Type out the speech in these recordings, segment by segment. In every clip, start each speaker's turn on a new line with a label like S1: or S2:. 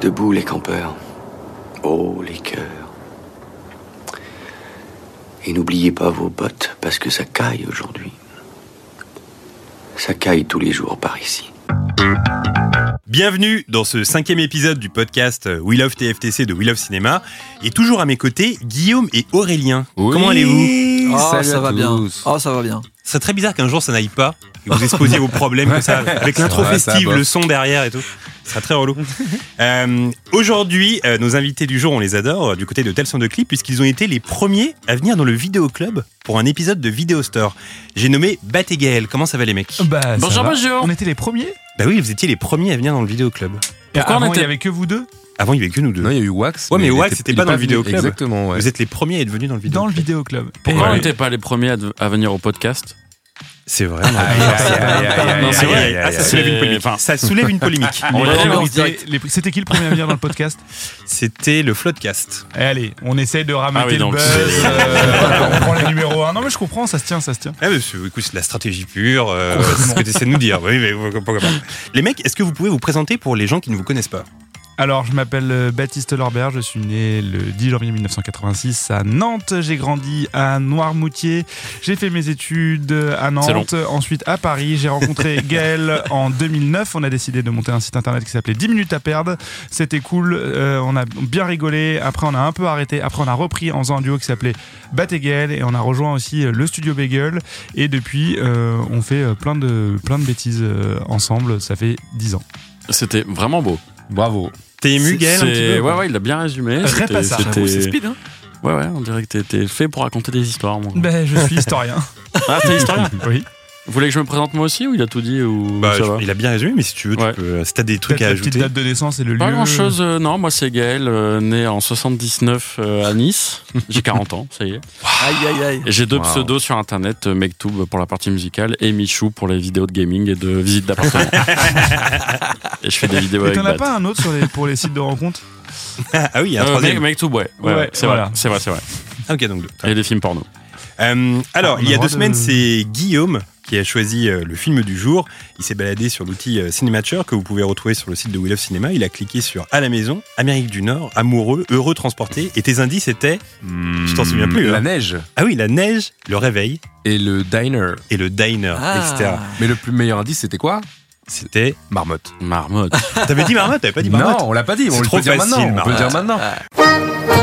S1: Debout les campeurs. Oh les cœurs. Et n'oubliez pas vos bottes parce que ça caille aujourd'hui. Ça caille tous les jours par ici.
S2: Bienvenue dans ce cinquième épisode du podcast euh, We Love TFTC de We Love Cinéma. Et toujours à mes côtés, Guillaume et Aurélien. Comment allez-vous
S3: Oh,
S4: Salut
S3: ça
S4: à
S3: va
S4: tous.
S3: bien. Oh, ça va bien.
S2: Ce serait très bizarre qu'un jour ça n'aille pas et vous exposiez vos problèmes comme ça, avec l'intro
S4: Ouais, ça
S2: festive,
S4: bof.
S2: le son derrière et tout. Ce sera très relou. Euh, Aujourd'hui, euh, nos invités du jour, on les adore, euh, du côté de Tel Son de Clip, puisqu'ils ont été les premiers à venir dans le Vidéo Club pour un épisode de Vidéo Store. J'ai nommé Bat et Gaël. Comment ça va les
S4: Ah
S2: mecs
S5: Bah, ça
S3: Bonjour,
S5: va.
S3: bonjour.
S5: On était les premiers
S2: Bah oui, vous étiez les premiers à venir dans le Vidéo Club.
S5: Pourquoi
S3: on
S5: Avant,
S3: était-
S5: il y avait que vous deux
S2: Avant, il n'y avait que nous deux.
S4: Non, il y a eu Wax.
S2: Ouais, mais
S4: il
S2: Wax,
S4: était-
S2: c'était
S4: il
S2: pas
S4: est
S2: dans le
S4: venu-
S2: vidéoclub.
S4: Exactement, ouais.
S2: Vous êtes les premiers à être venus dans le vidéo.
S5: dans le vidéoclub.
S4: Ouais.
S3: Pourquoi
S4: on
S3: on
S4: était-
S3: était-
S6: pas les premiers à, à venir au podcast.
S2: C'est vrai. on a- Non, c'est vrai. Ah, ça soulève une polémique. Enfin, ça soulève une Ah, polémique.
S6: On
S5: Les
S6: l'a
S5: premiers,
S6: fait en
S5: c'était-
S3: direct.
S5: les- C'était qui le premier à venir dans le podcast
S2: C'était le Floodcast.
S5: Eh, Allez, on essaye de ramener
S6: Ah oui,
S5: le
S6: donc,
S5: buzz.
S6: c'est-
S5: euh, on prend les numéros 1. Non, mais je comprends, ça se tient, ça se tient.
S2: Ah, mais c'est- écoute, c'est de la stratégie pure. euh, c'est ce que tu essaies de nous dire. Oui, mais pourquoi pas. Les mecs, est-ce que vous pouvez vous présenter pour les gens qui ne vous connaissent pas
S5: Alors, je m'appelle euh, Baptiste Lorbert, je suis né le 10 janvier 1986 à Nantes. J'ai grandi à Noirmoutier. J'ai fait mes études à
S6: C'est
S5: Nantes, ensuite à Paris. J'ai rencontré Gaël en 2009. On a décidé de monter un site internet qui s'appelait 10 minutes à perdre. C'était cool, euh, on a bien rigolé. Après, on a un peu arrêté. Après, on a repris en faisant un duo qui s'appelait Bat et Gaël. Et on a rejoint aussi euh, le studio Bagel. Et depuis, euh, on fait euh, plein de, plein de bêtises euh, ensemble. Ça fait 10 ans.
S6: C'était vraiment beau.
S4: Bravo.
S2: T'es ému,
S6: C'est-
S2: Gaël un petit
S6: c'est-
S2: peu
S6: Ouais, ouais, il a bien résumé.
S5: Très
S6: C'était-
S5: passable.
S6: c'était-
S3: C'est speed, hein
S6: Ouais, ouais, on dirait que t'étais fait pour raconter des histoires. Moi.
S5: Ben, je suis historien.
S6: Ah, t'es historien.
S5: oui.
S6: Vous voulez que je me présente moi aussi ou il a tout dit ou
S2: Bah,
S6: ça va
S2: je- Il a bien résumé, mais si tu veux,
S6: Ouais.
S2: tu peux, euh, si t'as des trucs
S5: Peut-être
S2: à
S5: la petite
S2: ajouter.
S5: date de naissance et le
S6: Pas
S5: lieu.
S6: grand chose, non. Moi, c'est Gaël, euh, né en 79 euh, à Nice. J'ai 40 ans, ça y est.
S3: Aïe, aïe, aïe.
S6: Et j'ai deux
S4: Wow.
S6: pseudos sur internet euh, Mektoub pour la partie musicale et Michou pour les vidéos de gaming et de visite d'appartement. et je fais des vidéos
S5: Et
S6: avec
S5: t'en as
S6: Bat.
S5: pas un autre sur les, pour les sites de rencontres
S2: Ah oui, il y a un
S6: Euh,
S2: troisième.
S6: Mek- Mektoub, ouais. Ouais,
S5: Ouais,
S6: ouais, c'est
S5: voilà.
S6: vrai, c'est vrai, c'est vrai.
S2: Ah, ok, donc deux.
S6: Et des films porno.
S2: Euh, alors,
S5: On a
S2: il y a deux
S5: le droit de-
S2: semaines, c'est Guillaume qui a choisi euh, le film du jour. Il s'est baladé sur l'outil euh, Cinémature que vous pouvez retrouver sur le site de We Love Cinéma. Il a cliqué sur À la maison, Amérique du Nord, amoureux, heureux, transporté. Et tes indices étaient Je t'en souviens plus,
S4: Hmm. euh, La
S2: hein.
S4: neige
S2: Ah oui, la neige, le réveil
S4: et le diner.
S2: et le diner,
S4: Ah.
S2: etc.
S4: Mais le plus meilleur indice, c'était quoi
S2: C'était.
S4: Marmotte.
S6: Marmotte.
S2: T'avais dit marmotte, t'avais pas dit marmotte
S4: Non, on l'a pas dit.
S2: C'est
S4: On le
S2: trop
S4: peut dire
S2: facile,
S4: maintenant. On peut le
S2: Marmotte. Ah,
S4: dire maintenant.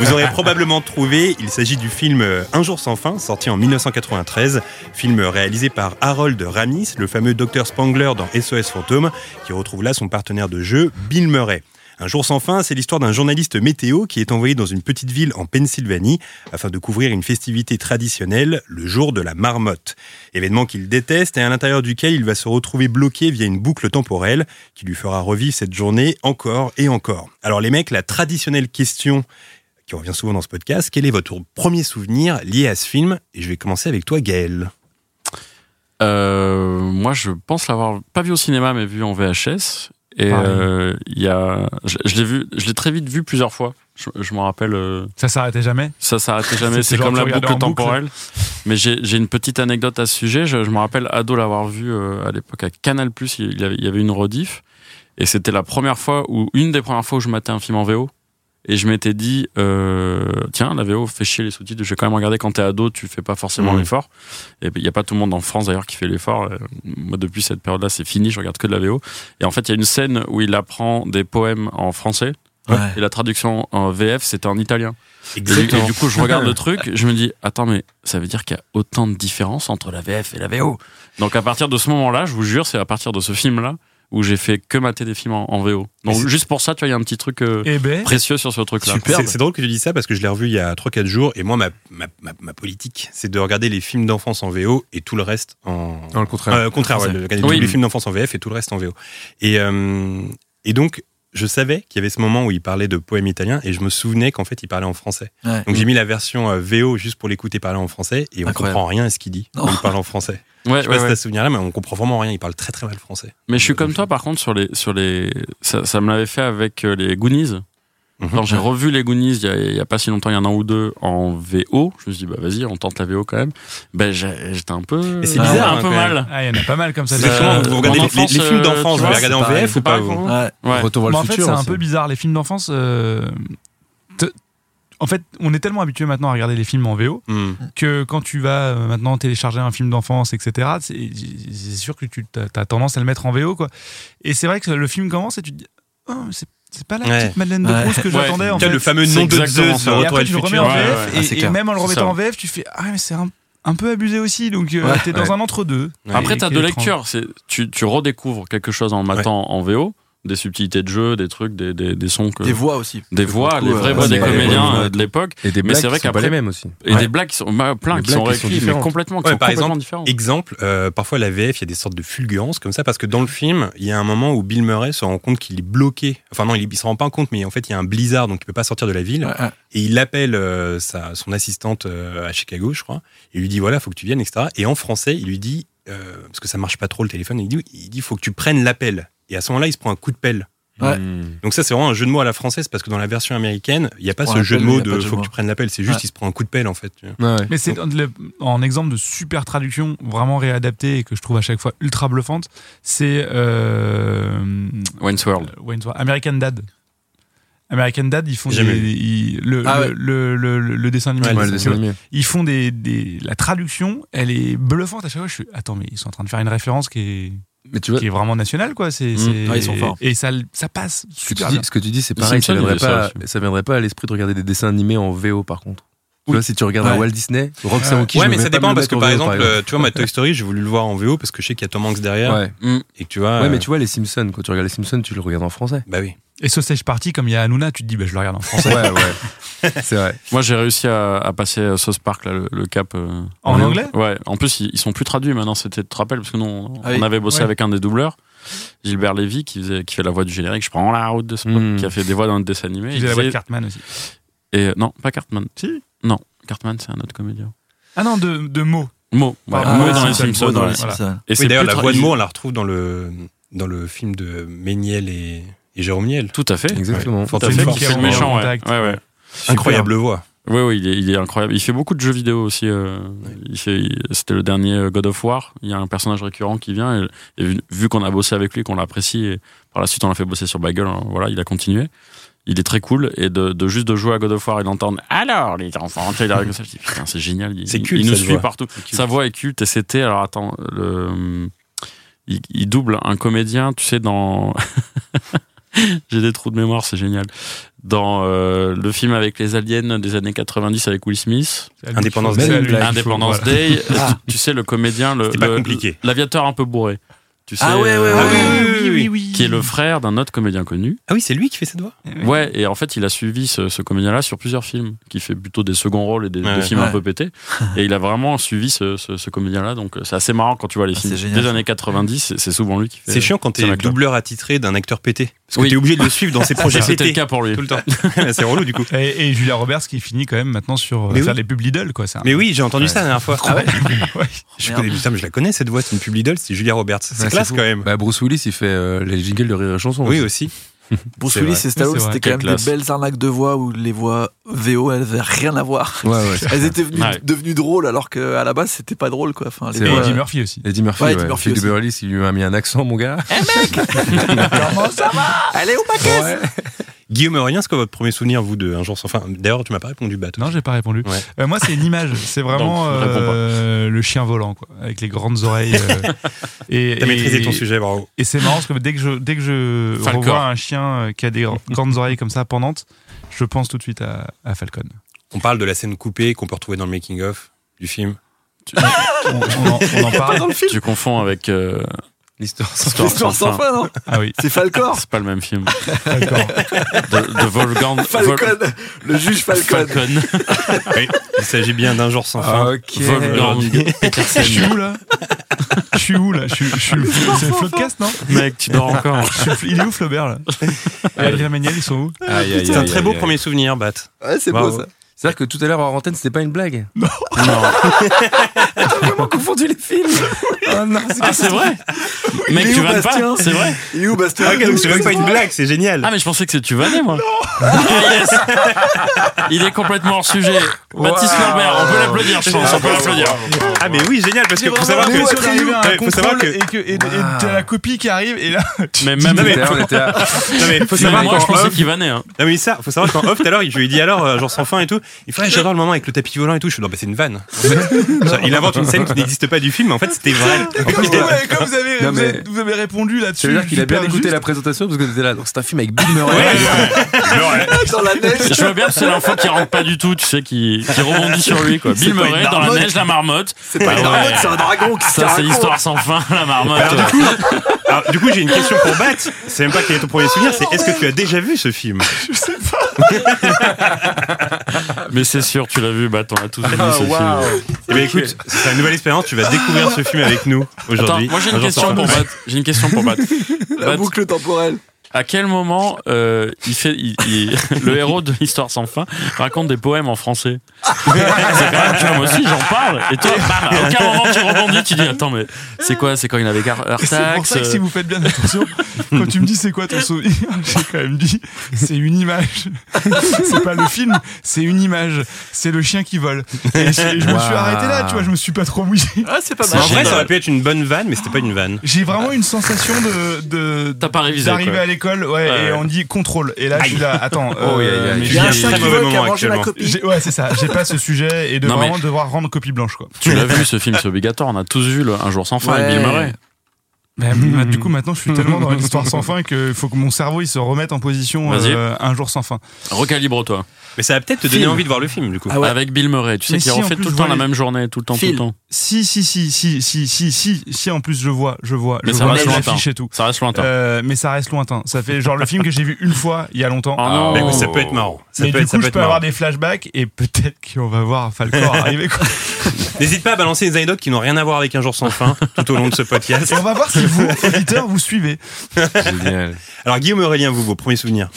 S2: Vous aurez probablement trouvé, il s'agit du film euh, Un jour sans fin, sorti en 1993, film réalisé par Harold Ramis, le fameux docteur Spangler dans SOS Fantôme, qui retrouve là son partenaire de jeu, Bill Murray. Un jour sans fin, c'est l'histoire d'un journaliste météo qui est envoyé dans une petite ville en Pennsylvanie afin de couvrir une festivité traditionnelle, le jour de la marmotte. Événement qu'il déteste et à l'intérieur duquel il va se retrouver bloqué via une boucle temporelle qui lui fera revivre cette journée encore et encore. Alors les mecs, la traditionnelle question qui revient souvent dans ce podcast. Quel est votre premier souvenir lié à ce film Et je vais commencer avec toi, Gaël.
S6: Euh, moi, je pense l'avoir pas vu au cinéma, mais vu en VHS. Et
S5: Pareil.
S6: euh, il y a, je, je l'ai vu, je l'ai très vite vu plusieurs fois. Je, je m'en rappelle, euh,
S5: Ça s'arrêtait jamais
S6: ça s'arrêtait jamais.
S5: C'est
S6: C'est
S5: genre
S6: comme
S5: tu
S6: la
S5: regardais
S6: boucle
S5: en boucle.
S6: temporelle. Mais j'ai j'ai une petite anecdote à ce sujet. Je, je me rappelle ado l'avoir vu euh, à l'époque à Canal Plus. Il y avait, il y avait une rediff, et c'était la première fois ou une des premières fois où je matais un film en VO. Et je m'étais dit, euh, tiens, la VO fait chier les sous-titres. Je vais quand même regarder quand t'es ado, tu fais pas forcément
S2: Mhm.
S5: Mmh.
S6: l'effort. Et il n'y a pas tout le monde en France d'ailleurs qui fait l'effort. Euh, Moi, depuis cette période-là, c'est fini, je regarde que de la VO. Et en fait, il y a une scène où il apprend des poèmes en français.
S4: Ouais.
S6: et la traduction en VF c'était en italien. Et du,
S2: Exactement.
S6: et du coup, je regarde le truc, je me dis attends mais ça veut dire qu'il y a autant de différences entre la VF et la VO. Donc à partir de ce moment-là, je vous jure, c'est à partir de ce film-là où j'ai fait que mater des films en, en VO.
S2: Mais
S6: Donc
S2: c'est-
S6: juste pour ça, tu vois, il y a un petit truc euh,
S5: Eh ben,
S6: précieux sur ce truc-là.
S2: C'est- C'est drôle que tu dis ça parce que je l'ai revu il y a 3-4 jours et moi, ma, ma, ma- ma politique, c'est de regarder les films d'enfance en VO et tout le reste en.
S4: Dans le contraire.
S2: Euh, au contraire, ouais,
S6: Français.
S2: de regarder
S6: Oui.
S2: tous les films d'enfance en VF et tout le reste en VO. Et, euh, et donc, je savais qu'il y avait ce moment où il parlait de poèmes italiens et je me souvenais qu'en fait, il parlait en français.
S3: Ouais.
S2: Donc, j'ai mis la version euh, VO juste pour l'écouter parler en français et on
S3: Incroyable.
S2: comprend rien à ce qu'il dit. quand
S3: Non.
S2: Il parle en français.
S6: Ouais,
S2: Je sais
S6: ouais,
S2: pas si
S6: ouais.
S2: t'as ce souvenir-là, mais on comprend vraiment rien. Il parle très très mal français.
S6: Mais je suis comme toi, par contre, sur les, sur les, ça, ça me l'avait fait avec euh, les Goonies.
S2: Mhm.
S6: Quand j'ai revu les Goonies il y, a, il y a pas si longtemps, il y a un an ou deux, en VO, je me suis dit, bah vas-y, on tente la VO quand même. Ben j'ai- j'étais un peu.
S2: Mais c'est bizarre,
S6: un
S2: hein,
S6: peu
S2: quand
S6: mal.
S5: ah, il y en a pas mal comme ça.
S6: C'est
S5: des
S6: Euh,
S2: Comment
S5: films.
S2: vous regardez
S6: mon
S2: les,
S6: enfance,
S2: les- les films
S6: euh,
S2: d'enfance,
S6: tu
S2: vous
S6: vois,
S2: les regardez en
S3: c'est pareil.
S2: VF ou
S6: C'est
S2: pas
S6: pareil
S2: vous
S6: pour moi.
S3: Ouais.
S6: Ouais.
S4: Retour vers
S5: Mais en
S4: le
S5: fait,
S4: futur.
S5: c'est un
S4: aussi.
S5: peu bizarre. Les films d'enfance. euh, te- En fait, on est tellement habitué maintenant à regarder les films en VO
S2: Hmm.
S5: que quand tu vas euh, maintenant télécharger un film d'enfance, etc., c'est c'est sûr que tu as tendance à le mettre en VO. Quoi. Et c'est vrai que le film commence et tu te dis, Oh, c'est c'est pas la
S2: Ouais.
S5: petite Madeleine de
S3: Ouais.
S5: Proust que
S6: Ouais.
S5: j'attendais en
S2: Tu
S5: fait.
S2: as le fameux
S6: c'est
S2: nom de
S6: exactement
S2: Zeus,
S6: ça.
S5: Et
S2: Retour
S5: après,
S2: vers
S5: tu
S2: le
S5: le remets
S2: futur.
S5: en
S6: Ouais,
S5: VF,
S6: ouais,
S5: et-
S3: Ah, c'est
S5: et,
S3: clair.
S5: même en le
S6: C'est
S5: remettant
S6: ça.
S5: en VF, tu fais Ah, mais c'est un, un peu abusé aussi, donc euh,
S3: Ouais.
S5: t'es dans
S3: Ouais.
S5: un entre-deux.
S2: Ouais.
S6: Après,
S5: Et
S6: t'as
S5: qui
S6: de
S5: est
S6: lecture. C'est, tu, tu redécouvres quelque chose en le matant en VO, des subtilités de jeu, des trucs, des, des, des sons que.
S3: Des voix aussi.
S6: Des voix,
S3: Pour le
S6: les
S3: coup,
S6: vraies
S3: euh,
S6: voix
S4: ouais,
S6: des
S4: mais-
S6: comédiens
S3: ouais.
S6: euh, de l'époque
S4: Et des
S6: Mais
S4: blagues
S6: c'est vrai
S4: qui sont
S6: qu'après-
S4: pas les mêmes aussi.
S6: et des blagues qui sont bah, plein
S4: Des
S6: qui sont
S4: blagues qui sont
S6: réécrites mais
S4: différentes.
S6: complètement qui
S2: Ouais,
S6: sont
S2: par
S6: complètement
S2: exemple,
S6: différentes.
S2: Exemple, euh, parfois la VF, il y a des sortes de fulgurances comme ça, parce que dans le film, il y a un moment où Bill Murray se rend compte qu'il est bloqué. Enfin non, il, il se rend pas compte, mais en fait, il y a un blizzard, donc il peut pas sortir de la ville.
S3: Ouais, ouais.
S2: Et il appelle euh, sa, son assistante euh, à Chicago, je crois, et il lui dit, voilà, faut que tu viennes, etc. Et en français, il lui dit, euh, parce que ça marche pas trop le téléphone, il dit, il dit, faut que tu prennes l'appel. Et à ce moment-là, il se prend un coup de pelle.
S3: Ouais.
S4: Hmm.
S2: Donc ça, c'est vraiment un jeu de mots à la française, parce que dans la version américaine, il n'y a pas
S3: prend
S2: ce
S3: un
S2: jeu de
S3: appel,
S2: mots
S3: il y a
S2: de,
S3: pas de jeu
S2: faut
S3: de
S2: que
S3: mots.
S2: tu prennes l'appel, c'est juste,
S3: Ouais.
S2: il se prend un coup de pelle, en fait. tu vois.
S4: Ouais, ouais.
S5: Mais c'est le- en exemple de super traduction vraiment réadaptée et que je trouve à chaque fois ultra bluffante, c'est euh,
S6: Wayne's World.
S5: Wayne's World, American Dad. American Dad, ils font
S2: J'ai jamais
S5: des- ils- le,
S3: Ah
S5: le-
S3: ouais.
S5: le, le- le- le dessin animé.
S2: Ouais, le
S4: Ouais, le dessin animé.
S5: Ils font des, des- la traduction, elle est bluffante à chaque fois. Je suis attends, mais ils sont en train de faire une référence qui est,
S4: Mais tu vois,
S5: qui est vraiment nationale quoi. C'est,
S6: Mm.
S5: c'est-
S3: Ouais, ils sont forts.
S5: Et ça, ça
S4: ce
S5: passe
S4: que, tu
S5: super
S4: dis,
S5: bien.
S4: ce que tu dis, c'est
S6: Les
S4: pareil. Ça
S6: Simpsons,
S4: viendrait,
S6: il y avait
S4: pas,
S6: ça
S4: ça viendrait pas à l'esprit de regarder des dessins animés en VO, par contre. Tu
S5: Oui.
S4: vois, si tu regardes un
S3: Ouais.
S4: Walt Disney, Rock Saoki,
S2: Ouais,
S4: je
S2: mais
S4: me mets
S2: ça
S4: pas me
S2: dépend
S4: le
S2: parce
S4: mettre
S2: que
S4: en
S2: par
S4: VO,
S2: exemple, euh, tu vois, ma Toy Story, j'ai voulu le voir en VO parce que je sais qu'il y a Tom Hanks derrière
S4: Ouais.
S6: Mm.
S2: et que tu vois.
S4: Ouais, mais
S2: euh,
S4: tu vois, les Simpsons, quand tu regardes les Simpsons, tu le regardes en français.
S2: Bah oui.
S5: Et Sausage Party, comme il y a Hanouna, tu te dis, bah, je le regarde en français.
S4: ouais, ouais. C'est vrai.
S6: Moi, j'ai réussi à, à passer à Sauce Park, là, le, le cap. euh,
S5: En
S6: VO.
S5: anglais
S6: Ouais. En plus, ils, ils sont plus traduits maintenant, c'était, tu te rappelles, parce que nous, on,
S3: Ah oui.
S6: on avait bossé
S5: Ouais.
S6: avec un des doubleurs, Gilbert Lévy, qui, faisait, qui fait la voix du générique. Je prends la route de ce
S4: Mm.
S6: qui a fait des voix dans le dessin animé.
S5: Tu
S6: Il
S5: faisais la voix de
S6: disait-
S5: Cartman aussi.
S6: et, euh, non, pas Cartman. Si Non, Cartman, c'est un autre comédien.
S5: Ah non, de, de mots.
S6: Mo. Ouais,
S5: Ah,
S6: Mo
S5: ouais,
S6: euh, dans les
S5: Simpsons,
S6: Simpsons.
S3: Mots dans
S6: ouais.
S3: les
S5: voilà.
S3: Simpsons.
S6: Et
S2: Oui,
S6: c'est
S2: d'ailleurs,
S6: plus
S2: la voix de
S6: traduit.
S2: Mo, on la retrouve dans le, dans le film de Méniel et, et Jérôme Niel.
S6: Tout à fait.
S4: Exactement.
S6: Tout à
S2: Fantastique.
S6: fait.
S2: Fort
S6: Qui fait
S2: fort
S6: le méchant, ouais.
S5: contact.
S6: Ouais, ouais.
S2: Incroyable voix.
S6: Oui, oui, il est, il est incroyable. Il fait beaucoup de jeux vidéo aussi. euh, il fait, il- c'était le dernier euh, God of War. Il y a un personnage récurrent qui vient. Et, et vu, vu qu'on a bossé avec lui, qu'on l'apprécie, et par la suite on l'a fait bosser sur Bagel, hein, voilà, il a continué. Il est très cool. Et de, de juste de jouer à God of War et d'entendre Alors, les enfants, tu sais, il arrive comme ça. Je dis Putain, c'est génial. Il,
S2: C'est
S6: il-
S2: culte,
S6: Il nous
S2: cette
S6: suit
S2: voix.
S6: partout. Sa voix est culte et c'était. Alors, attends, le, il, il double un comédien, tu sais, dans. J'ai des trous de mémoire, c'est génial. Dans euh, le film avec les aliens des années 90 avec Will Smith,
S2: Indépendance
S4: Day.
S6: Indépendance Day,
S3: Ah.
S6: tu, tu sais le comédien, le,
S2: C'était pas
S6: le-
S2: compliqué.
S6: l'aviateur un peu bourré, tu sais,
S3: Ah ouais, ouais,
S6: euh,
S3: ouais,
S2: ouais. oui, oui, oui,
S6: qui est le frère d'un autre comédien connu.
S2: Ah oui, c'est lui qui fait cette voix
S6: Ouais, et en fait il a suivi ce, ce comédien-là sur plusieurs films, qui fait plutôt des seconds rôles et des,
S2: Ouais.
S6: des films un
S3: Ouais.
S6: peu pétés, et il a vraiment suivi ce, ce- ce comédien-là, donc euh, c'est assez marrant quand tu vois les
S3: Ah,
S6: films
S3: c'est génial,
S6: des
S3: ça.
S6: années 90, c'est, c'est souvent lui qui fait.
S2: C'est chiant quand
S6: c'est
S2: t'es
S6: la claque.
S2: doubleur attitré d'un acteur pété. Parce que
S6: Oui.
S2: t'es obligé de le suivre dans ses projets
S6: euh, C'était le
S2: pétés.
S6: cas pour lui.
S2: Tout le temps. c'est relou du coup.
S5: Et, et Julia Roberts qui finit quand même maintenant sur euh,
S2: Mais
S5: faire
S2: oui.
S5: les pubs Lidl, quoi. ça.
S2: Mais oui, j'ai entendu ça la dernière fois.
S5: Ah. Ouais.
S2: je,
S3: Merde.
S2: connais, putain, mais je la connais cette voix, c'est une pub Lidl, c'est Julia Roberts. C'est
S4: Ouais,
S2: classe
S4: fou.
S2: quand même.
S4: Bah, Bruce Willis, il fait euh, les jingles de Rire et Chanson.
S2: oui,
S4: aussi.
S2: aussi.
S3: Bruce
S2: C'est
S3: Willis
S2: vrai.
S3: et Stallone,
S5: C'est vrai.
S3: c'était quand
S6: Quelle
S3: même
S6: classe.
S3: des belles arnaques de voix où les voix VO, elles n'avaient rien à voir.
S4: Ouais, ouais.
S3: Elles étaient venues-
S6: Ouais.
S3: devenues drôles alors qu'à la base, c'était pas drôle quoi. Enfin, les
S4: C'est
S5: Et
S3: voix-
S4: vrai.
S5: Eddie Murphy aussi.
S4: Eddie Murphy,
S3: Ouais,
S4: ouais,
S3: Eddie Murphy
S4: Phil
S3: aussi.
S4: Beverly, il lui a mis un accent, mon gars.
S3: Comment ça va Elle est où ma caisse
S4: Ouais.
S2: Guillaume Aurélien, c'est quoi votre premier souvenir, vous, de Un jour sans fin D'ailleurs, tu m'as pas répondu, bah, toi.
S5: Non, j'ai pas répondu.
S2: Ouais.
S5: Euh, moi, c'est une image. C'est vraiment
S6: Donc, réponds pas.
S5: euh, le chien volant, quoi, avec les grandes oreilles. euh, et,
S2: T'as
S5: et-
S2: maîtrisé ton sujet, bravo.
S5: Et c'est marrant parce que dès que je, dès que je
S6: Falcor.
S5: revois un chien euh, qui a des gr- grandes oreilles comme ça pendantes, je pense tout de suite à, à Falcon.
S2: On parle de la scène coupée qu'on peut retrouver dans le making-of du film.
S5: On, on en, on en parle.
S6: Tu confonds avec. euh,
S4: L'histoire
S6: Histoire
S3: Histoire
S6: sans
S3: sans fin, non
S5: Ah oui,
S3: C'est Falcor
S6: c'est pas le même film.
S5: Falcor.
S6: De, de Wolfgang.
S3: Falcon Le juge
S6: Vol-
S3: Falcon
S6: Falcon.
S2: Oui, il s'agit bien d'un jour
S4: Ah,
S2: sans fin.
S3: Ok.
S6: Wolfgang
S5: Je suis
S6: Petersen.
S5: où là Je suis où là Je suis- je suis. C'est le Floodcast, non
S6: Mec, tu dors encore.
S5: Je suis- Il est où Flaubert là Et Adrien Méniel, ils sont où
S4: Aïe, aïe,
S2: C'est un
S4: aïe,
S2: très
S4: aïe,
S2: beau
S4: aïe. Ah,
S2: premier souvenir, Bat.
S3: Ouais, c'est
S2: Bravo.
S3: beau ça.
S4: C'est-à-dire que tout à l'heure, hors antenne, c'était pas une blague.
S6: Non.
S3: T'as vraiment confondu les films Ah non, c'est
S6: Ah, c'est vrai
S3: Il
S6: Mec,
S3: est
S6: tu
S3: où,
S6: vannes
S3: Bastien
S6: pas C'est vrai
S3: Il est où Bastien
S2: Ah, donc c'est même pas une blague, c'est génial.
S6: Ah, mais je pensais que c'est tu vannais, moi. Ah, yes. Il est complètement hors sujet. Baptiste Lambert, on peut l'applaudir, je pense. On peut l'applaudir.
S2: Ah, mais oui, génial, parce que faut savoir
S5: Léo est
S2: que.
S5: arrivé à un
S2: Ouais, faut savoir
S5: contrôle
S2: que-
S5: et que- et- et
S3: Ah.
S5: t'as la copie qui arrive et là
S6: Mais même.
S4: Tout à l'heure, on était à-
S2: Non, mais faut
S6: Même
S2: savoir
S6: moi, je
S2: qu'en
S6: pensais
S2: off-
S6: qu'il vannait. Hein.
S2: Non, mais ça, faut savoir qu'en off, tout à l'heure, je lui ai dit alors, euh, genre sans fin et tout. Il fait, ouais, j'adore le moment avec le tapis volant et tout. Je suis, non, bah, c'est une vanne. En fait, genre, il invente une scène qui n'existe pas du film, mais en fait, c'était vrai.
S5: Comme vous, avez, comme vous avez-
S4: Non,
S5: vous
S4: mais-
S5: avez- vous avez répondu là-dessus.
S4: Ça veut dire qu'il a bien
S5: super
S4: écouté
S5: juste.
S4: la présentation parce que t'étais là. Donc c'est un film avec Bill Murray.
S3: Dans la neige
S6: Je vois bien que c'est l'info qui rentre pas du tout, tu sais, qui, qui rebondit sur lui, quoi. Bill
S5: pas une
S6: Murray, dans la
S5: marmotte.
S6: neige, la marmotte.
S3: C'est pas
S6: Ah
S3: une marmotte,
S6: ouais.
S3: c'est un dragon qui se
S6: Ça, c'est
S3: raconte.
S6: l'histoire sans fin, la marmotte.
S2: Alors, Alors, du coup, j'ai une question pour Bat. C'est même pas quel est ton premier souvenir, c'est est-ce que tu as déjà vu ce film
S6: Mais c'est sûr, tu l'as vu, bah, on a tous vu ce film.
S2: Eh bien, écoute, c'est une nouvelle expérience. Tu vas découvrir ce film avec nous
S6: Attends,
S2: aujourd'hui.
S6: moi j'ai
S2: Un
S6: une
S2: jour
S6: question
S2: sans
S6: pour
S2: fin.
S6: Bat. J'ai une question pour Bat.
S3: La
S6: Bat,
S3: boucle temporelle.
S6: à quel moment euh, il fait, il- il- le héros de l'histoire sans fin raconte des poèmes en français C'est quand même, tu vois, moi aussi j'en parle. Et toi, bam, Bah, à aucun moment tu rebondis, tu dis attends mais c'est quoi C'est quand il avait Gar-
S5: Et C'est pour
S6: Artax
S5: ça que si vous faites bien attention, quand tu me dis c'est quoi ton souvenir, j'ai quand même dit c'est une image. C'est pas le film, c'est une image. C'est le chien qui vole. Et je, je me suis
S4: Waouh.
S5: arrêté là, tu vois, je me suis pas trop mouillé.
S3: Ah, c'est pas
S6: euh, C'est
S2: En
S3: mal.
S2: vrai, ça aurait pu être une bonne vanne, mais c'était pas une vanne.
S5: J'ai vraiment une sensation de. de
S6: T'as pas révisé,
S5: D'arriver
S6: quoi.
S5: à l'école, ouais,
S6: Ouais,
S5: et
S6: ouais.
S5: on dit contrôle. Et là, je suis là, attends.
S4: Oh,
S5: euh,
S4: yeah, yeah, yeah.
S5: mais
S2: Il y a un
S5: j'ai-
S2: chien qui vole qui a mangé ma
S5: j'ai- Ouais, c'est ça. J'ai pas ce sujet et de
S6: Non, mais-
S5: vraiment devoir rendre copie blanche, quoi.
S6: Tu l'as vu ce film, c'est obligatoire. On a tous vu le Un jour sans fin, avec
S3: Ouais.
S6: Bill Murray.
S5: Bah, bah, du coup, maintenant, je suis tellement dans une histoire sans fin qu'il faut que mon cerveau il se remette en position
S6: Vas-y.
S5: euh, un jour sans fin.
S6: Recalibre-toi.
S2: Mais ça va peut-être te donner envie de voir le film, du coup.
S3: Ah ouais.
S6: Avec Bill Murray, tu sais
S5: Mais
S6: qu'il
S5: si, en
S6: refait
S5: plus,
S6: tout le
S5: je
S6: temps
S5: vois
S6: la
S5: les-
S6: même journée, tout le temps,
S3: Phil.
S6: tout le temps.
S5: Si, si, si, si, si, si, si, si, en plus, je vois, je vois,
S6: Mais
S5: je
S6: ça
S5: vois
S6: reste
S5: les
S6: lointain.
S5: affiches et tout.
S6: Ça reste lointain.
S5: Euh, mais ça reste lointain. Ça fait genre le film que j'ai vu une fois il y a longtemps.
S6: Ah
S4: Ah,
S6: non.
S2: Bah, écoute, ça peut être marrant. Ça
S5: mais
S2: peut
S5: du
S2: être, ça
S5: coup,
S2: peut
S5: je
S2: être
S5: peux
S2: marrant.
S5: avoir des flashbacks et peut-être qu'on va voir Falcor arriver. quoi.
S2: N'hésite pas à balancer des anecdotes qui n'ont rien à voir avec Un jour sans fin tout au long de ce podcast.
S5: Et on va voir si vous, auditeurs, vous suivez.
S4: Génial.
S2: Alors, Guillaume Aurélien, vous, vos premiers souvenirs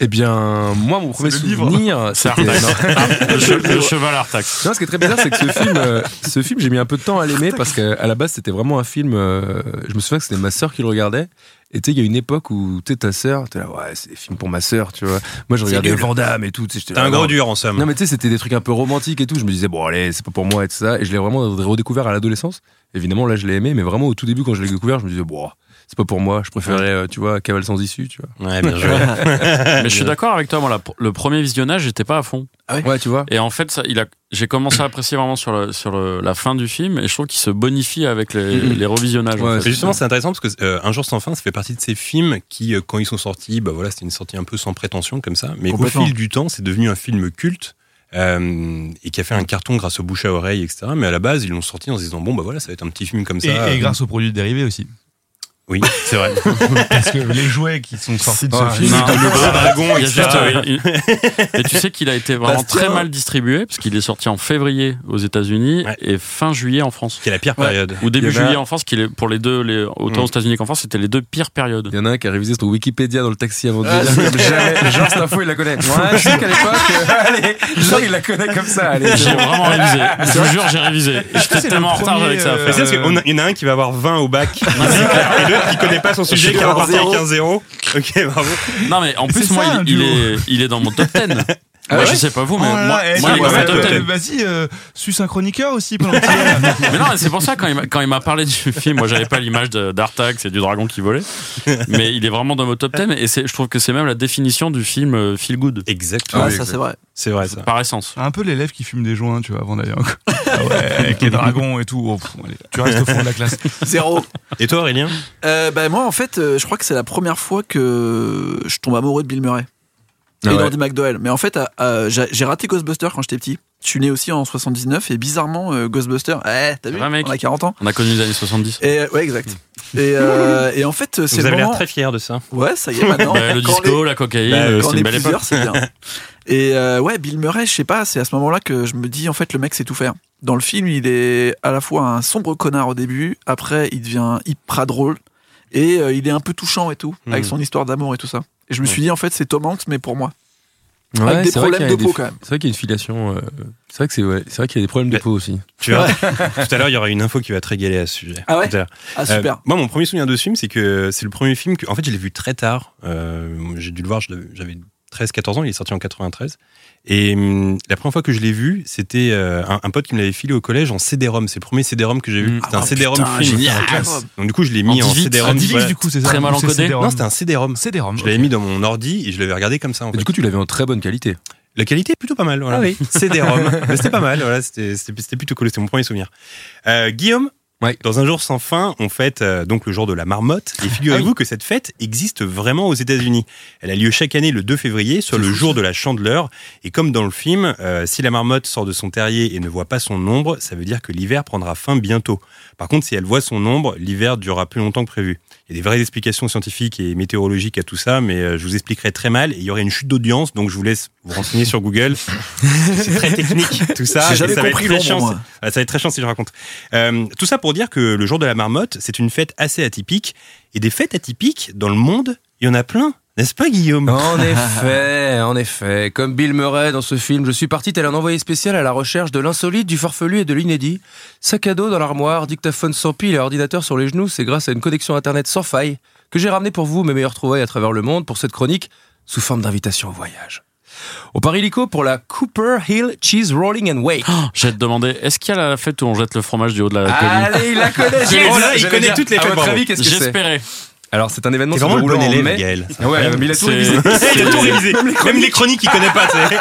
S4: Eh bien, moi, mon premier
S5: C'est le livre.
S4: souvenir,
S6: C'est
S4: c'était-
S6: Artax.
S4: non.
S6: Ah, le, che- le cheval Artax.
S4: Non, ce qui est très bizarre, c'est que ce film, euh, ce film, j'ai mis un peu de temps à l'aimer parce qu'à la base, c'était vraiment un film. euh, je me souviens que c'était ma sœur qui le regardait. Et tu sais, il y a une époque où tu sais, ta sœur, t'es là, ouais, c'est des films pour ma sœur, tu vois. Moi, je regardais
S2: nul.
S4: Vandame et tout. tu sais, j'étais
S2: T'es
S4: là,
S2: un
S4: non.
S6: Ah
S2: gros dur, en somme.
S4: Non, mais tu sais, c'était des trucs un peu romantiques et tout. Je me disais, bon, allez, c'est pas pour moi et tout ça. Et je l'ai vraiment redécouvert à l'adolescence. Évidemment, là, je l'ai aimé, mais vraiment au tout début, quand je l'ai découvert, je me disais, bon, c'est pas pour moi. Je préférais, euh, tu vois, Cavale sans issue, tu vois.
S2: Ouais, bien joué.
S6: Mais je suis d'accord avec toi, moi, la pr- le premier visionnage, j'étais pas à fond.
S4: Ouais, tu vois.
S6: Et en fait, ça, il a, j'ai commencé à apprécier vraiment sur, le- sur le- la fin du film, et je trouve qu'il se bonifie avec les,
S4: Mhm.
S6: les revisionnages. en
S4: Ouais,
S6: fait.
S2: Mais justement, c'est intéressant parce que euh, Un jour sans fin, ça fait partie de ces films qui, euh, quand ils sont sortis, bah voilà, c'était une sortie un peu sans prétention comme ça. Mais au
S3: Complètement.
S2: fil du temps, c'est devenu un film culte euh, et qui a fait un carton grâce au bouche à oreille, etc. Mais à la base, ils l'ont sorti en se disant bon, bah voilà, ça va être un petit film comme ça. euh,
S5: Et, et grâce aux produits dérivés aussi.
S2: Oui, c'est vrai.
S5: Parce que les jouets qui sont sortis de ce
S3: Ouais.
S5: film.
S6: Non,
S2: le gros dragon,
S6: il y a
S2: etc.
S6: juste, euh, une- Et tu sais qu'il a été vraiment
S3: Bastien.
S6: très mal distribué, parce qu'il est sorti en février aux États-Unis
S2: Ouais.
S6: et fin juillet en France.
S2: Qui est la pire
S4: Ouais.
S2: période.
S6: Ou début
S4: Il y en a-
S6: juillet en France, qu'il est pour les deux, les, autant
S2: Mm.
S6: aux États-Unis qu'en France, c'était les deux pires périodes.
S4: Il y en a un qui a révisé son Wikipédia dans le taxi avant de
S3: Ah,
S4: venir,
S3: c'est-
S4: comme jamais. Genre, cette info, il la connaît. Ouais, je sais qu'à l'époque, euh, allez, genre, il la connaît comme ça. Allez,
S6: J'ai
S4: c'est bon.
S6: vraiment révisé. Je vous jure, j'ai révisé. J'étais
S5: c'est
S6: tellement en
S5: le
S6: retard
S5: premier,
S6: avec ça. à
S5: euh,
S2: Mais
S6: faire.
S2: c'est parce qu'on a- il y en a un qui va avoir 20 au bac, et l'autre qui connaît pas son sujet, qui va
S3: Alors,
S2: partir avec
S3: zéro.
S2: un zéro. Ok, bravo.
S6: Non, mais en
S5: C'est
S6: plus,
S5: ça,
S6: moi,
S5: un
S6: il, il
S5: duo.
S6: est, il est dans mon top 10. moi,
S5: ouais
S6: je sais pas vous,
S5: Oh
S6: mais
S5: là
S6: moi,
S5: là, eh,
S6: moi,
S5: c'est
S6: il
S5: quoi
S6: m'a
S5: ça,
S6: fait adopter.
S5: toi Vas-y, euh, suce un chroniqueur aussi. pendant que-
S6: Mais non, mais c'est pour ça, quand il m'a- quand il m'a parlé du film, moi j'avais pas l'image de- d'Artax et du dragon qui volait. Mais il est vraiment dans mon top 10 et c'est- je trouve que c'est même la définition du film euh, feel good,
S2: Exactement.
S3: Ah, ça c'est vrai.
S2: c'est vrai ça.
S6: par essence.
S5: un peu l'élève qui fume des joints, tu vois, avant d'ailleurs. Ah ouais, avec les dragons et tout. Oh, pff, allez, tu restes au fond de la classe.
S3: Zéro.
S2: Et toi Aurélien
S3: Euh, bah, moi, en fait, euh, je crois que c'est la première fois que je tombe amoureux de Bill Murray.
S4: Ah
S3: et
S4: ouais.
S3: d'Andy McDowell. Mais en fait, à- à- j'ai j'ai raté Ghostbuster quand j'étais petit. Je suis né aussi en 79 et bizarrement, euh, Ghostbuster, eh, t'as vu,
S6: Ouais, mec.
S3: on a 40 ans.
S6: On a connu les années 70.
S3: Et, euh, ouais, exact. Et, euh, et en fait, c'est
S2: Vous
S3: le
S2: avez l'air
S3: moment.
S2: très fier de ça.
S3: Ouais, ça y est, maintenant.
S6: Bah, le
S3: quand les-
S6: disco, la cocaïne,
S2: Bah,
S6: euh,
S3: quand on
S6: c'est une
S3: est
S6: belle époque.
S3: plusieurs, c'est bien. Et euh, ouais, Bill Murray, je sais pas, c'est à ce moment-là que je me dis, en fait, le mec sait tout faire. Dans le film, il est à la fois un sombre connard au début, après, il devient hyper drôle, et euh, il est un peu touchant et tout, avec
S2: Mhm.
S3: son histoire d'amour et tout ça. Et je me suis dit, en fait, c'est Tom Hanks, mais pour moi.
S4: Ouais,
S3: avec des
S4: c'est vrai
S3: problèmes
S4: qu'il y a
S3: de
S4: des
S3: peau,
S4: fi-
S3: quand même.
S4: C'est vrai qu'il y a une filiation. euh, c'est vrai que c'est ouais, c'est vrai qu'il y a des problèmes de
S2: Mais-
S4: peau aussi.
S2: Tu vois, tout à l'heure il y aura une info qui va te régaler à ce sujet.
S3: Ah ouais
S2: Tout à l'heure.
S3: Ah,
S2: Euh,
S3: super.
S2: moi, mon premier souvenir de ce film, c'est que c'est le premier film que. En fait, je l'ai vu très tard. Euh, j'ai dû le voir, je l'avais- j'avais 13-14 ans, il est sorti en 93. Et hum, la première fois que je l'ai vu, c'était euh, un, un pote qui me l'avait filé au collège en CD-ROM. C'est le premier CD-ROM que j'ai vu.
S6: Mm.
S2: C'était un
S3: Ah,
S2: CD-ROM
S3: putain,
S2: film.
S3: génial.
S2: Donc, du coup, je l'ai mis
S6: En
S2: en,
S6: divite,
S5: Un
S2: CD-ROM.
S5: divise,
S2: voilà.
S5: du coup, c'est ça.
S6: Très mal
S5: C'est
S6: encodé.
S5: CD-ROM.
S2: Non, c'était un CD-ROM.
S5: C'est des roms.
S2: Je l'avais mis dans mon ordi et je l'avais regardé comme ça. En
S4: Et
S2: fait.
S4: du coup, tu l'avais en très bonne qualité.
S2: La qualité est plutôt pas mal. Voilà.
S4: Ah oui.
S2: CD-ROM. Mais c'était pas mal. Voilà, c'était c'était- c'était plutôt cool. C'était mon premier souvenir. Euh, Guillaume,
S4: Ouais.
S2: dans un jour sans fin, on fête euh, donc le jour de la marmotte. Et
S3: Ah
S2: figurez-vous que cette fête existe vraiment aux États-Unis. Elle a lieu chaque année le 2 février, sur le jour de la chandeleur. Et comme dans le film, euh, si la marmotte sort de son terrier et ne voit pas son ombre, ça veut dire que l'hiver prendra fin bientôt. Par contre, si elle voit son ombre, l'hiver durera plus longtemps que prévu. Il y a des vraies explications scientifiques et météorologiques à tout ça, mais euh, je vous expliquerai très mal. Et il y aurait une chute d'audience, donc je vous laisse vous renseigner sur Google. C'est très technique tout ça.
S3: J'ai
S2: et
S3: jamais
S2: ça va être
S3: compris
S2: très
S3: l'ombre,
S2: chiant,
S3: moi.
S2: ah, Ça va être très chiant si je raconte. Euh, tout ça pour dire que le jour de la marmotte, c'est une fête assez atypique. Et des fêtes atypiques, dans le monde, il y en a plein. N'est-ce pas, Guillaume
S4: En effet, en effet. Comme Bill Murray dans ce film, je suis parti tel un envoyé spécial à la recherche de l'insolite, du farfelu et de l'inédit. Sac à dos dans l'armoire, dictaphone sans pile et ordinateur sur les genoux, c'est grâce à une connexion internet sans faille que j'ai ramené pour vous mes meilleures trouvailles à travers le monde pour cette chronique sous forme d'invitation au voyage. Au Paris Lico pour la Cooper Hill Cheese Rolling and Wake.
S6: Oh, J'ai demandé, est-ce qu'il y a la fête où on jette le fromage du haut de la
S4: Ah,
S6: colline
S4: Allez, il la connaît,
S2: Oh là, il
S4: J'allais
S2: connaît
S4: dire, Ah,
S2: toutes les
S4: à
S2: fêtes,
S4: votre
S2: bravo.
S4: avis, qu'est-ce que c'est
S6: J'espérais.
S4: Alors, c'est un événement
S2: C'est
S4: qui se
S2: vraiment le bon
S4: déroule en
S2: élève,
S4: mai.
S2: Gaël.
S4: Ah ouais, mais il a tout
S6: C'est-
S4: révisé.
S2: Il a tout révisé. Même les chroniques, il connaît pas. tu sais.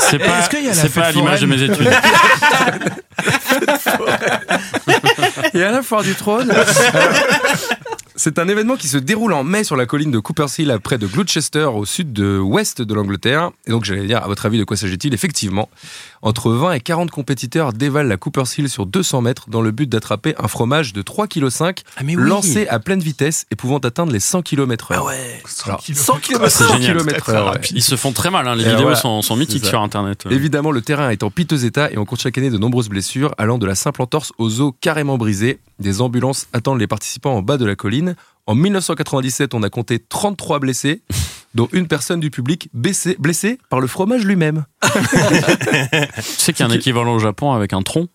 S6: C'est pas,
S5: Est-ce qu'il y a la
S6: c'est pas à
S5: fête
S6: l'image de
S5: foraine
S6: mes études.
S4: Et à la foire du trône. C'est un événement qui se déroule en mai sur la colline de Cooper's Hill, près de Gloucester, au sud de ouest de l'Angleterre. Et donc, j'allais dire, à votre avis, de quoi s'agit-il Effectivement, entre 20 et 40 compétiteurs dévalent la Cooper's Hill sur 200 mètres dans le but d'attraper un fromage de 3,5 kg
S2: Ah, mais oui.
S4: lancé à pleine vitesse et pouvant atteindre les 100 km/h.
S3: Eh Ah ouais.
S4: 100
S3: 100 km
S6: C'est génial.
S4: km/h. ouais.
S6: Ils se font très mal, hein, les
S4: Et
S6: vidéos
S4: voilà,
S6: sont, sont mythiques
S4: ça.
S6: sur internet.
S4: Évidemment, le terrain est en piteux état et on compte chaque année de nombreuses blessures, allant de la simple entorse aux os carrément brisés. Des ambulances attendent les participants en bas de la colline. En 1997, on a compté 33 blessés, dont une personne du public blessée, blessée par le fromage lui-même.
S6: Tu sais qu'il y a un équivalent au Japon avec un tronc.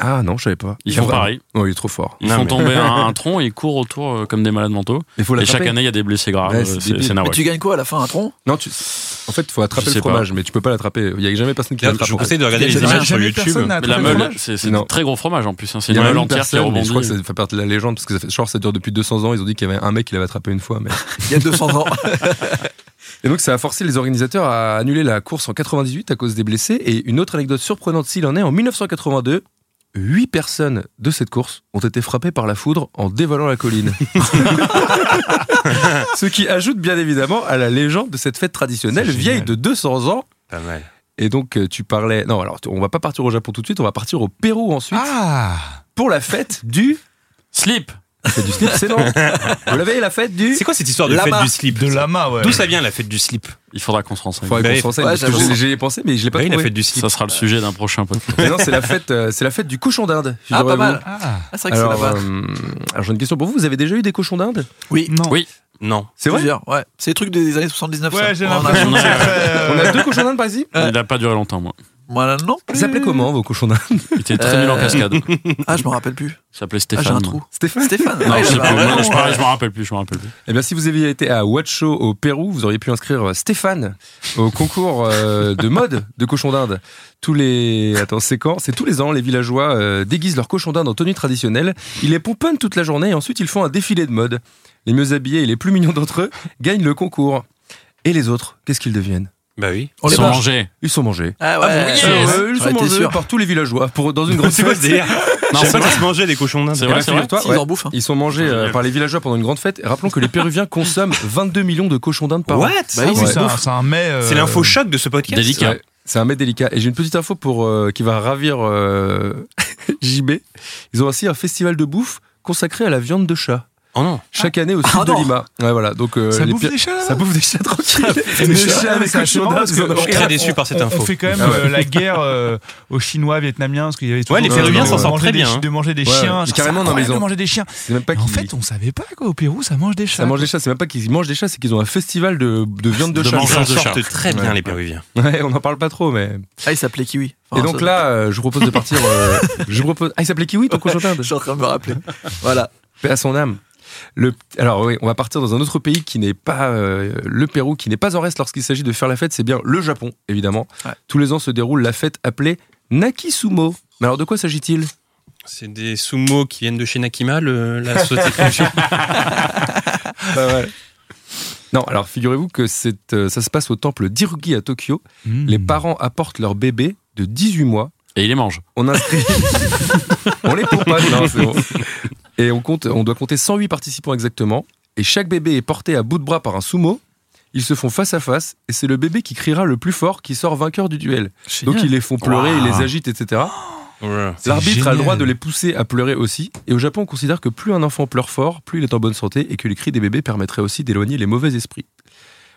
S4: Ah non, je savais pas.
S6: Ils font
S4: Vraiment.
S6: pareil.
S4: Non, il est trop fort.
S6: Ils
S2: Non,
S6: font
S2: mais-
S6: tomber un, un tronc et ils courent autour euh, comme des malades mentaux.
S4: Il faut
S6: Et chaque
S4: l'attraper.
S6: année, il y a des blessés graves.
S4: Ouais, c'est
S6: euh, c'est
S4: débile.
S6: c'est
S4: Mais
S3: Mais
S6: Nawak.
S3: tu gagnes quoi à la fin Un tronc
S4: Non, tu... en fait, il faut
S6: Je
S4: attraper
S6: sais
S4: le fromage, mais tu peux pas l'attraper. Il y a jamais personne qui
S2: Je
S4: l'a
S2: vous
S4: attrapé.
S2: conseille de regarder les
S5: Jamais-
S2: images sur
S5: jamais
S2: YouTube.
S5: personne n'a
S6: Mais la
S5: attrapé le
S6: meule,
S5: fromage.
S6: c'est c'est
S4: Non.
S6: un très gros fromage en plus. hein, C'est
S4: Il y
S6: une
S4: a
S6: meule
S4: même
S6: entière qui
S4: personne, mais
S6: rebondit.
S4: je crois que ça fait partie de la légende, parce que ça fait- genre ça dure depuis 200 ans, ils ont dit qu'il y avait un mec qui l'avait attrapé une fois, mais
S3: Il y a 200 ans. Ah,
S4: Et donc, ça a forcé les organisateurs à annuler la course en 98 à cause des blessés. Et une autre anecdote surprenante, s'il en est, en 1982, 8 personnes de cette course ont été frappées par la foudre en dévalant la colline. Ce qui ajoute bien évidemment à la légende de cette fête traditionnelle
S2: C'est
S4: vieille
S2: génial.
S4: de 200 ans.
S2: Pas mal.
S4: Et donc, euh, tu parlais. Non, alors, tu- on va pas partir au Japon tout de suite, on va partir au Pérou ensuite
S5: Ah
S4: pour la fête du.
S6: Slip
S4: C'est du slip, c'est non Vous l'avez la fête du.
S2: C'est quoi cette histoire de
S3: Lama.
S2: fête du slip
S5: De lama, ouais.
S2: D'où ça vient la fête du slip
S6: Il faudra qu'on se renseigne.
S4: Faudrait qu'on
S2: Ouais,
S4: se renseigne,
S3: ouais,
S4: parce que
S3: j'avoue.
S4: j'ai- j'y ai pensé, mais je l'ai pas
S2: Bah Oui, la
S4: trouvé.
S2: fête du slip.
S6: Ça sera le sujet d'un prochain podcast.
S4: Mais non, c'est la fête, euh, c'est la fête du cochon d'Inde.
S3: Ah, pas
S4: figurez-vous.
S3: mal.
S5: Ah
S3: Ah, c'est vrai que c'est
S4: Alors,
S3: là-bas.
S4: euh, alors, j'ai une question pour vous. Vous avez déjà eu des cochons d'Inde
S3: Oui.
S5: Non.
S6: Oui.
S2: Non.
S4: C'est vrai
S3: Plusieurs, ouais. C'est les trucs des années 79. ça. Oh,
S5: Ouais, j'ai
S3: On en a-
S5: l'impression que
S6: on a-
S5: c'est fait, euh,
S4: On a deux cochons d'Inde par ici
S6: Il n'a pas duré longtemps, moi.
S3: Voilà, non plus.
S4: Ils s'appelaient comment vos cochons d'Inde
S6: Il était très nul en
S3: Euh,
S6: cascade. Il
S3: Ah, je me rappelle plus.
S6: s'appelait
S3: Ah,
S6: Stéphane.
S3: j'ai un trou.
S4: Stéphane
S3: Stéphane.
S6: Non,
S3: Ah,
S6: je sais
S3: il
S6: plus.
S3: avait un
S6: Moi,
S3: nom,
S6: je
S3: ouais.
S6: parlais, je me rappelle plus, je me rappelle plus.
S4: Eh bien, si vous aviez été à Huacho au Pérou, vous auriez pu inscrire euh, Stéphane au concours euh, de mode de cochon d'Inde. Tous les. Attends, c'est quand C'est tous les ans, les villageois euh, déguisent leur cochon d'Inde en tenue traditionnelle. Ils les pomponnent toute la journée et ensuite ils font un défilé de mode. Les mieux habillés et les plus mignons d'entre eux gagnent le concours. Et les autres, qu'est-ce qu'ils deviennent
S2: Bah oui.
S3: On
S6: Ils
S3: les
S6: sont
S3: mange.
S6: mangés.
S4: Ils sont mangés.
S3: Ah
S6: Ah, bon,
S3: ouais.
S6: yes.
S4: Euh, ils
S3: J'en
S4: sont
S3: étais
S4: mangés
S3: sûr.
S4: par tous les villageois pour, dans une grande
S2: C'est quoi ce
S4: fête.
S2: délire
S6: Non,
S2: Je sais
S6: c'est
S2: pas
S6: vrai.
S2: qu'ils se mangeaient des cochons
S6: C'est
S2: d'Inde.
S6: vrai,
S4: Ouais,
S6: c'est vrai.
S4: figure-toi,
S3: S'ils
S4: ouais.
S3: en bouffent. hein.
S4: Ils sont mangés euh, par les villageois pendant une grande fête. Et rappelons que les Péruviens consomment 22 millions de cochons d'Inde par an.
S5: Ah
S4: oui,
S5: oui,
S4: ouais.
S5: c'est un- c'est un mets. euh,
S2: C'est l'info choc de ce podcast.
S6: Délicat.
S4: Ouais, C'est un mets délicat. Et j'ai une petite info pour, euh, qui va ravir euh, JB. Ils ont aussi un festival de bouffe consacré à la viande de chat.
S6: Oh non.
S4: Chaque année au sud
S3: Ah
S4: de
S3: non.
S4: Lima. Ouais, voilà. Donc, euh,
S5: Ça
S4: les
S5: bouffe
S4: pi-
S5: des chats
S4: ça bouffe des chats tranquilles.
S5: des chats avec
S4: cochons
S5: cochons
S4: d'Inde,
S5: parce que-
S4: vous en
S2: Je
S4: aurez-
S2: suis très déçu par cette
S5: on-
S2: info.
S5: On fait quand même
S4: Ah ouais.
S5: euh, la guerre euh, aux Chinois, vietnamiens, parce qu'il y avait toujours
S2: Ouais, les
S5: de-
S4: Péruviens
S5: de-
S4: s'en
S5: de
S2: sortent
S5: manger
S2: très
S5: des-
S2: bien, hein.
S5: De manger des
S4: Ouais,
S5: chiens,
S4: ouais.
S5: c'est
S4: Carrément, non, mais
S5: incroyable
S4: ils ont-
S5: de manger des chiens.
S4: C'est même pas
S5: Mais En
S4: qu'ils-
S5: fait, on savait pas quoi au Pérou, ça mange des chats.
S4: ça mange des chats. C'est même pas qu'ils mangent des chats, c'est qu'ils ont un festival de, de viande de,
S6: De
S4: chat.
S2: Ils s'en
S6: mangeurs de
S2: sortent
S6: chats.
S2: très bien,
S4: Ouais.
S2: les Péruviens.
S4: Ouais, on en parle pas trop, mais.
S3: Ah, il s'appelait Kiwi. Enfin,
S4: Et donc
S3: ça-
S4: là, euh, je vous propose de partir. euh, je vous propose. Ah, il s'appelait Kiwi, ton cochon d'Inde
S3: Je suis en train de me rappeler. Voilà.
S4: Paix à son âme. Le, alors oui, on va partir dans un autre pays qui n'est pas euh, le Pérou, qui n'est pas en reste lorsqu'il s'agit de faire la fête, c'est bien le Japon, évidemment.
S3: Ouais.
S4: Tous les ans se déroule la fête appelée Nakisumo. Mais alors de quoi s'agit-il
S2: C'est des sumo qui viennent de chez Nakima, le- la société de production.
S3: Bah
S4: Non, alors figurez-vous que c'est, euh, ça se passe au temple d'Irugi à Tokyo.
S5: Mmh.
S4: Les parents apportent leur bébé de 18 mois.
S6: Et il les mange.
S4: On inscrit. on les pomponne, non, c'est bon. Et on, compte, on doit compter 108 participants exactement. Et chaque bébé est porté à bout de bras par un sumo. Ils se font face à face. Et c'est le bébé qui criera le plus fort qui sort vainqueur du duel. Donc ils les font pleurer, ils les agitent, etc.
S2: Voilà.
S5: C'est
S4: L'arbitre a le droit
S5: génial.
S4: de les pousser à pleurer aussi. Et au Japon, on considère que plus un enfant pleure fort, plus il est en bonne santé et que les cris des bébés permettraient aussi d'éloigner les mauvais esprits.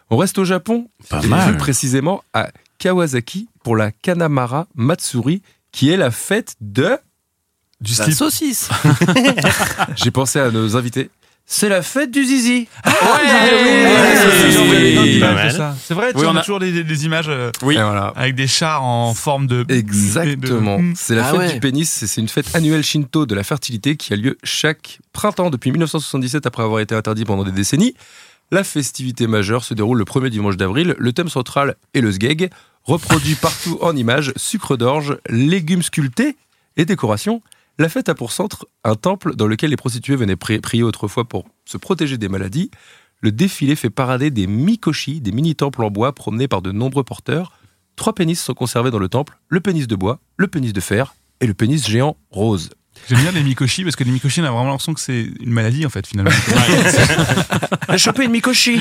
S4: On reste au Japon,
S6: Pas
S4: et
S6: mal.
S4: plus précisément à Kawasaki pour la Kanamara Matsuri, qui est la fête de.
S5: Du
S3: La
S5: slip.
S3: saucisse.
S4: J'ai pensé à nos invités. C'est la fête du zizi.
S2: oui. Pas mal.
S5: C'est vrai, tu
S6: Oui,
S5: sais, on
S6: on
S5: a
S6: a-
S5: toujours des- des des images euh,
S6: Oui.
S4: Et voilà.
S5: avec des chars en forme de.
S4: Exactement.
S5: de- Hmm.
S4: C'est la
S3: Ah
S4: fête
S3: ouais.
S4: du pénis. et C'est une fête annuelle shinto de la fertilité qui a lieu chaque printemps depuis 1977 après avoir été interdit pendant des décennies. La festivité majeure se déroule le premier dimanche d'avril. Le thème central est le sgeg, reproduit partout en images, sucre d'orge, légumes sculptés et décorations. La fête a pour centre un temple dans lequel les prostituées venaient pri- prier autrefois pour se protéger des maladies. Le défilé fait parader des mikoshi, des mini-temples en bois promenés par de nombreux porteurs. Trois pénis sont conservés dans le temple, le pénis de bois, le pénis de fer et le pénis géant rose.
S5: J'aime bien les mikoshi parce que les mikoshi, on a vraiment l'impression que c'est une maladie en fait finalement.
S4: J'ai chopé une mikoshi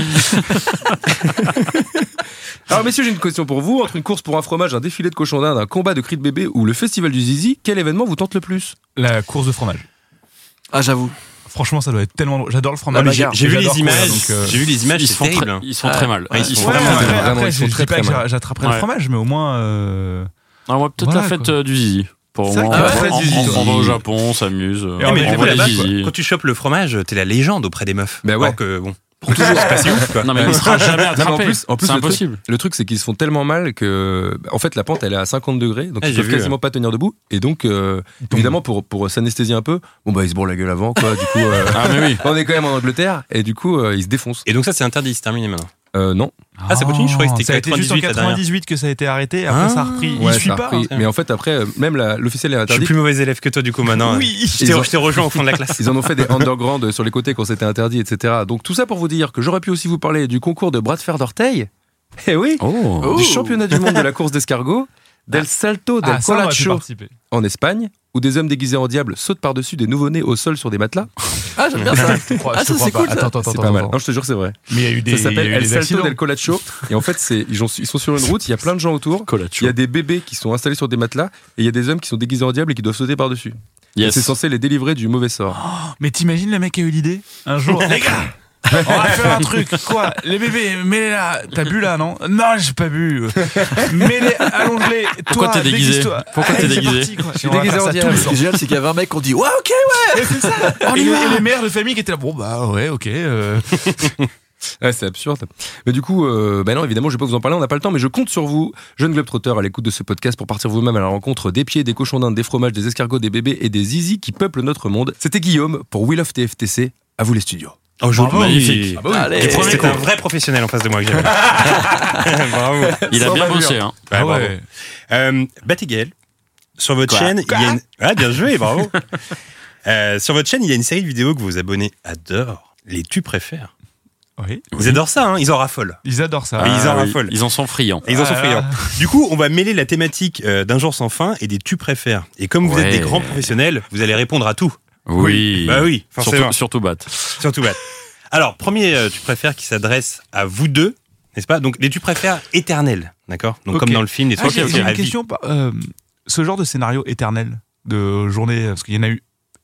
S4: Alors messieurs, j'ai une question pour vous. Entre une course pour un fromage, un défilé de cochon d'Inde, un combat de cris de bébé ou le festival du zizi, quel événement vous tente le plus
S5: La course de fromage.
S3: Ah, j'avoue.
S5: Franchement, ça doit être tellement. drôle. J'adore le
S2: Ah,
S5: fromage.
S2: mais J'ai j'ai vu
S5: J'adore
S2: les
S5: courir,
S2: images.
S5: donc, euh,
S2: J'ai vu les images.
S6: Ils se
S2: C'est
S6: font
S2: terrible.
S6: très,
S2: hein.
S6: ils se font très mal.
S2: Ouais,
S6: Ouais,
S2: ils se
S6: ils sont
S2: font
S5: Ouais,
S4: très
S6: vraiment très
S5: après,
S4: mal.
S6: mal.
S4: Vraiment,
S5: après,
S4: ils sont
S5: je
S4: très,
S5: dis pas
S4: très
S5: que
S4: mal.
S5: j'a- j'attraperai le
S6: Ouais.
S5: fromage, mais au moins. euh,
S6: On va peut-être la
S5: Voilà,
S6: fête
S5: quoi.
S6: euh, du zizi. Pour
S5: C'est
S6: moi,
S5: vrai qu'il
S6: on,
S5: y a la fête du
S6: on-
S5: zizi.
S6: on va au Japon, on s'amuse. euh,
S2: Ouais,
S5: Ah,
S6: on
S2: Eh, mais
S5: mais
S2: du
S5: on
S2: coup,
S5: voit
S6: voit
S2: là-bas,
S6: les
S2: quoi,
S6: zizi.
S2: quand tu chopes le fromage, t'es la légende auprès des meufs.
S4: Bah ouais.
S2: Alors que, bon, c'est pas si ouf, quoi.
S6: Non, mais il sera jamais
S4: mais en
S6: attrapé.
S4: plus- en plus,
S6: C'est
S4: le truc-
S6: impossible.
S4: Le truc, c'est qu'ils se font tellement mal que, bah, en fait, la pente, elle est à 50 degrés, donc
S2: Ah,
S4: ils
S2: j'ai
S4: peuvent
S2: vu,
S4: quasiment pas tenir debout. Et donc, euh,
S5: tombent.
S4: évidemment, pour, pour s'anesthésier un peu, bon bah ils se bourrent la gueule avant, quoi. Du coup, euh,
S6: Ah, mais oui.
S4: on est quand même en Angleterre, et du coup, euh, ils se défoncent.
S2: Et donc, ça, c'est interdit, c'est terminé maintenant.
S4: Euh, non.
S2: Ah, ça continue Je croyais que c'était
S5: Ça a été juste en
S2: 98, la dernière.
S5: 98 que ça a été arrêté. Après,
S2: Ah.
S5: Hein ça a repris.
S4: Ouais,
S5: Il suit
S4: ça a
S5: pas. hein.
S4: repris. Mais en fait, après, euh, même la- l'officiel est
S2: Je suis
S4: interdit.
S2: plus mauvais élève que toi, du coup, maintenant.
S5: Oui.
S2: Je t'ai- je t'ai rejoint au fond de la classe.
S4: Ils en ont fait des underground sur les côtés quand c'était interdit, etc. Donc tout ça pour vous dire que j'aurais pu aussi vous parler du concours de bras de fer d'orteil. Eh oui,
S6: Oh.
S3: Oh.
S4: du championnat du monde de la course d'escargot, del salto del
S5: Ah, ça, on aurait pu
S4: colacho
S5: participer.
S4: en Espagne, où des hommes déguisés en diable sautent par-dessus des nouveau-nés au sol sur des matelas.
S3: Ah, j'aime bien ça.
S5: Je te crois,
S3: Ah,
S5: je te
S3: ça,
S5: crois
S3: c'est
S5: pas.
S3: cool, ça.
S5: Attends, attends,
S4: C'est
S5: attends,
S4: pas mal.
S5: attends.
S4: Non, je te jure, c'est vrai.
S5: Mais il y a eu des.
S4: ça s'appelle
S5: il y a eu
S4: El
S5: des
S4: Salto
S5: accidents.
S4: del Colacho. Et en fait, c'est- ils ont- ils sont sur une route, il y a plein de gens autour. Il y
S6: Colacho.
S4: a des bébés qui sont installés sur des matelas et il y a des hommes qui sont déguisés en diable et qui doivent sauter par-dessus. Et C'est
S6: Yes.
S4: censé les délivrer du mauvais sort.
S5: Mais t'imagines le mec a eu l'idée un jour Les gars on va faire un truc, quoi Les bébés, mets-les là T'as bu là, non Non, j'ai pas bu Mets-les, allonge-les
S6: Pourquoi
S5: Toi,
S6: t'es déguisé
S5: déguise-toi.
S6: Pourquoi t'es
S5: Allez, c'est
S6: déguisé
S5: parti, quoi.
S4: suis
S5: Et on va
S4: déguisé
S5: faire
S4: en
S5: ça
S4: diable.
S5: tous les
S3: Ce qui est génial, c'est qu'il y avait un mec qui dit Ouais, ok,
S5: ans. Et, les, et les mères de famille qui étaient là, bon bah ouais, ok. euh.
S4: Ouais, c'est absurde. Mais du coup, euh, bah non, évidemment, je vais pas vous en parler, on n'a pas le temps, mais je compte sur vous, jeunes globetrotters à l'écoute de ce podcast, pour partir vous-même à la rencontre des pieds, des cochons d'Inde, des fromages, des escargots, des bébés et des zizi qui peuplent notre monde. C'était Guillaume pour Will of TFTC. À vous les studios.
S2: Oh, je
S6: Bravo, magnifique.
S4: bah oui.
S2: Et
S6: premier
S2: C'est
S6: con.
S2: un vrai professionnel en face de moi que j'avais. bravo. Ouais,
S6: Il a
S3: Sans
S6: bien
S3: bavure.
S6: bossé. Hein.
S2: Ah, bravo. Euh, Batigel, sur votre
S6: Quoi
S2: chaîne, il y a une... Ah, bien joué, bravo. Euh, sur votre chaîne, il y a une série de vidéos que vos abonnés adorent. Les tu préfères.
S5: Oui.
S2: Ils adorent ça, hein, ils en raffolent.
S5: Ils adorent ça.
S2: Ah, ils en
S6: oui,
S2: raffolent.
S6: Ils en sont friands.
S2: Et ils en sont
S5: Ah.
S2: friands. Du coup, on va mêler la thématique euh, d'un jour sans fin et des tu préfères. Et comme vous êtes
S6: Ouais.
S2: des grands professionnels, vous allez répondre à tout.
S6: Oui.
S2: Bah oui, forcément.
S6: Surtout, surtout Bat.
S2: Surtout Bat. Alors, premier euh, tu préfères qui s'adresse à vous deux, n'est-ce pas Donc, les tu préfères éternels, d'accord Donc,
S5: Ok.
S2: comme dans le film, les
S5: Ah,
S2: trois
S5: j'ai-
S2: préfères
S5: j'ai
S2: à
S5: une
S2: vie.
S5: question. par- euh, ce genre de scénario éternel de journée, parce qu'il y en a eu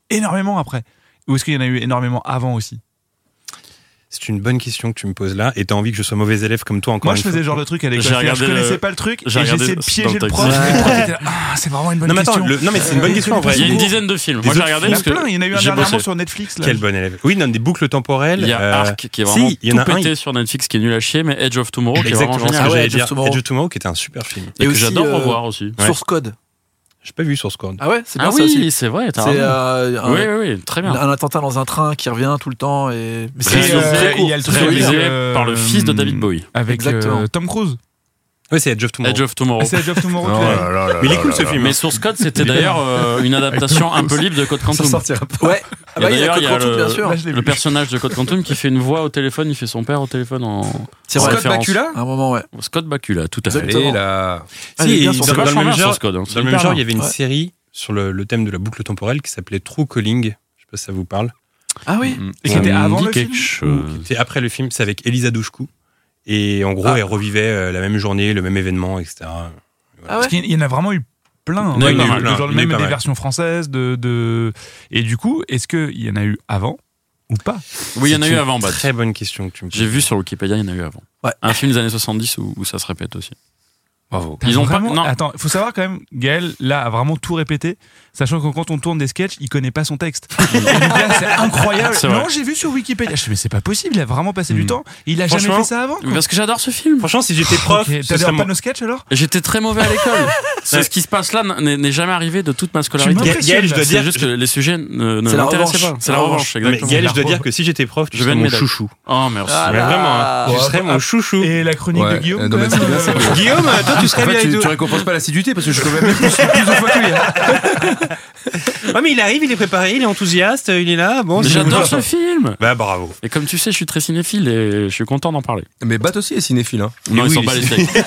S5: énormément après. Ou est-ce qu'il y en a eu énormément avant aussi
S2: C'est une bonne question que tu me poses là et t'as envie que je sois mauvais élève comme toi encore
S5: Moi,
S2: une
S5: je faisais
S2: fois.
S5: ce genre de truc à
S6: J'ai
S5: l'école. C'est-à-dire, Je
S6: regardé
S5: connaissais
S6: le-
S5: pas le truc et
S6: j'ai regardé
S5: j'essayais de
S6: dans
S5: piéger
S6: le
S5: le
S6: texte.
S5: prof.
S6: Ouais.
S5: Et le prof était là, Ah, c'est vraiment une bonne
S2: Non mais attends,
S5: question.
S2: le- non mais c'est une bonne question en vrai.
S6: Il y a une
S5: Bon.
S6: dizaines de films.
S2: Des
S6: Moi, j'ai
S2: autres
S6: regardé
S2: films.
S5: Il y en
S6: parce
S5: a
S6: que
S5: plein, il y en a eu un
S6: j'ai
S5: dernièrement
S6: bossé.
S5: sur Netflix. Là.
S2: Quel bon élève. Oui, non, des boucles temporelles.
S6: Il y a
S2: euh,
S6: Arc qui est
S2: si,
S6: vraiment
S2: il y en a
S6: tout
S2: un,
S6: pété
S2: il-
S6: sur Netflix qui est nul à chier, mais Edge of Tomorrow qui est vraiment
S2: Exactement ce
S6: génial.
S2: que
S3: génial.
S2: j'allais
S3: Edge of
S2: dire.
S3: Tomorrow.
S2: Edge of Tomorrow qui était un super film.
S6: Et
S3: Et
S6: que
S3: aussi,
S6: j'adore
S3: euh,
S6: revoir aussi.
S2: Ouais.
S3: Source Code.
S2: J'ai pas vu sur Score.
S3: Ah ouais, c'est bien
S6: Ah
S3: ça aussi.
S6: oui, c'est vrai, t'as
S3: C'est
S6: raison.
S3: euh, un,
S6: Oui, oui, oui, très bien.
S3: un attentat dans un train qui revient tout le temps et. Mais
S5: Et,
S6: Réalisé-
S5: euh,
S6: très
S5: il y a le truc
S6: Réalisé
S5: avec, euh,
S6: par le fils de David Bowie.
S5: Avec
S3: Exactement.
S5: euh, Tom Cruise.
S2: Oui, c'est Edge of Tomorrow.
S6: Edge of Tomorrow.
S5: Ah, C'est Edge of Tomorrow.
S4: Oh
S5: tu l'as
S4: là là là
S2: Mais il est
S4: là
S2: cool
S4: là
S2: ce
S4: là.
S2: film. hein.
S6: Mais Source Code, c'était d'ailleurs euh, une adaptation un peu libre de Code
S4: Ça
S6: Quantum.
S4: sortira pas.
S3: Ouais, ah bah, il y a
S6: d'ailleurs, il
S3: Code
S6: y a
S3: Quantum,
S6: le-
S3: bien sûr.
S5: Là, je l'ai
S6: Le
S5: vu.
S6: personnage de Code Quantum qui fait une voix au téléphone, il fait son père au téléphone en.
S3: C'est
S6: en
S3: vrai.
S4: Scott
S6: référence.
S4: Bakula
S3: À un moment, ouais.
S6: Scott Bakula, tout à fait.
S4: Allez là.
S3: Ah,
S2: Si,
S3: il est bien
S2: il- dans,
S3: sur
S6: Source
S2: dans
S6: Code,
S2: le
S6: je
S2: même
S6: reviens
S2: genre,
S6: sur Source Code, hein,
S2: dans
S6: c'est
S2: le même
S6: hyper
S2: genre, il
S6: bien.
S2: y avait une
S3: Ouais.
S2: série sur le, le thème de la boucle temporelle qui s'appelait True Calling. Je sais pas si ça vous parle.
S3: Ah oui.
S5: Et qui était
S6: Ça me
S5: avant
S6: dit
S5: le film
S6: quelque chose.
S2: C'est après le film, c'est avec Elisa Douchkou. Et en gros,
S6: Ah.
S2: elle revivait euh, la même journée, le même événement, etc.
S3: Ah ouais.
S5: Parce qu'il y en a vraiment eu plein. hein.
S2: Il y en a eu
S5: Genre,
S2: pas mal.
S5: genre,
S2: Il y en a eu
S5: même
S2: pas
S5: des
S2: mal.
S5: versions françaises. De, de... Et du coup, est-ce qu'il y en a eu avant ou pas
S6: Oui, il y en a
S2: C'est
S6: eu
S2: une
S6: avant, Bat.
S2: Très bonne question que tu me poses.
S6: J'ai vu sur Wikipédia, il y en a eu avant.
S3: Ouais.
S6: Un film des années 70 où, où ça se répète aussi.
S4: Bravo.
S6: Ils ont pas-
S5: vraiment...
S6: non.
S5: Attends, faut savoir quand même, Gaël, là, a vraiment tout répété, sachant que quand on tourne des sketchs, il connaît pas son texte. Et donc là, c'est incroyable.
S6: C'est vrai.
S5: Non, j'ai vu sur Wikipédia. Je fais, mais c'est pas possible, il a vraiment passé du temps. Il a jamais
S2: Franchement,
S5: fait ça avant. quoi.
S6: Parce que j'adore ce film.
S2: Franchement, si j'étais prof,
S5: Ok,
S2: ce serait
S5: T'adores
S2: mon-
S5: pas nos sketchs alors
S6: J'étais très mauvais à l'école. C'est ce qui se passe là n'est n'est jamais arrivé de toute ma
S5: Tu
S6: scolarité.
S5: m'as-
S2: Gaël, Gaël, je dois
S6: C'est
S2: dire,
S6: juste que les sujets ne, ne
S3: C'est la
S6: m'intéressaient
S3: revanche.
S6: pas. C'est la revanche,
S2: mais
S6: exactement.
S2: Gaël, je dois
S5: La
S2: dire que si j'étais prof, tu
S6: Je
S2: serais
S6: viens de
S2: mon
S6: m'édapter.
S2: chouchou.
S6: Oh merci.
S3: Ah
S2: Mais
S3: là.
S2: vraiment, hein,
S3: Ouais,
S2: tu serais
S6: Ah.
S2: mon chouchou.
S5: Et la chronique de
S4: Ouais,
S5: Guillaume
S4: euh, non, mais
S5: quand
S4: c'est
S5: même,
S4: bien, c'est
S5: euh,
S2: Guillaume, toi, tu
S4: En
S2: serais bien
S4: fait,
S2: avec
S4: tu,
S2: nous.
S4: tu récompenses pas l'assiduité parce que je suis quand même plus, plus au fois que lui. hein.
S2: Ouais, Ah, mais il arrive, il est préparé, il est enthousiaste, il est là. Bon,
S6: Mais
S2: c'est-
S6: J'adore ce film.
S2: Bah bravo.
S6: Et comme tu sais, je suis très cinéphile et je suis content d'en parler.
S4: Mais Bat aussi est cinéphile. Hein.
S6: Non,
S2: oui,
S6: il s'en
S2: il
S6: bat
S2: est-
S6: les steaks.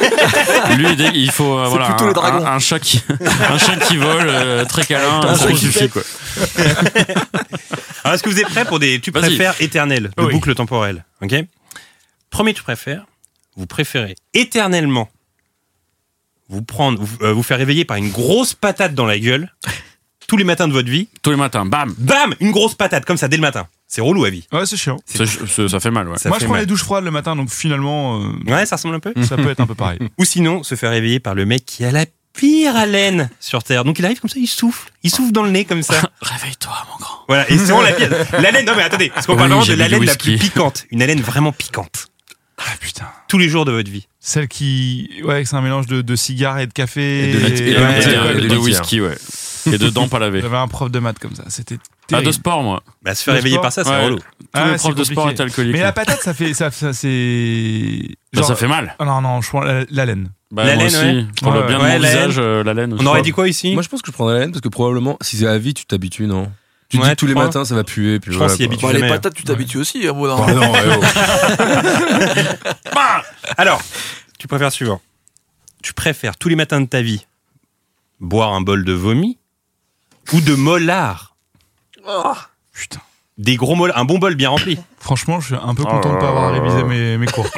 S6: Lui, il- il faut euh, voilà
S3: plutôt
S6: un,
S3: les dragons.
S6: un- un chat qui un chat qui vole, euh, très câlin,
S3: Un
S6: ça
S3: chat
S6: lui
S3: qui
S6: suffit
S3: pète.
S6: quoi.
S2: Alors, est-ce que vous êtes prêts pour des tu
S6: Vas-y.
S2: préfères éternels, de
S5: Oui.
S2: boucle temporelle Ok Premier tu préfères, vous préférez éternellement vous prendre, vous, euh, vous faire réveiller par une grosse patate dans la gueule tous les matins de votre vie.
S6: Tous les matins, bam.
S2: Bam Une grosse patate, comme ça, dès le matin. C'est relou à vie.
S5: Ouais, c'est chiant.
S6: Ça, je- ça fait mal, ouais.
S2: Ça
S5: Moi,
S2: fait
S5: je prends
S2: mal.
S5: les douches froides le matin, donc finalement, euh,
S2: Ouais, ça ressemble un peu.
S6: Mm.
S5: ça peut être un peu pareil.
S2: Ou sinon, se faire réveiller par le mec qui a la pire haleine sur Terre. Donc il arrive comme ça, il souffle. Il souffle dans le nez comme ça.
S6: Réveille-toi, mon grand.
S2: Voilà, et c'est vraiment la pire. L'haleine, non mais attendez, parce qu'on
S6: Oui,
S2: parle vraiment
S6: j'ai
S2: de
S6: bu du
S2: l'haleine la
S6: whisky.
S2: plus piquante. Une haleine vraiment piquante.
S5: Ah putain.
S2: Tous les jours de votre vie.
S5: Celle qui. Ouais, c'est un mélange de, de cigares et de café.
S4: Et de liquide.
S6: Et,
S2: Ouais,
S6: de- et de-
S2: ouais,
S6: et de,
S4: ouais, ouais.
S6: whisky, ouais. Et de dents pas lavées.
S5: J'avais un prof de maths comme ça. C'était.
S6: Ah, de
S5: terrible.
S6: sport, moi.
S2: Bah, se faire
S5: Le
S2: réveiller
S5: sport,
S2: par ça, c'est
S6: ouais.
S2: relou.
S6: Tous
S5: Ah,
S6: mes
S5: c'est
S6: profs de sport
S5: compliqué.
S6: étaient alcooliques.
S5: Mais la
S6: moi.
S5: patate, ça fait. Ça, ça, c'est.
S6: Bah,
S5: genre-
S6: ça fait mal.
S5: Ah Non, non, je prends la, la laine.
S6: Bah,
S2: La
S6: moi
S2: laine,
S6: aussi.
S2: ouais.
S6: Pour le
S5: Ouais,
S6: bien
S2: ouais,
S6: de mon
S2: la laine.
S6: visage, euh, la laine.
S2: On aurait dit quoi ici
S4: Moi, je pense que je prendrais la laine parce que probablement, si c'est à vie, tu t'habitues, non Tu te
S2: Ouais,
S4: dis tous
S2: tu
S4: les
S2: crois
S4: matins, ça va puer. Puis
S2: Je
S4: voilà,
S2: pense qu'il
S4: quoi.
S2: Tu
S3: Bon, les
S2: jamais,
S3: patates, tu t'habitues aussi. hein, bon, non.
S4: Ah non, ouais, ouais.
S2: Bah Alors, tu préfères suivant. Tu préfères tous les matins de ta vie boire un bol de vomi ou de molard
S5: Putain.
S2: Des gros molars, un bon bol bien rempli.
S5: Franchement, je suis un peu
S4: Oh
S5: content de pas avoir révisé mes, mes cours.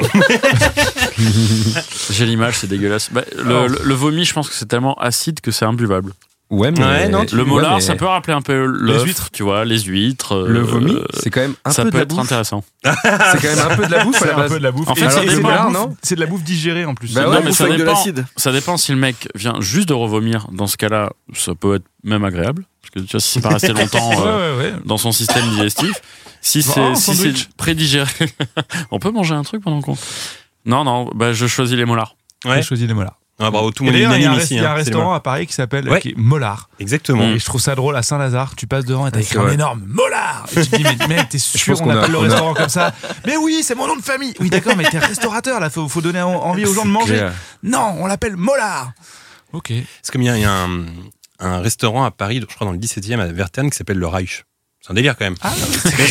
S6: J'ai l'image, c'est dégueulasse. Bah, le,
S5: Alors.
S6: le- le vomi, je pense que c'est tellement acide que c'est imbuvable.
S4: Ouais, mais
S2: Ouais, non, tu-
S6: Le
S4: ouais,
S6: molar,
S4: mais
S6: ça peut rappeler un peu
S4: Les
S6: les
S4: huîtres.
S6: huîtres, tu vois, les huîtres. euh,
S4: Le vomi, c'est quand même un
S6: ça
S4: peu de
S6: peut
S4: la
S6: être
S4: bouffe.
S6: intéressant.
S4: C'est quand même un peu de la bouffe à
S5: C'est
S4: la
S5: un
S4: base.
S5: peu de la bouffe.
S6: En fait,
S5: Et
S6: ça
S5: c'est- c'est de
S6: dépend,
S5: la bouffe-
S4: non
S5: C'est de la bouffe digérée en plus.
S4: Bah
S6: non,
S4: ouais,
S6: mais
S4: bouffe
S6: ça
S4: avec de
S6: dépend.
S4: l'acide.
S6: Ça dépend si le mec vient juste de revomir. Dans ce cas-là, ça peut être même agréable. Parce que tu vois, si c'est pas resté longtemps
S5: Ouais,
S6: euh,
S5: ouais, ouais.
S6: dans son système digestif, Si
S5: Bah,
S6: c'est
S5: un
S6: si
S5: sandwich.
S6: c'est prédigéré, on peut manger un truc pendant qu'on. Non, non, bah, je choisis les molars.
S2: Ouais.
S5: J'ai choisi les molars.
S2: Ah, bravo, tout
S5: Et
S2: le monde est
S5: d'ailleurs, il y a un,
S2: unanime
S5: rest-
S2: ici.
S5: il y a un
S2: hein, c'est
S5: restaurant Mm.
S2: moi.
S5: à Paris qui s'appelle
S2: Ouais.
S5: qui est Mollard.
S2: Exactement.
S5: Et je trouve ça drôle à Saint-Lazare. Tu passes devant et t'as
S4: Ouais,
S5: écrit
S4: c'est
S5: un
S4: vrai.
S5: énorme Mollard. Et tu te dis, mais mec, t'es sûr
S4: pense
S5: qu'on
S4: qu'on a-
S5: appelle le
S4: on a-
S5: restaurant comme ça Mais oui, c'est mon nom de famille. Oui, d'accord, mais t'es restaurateur là. Faut, faut donner en- envie aux gens de manger.
S4: clair.
S5: Non, on l'appelle Mollard. Ok.
S2: C'est comme il y a, il y a un, un restaurant à Paris, je crois dans le 17 e à Verterne, qui s'appelle le Reich. C'est un délire quand même. Mais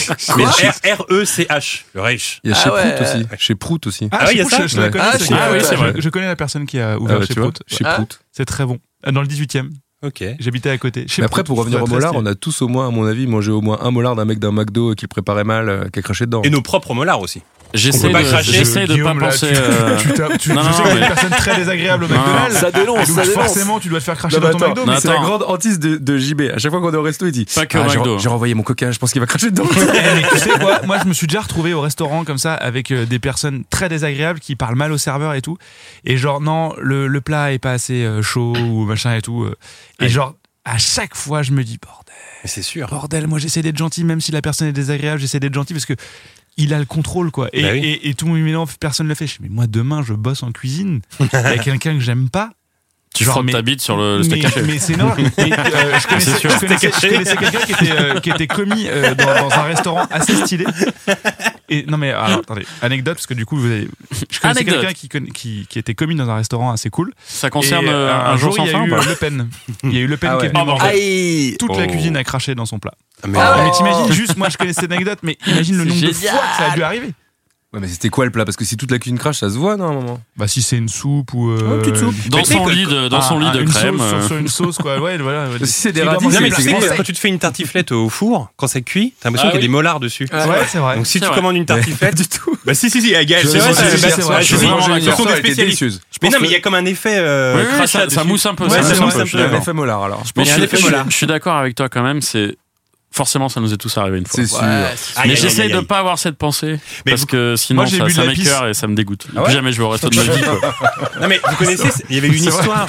S2: R- R-E-C-H, le Reich.
S4: Il y a
S3: Ah
S4: chez
S3: ouais.
S4: Prout aussi. Chez Prout aussi.
S5: Ah,
S2: Ah oui,
S5: je-
S2: il y a
S5: je-
S2: ça
S5: je la
S4: Ouais.
S5: connais,
S3: Ah,
S5: cette-
S3: c'est
S6: vrai, c'est
S5: je-
S6: vrai.
S5: je- Je connais la personne qui a
S4: Ah
S5: ouvert
S4: ouais,
S5: chez
S4: tu vois,
S5: Prout.
S4: chez
S3: Ah.
S4: Prout.
S5: C'est très bon. Ah, Dans le 18 e
S2: Ok.
S5: J'habitais à côté.
S4: Mais après, pour revenir au molar, on
S5: a
S4: a tous au moins, à mon avis, mangé au moins un molar d'un mec d'un McDo qui le préparait mal, euh, qui a craché dedans.
S2: Et nos propres molars aussi.
S6: J'essaie
S2: peut pas
S6: de,
S2: cracher.
S6: j'essaie de pas
S5: Guillaume, là,
S6: penser.
S5: tu-
S6: euh,
S5: Tu, t'as- tu-
S6: Non,
S5: je
S6: non,
S5: sais que t'es
S6: mais-
S5: une personne très désagréable au
S6: Non,
S5: McDonald's.
S3: Ça dénonce,
S5: Et donc,
S3: ça dénonce.
S5: forcément, tu dois te faire cracher
S4: Non, mais
S5: dans ton
S4: attends,
S5: McDo.
S4: mais
S6: Non,
S4: c'est la
S6: attends.
S4: grande hantise de, de JB. À chaque fois qu'on est au resto, il dit Ah,
S6: Pas que au
S4: j'ai-
S6: McDo.
S4: J'ai renvoyé mon coca, je pense qu'il va cracher dedans.
S5: Eh, mais tu sais quoi Moi, je me suis déjà retrouvé au restaurant comme ça avec euh, des personnes très désagréables qui parlent mal au serveur et tout. Et genre, non, le, le plat est pas assez euh, chaud ou machin et tout. euh. Et
S2: Ouais.
S5: genre, à chaque fois, je me dis, bordel,
S2: Mais c'est sûr.
S5: bordel, moi j'essaie d'être gentil, même si la personne est désagréable, j'essaie d'être gentil parce que il a le contrôle, quoi. Et,
S2: Bah oui.
S5: et, et tout mon personne le fait. Je dis, mais moi, demain, je bosse en cuisine. Il y a quelqu'un que j'aime pas.
S6: tu
S5: Genre,
S6: frottes
S5: mais-
S6: ta bite sur Euh, le, le
S5: mais,
S6: steak haché.
S5: mais c'est énorme. Et, euh, je connaissais,
S6: sûr.
S5: je connaissais- je connaissais quelqu'un qui était, euh, qui était commis euh, dans, dans un restaurant assez stylé. Et non mais alors, attendez, anecdote parce que du coup vous avez, je connaissais
S6: Anecdote.
S5: quelqu'un qui, conna- qui, qui était commis dans un restaurant assez cool.
S6: Ça concerne
S5: Et,
S6: euh,
S5: euh,
S6: un, jour sans
S5: il y a
S6: fin ou
S5: eu
S6: pas
S5: euh, Le Pen. Il y a eu Le Pen
S4: Ah
S5: qui
S4: ouais.
S5: est venu
S6: Ah,
S5: manger.
S3: Aïe
S5: Toute la
S2: Oh.
S5: cuisine a craché dans son plat.
S2: Mais,
S3: Ah
S5: Non, mais
S3: Oh.
S5: t'imagines juste, moi je connais cette anecdote, mais imagine le
S6: C'est
S5: nombre de
S6: génial.
S5: fois que ça a dû arriver.
S4: Ouais, mais c'était quoi le plat Parce que si toute la cuisine crache, ça se voit, non, à un moment
S5: Bah si c'est une soupe ou euh,
S4: Une petite soupe.
S6: Dans
S2: Mais tu sais
S6: son
S2: que-
S6: lit de, dans
S5: un-
S6: son lit
S5: un-
S6: de
S5: une
S6: crème.
S5: sauce sur,
S6: euh,
S5: sur une sauce quoi. Ouais, voilà.
S4: Si c'est des
S5: Il doit
S4: radis,
S5: manger
S2: Non, mais
S4: c'est
S2: tu sais
S5: plein de
S4: grillé.
S2: que
S5: conseils.
S2: quand tu te fais une tartiflette au four, quand c'est cuit, t'as l'impression
S6: Ah
S2: qu'il y a
S6: oui.
S2: des molars dessus.
S5: Ouais, c'est vrai.
S2: Donc si
S6: C'est
S2: tu
S6: vrai.
S2: commandes une tartiflette.
S4: du tout.
S2: Bah si, si, si, ah, Gaël,
S4: Je
S2: c'est vrai,
S4: sais,
S2: c'est
S4: c'est
S2: vrai,
S4: vrai,
S2: c'est
S5: c'est
S2: vrai.
S5: vrai.
S2: Je suis
S5: Je
S2: vraiment
S6: suis
S2: d'accord.
S6: d'accord.
S2: Ce sont
S4: Ça
S2: des
S4: était
S2: spécialistes.
S4: délicieuse. Je
S2: Mais
S4: pense
S2: non, mais il
S4: que-
S2: y a comme un effet euh,
S6: Oui, oui, oui,
S2: crachat
S6: ça, ça
S2: dessus.
S6: mousse un peu.
S2: Ouais,
S6: ça
S2: ça
S6: mousse un
S2: mousse
S6: peu,
S2: un
S6: je suis
S2: peu,
S6: d'accord.
S4: l'effet molar alors.
S6: Mais je,
S2: Il y a un effet
S6: je-
S2: molar.
S6: je suis d'accord avec toi quand même. C'est forcément ça nous est tous arrivé une fois.
S4: C'est sûr.
S3: Ouais,
S2: Aïe, aïe,
S6: Mais
S2: aïe,
S6: j'essaye
S2: aïe,
S6: de
S2: aïe.
S6: pas avoir cette pensée
S2: Mais
S6: parce
S2: vous-
S6: que sinon
S5: moi, j'ai bu de
S6: ça, ça
S5: la pisse.
S6: m'écoeure et ça me dégoûte.
S4: Ah ouais
S6: Plus jamais je vais au resto de ma vie. quoi.
S2: Non, mais vous connaissez, il y avait une
S5: C'est vrai.
S2: histoire.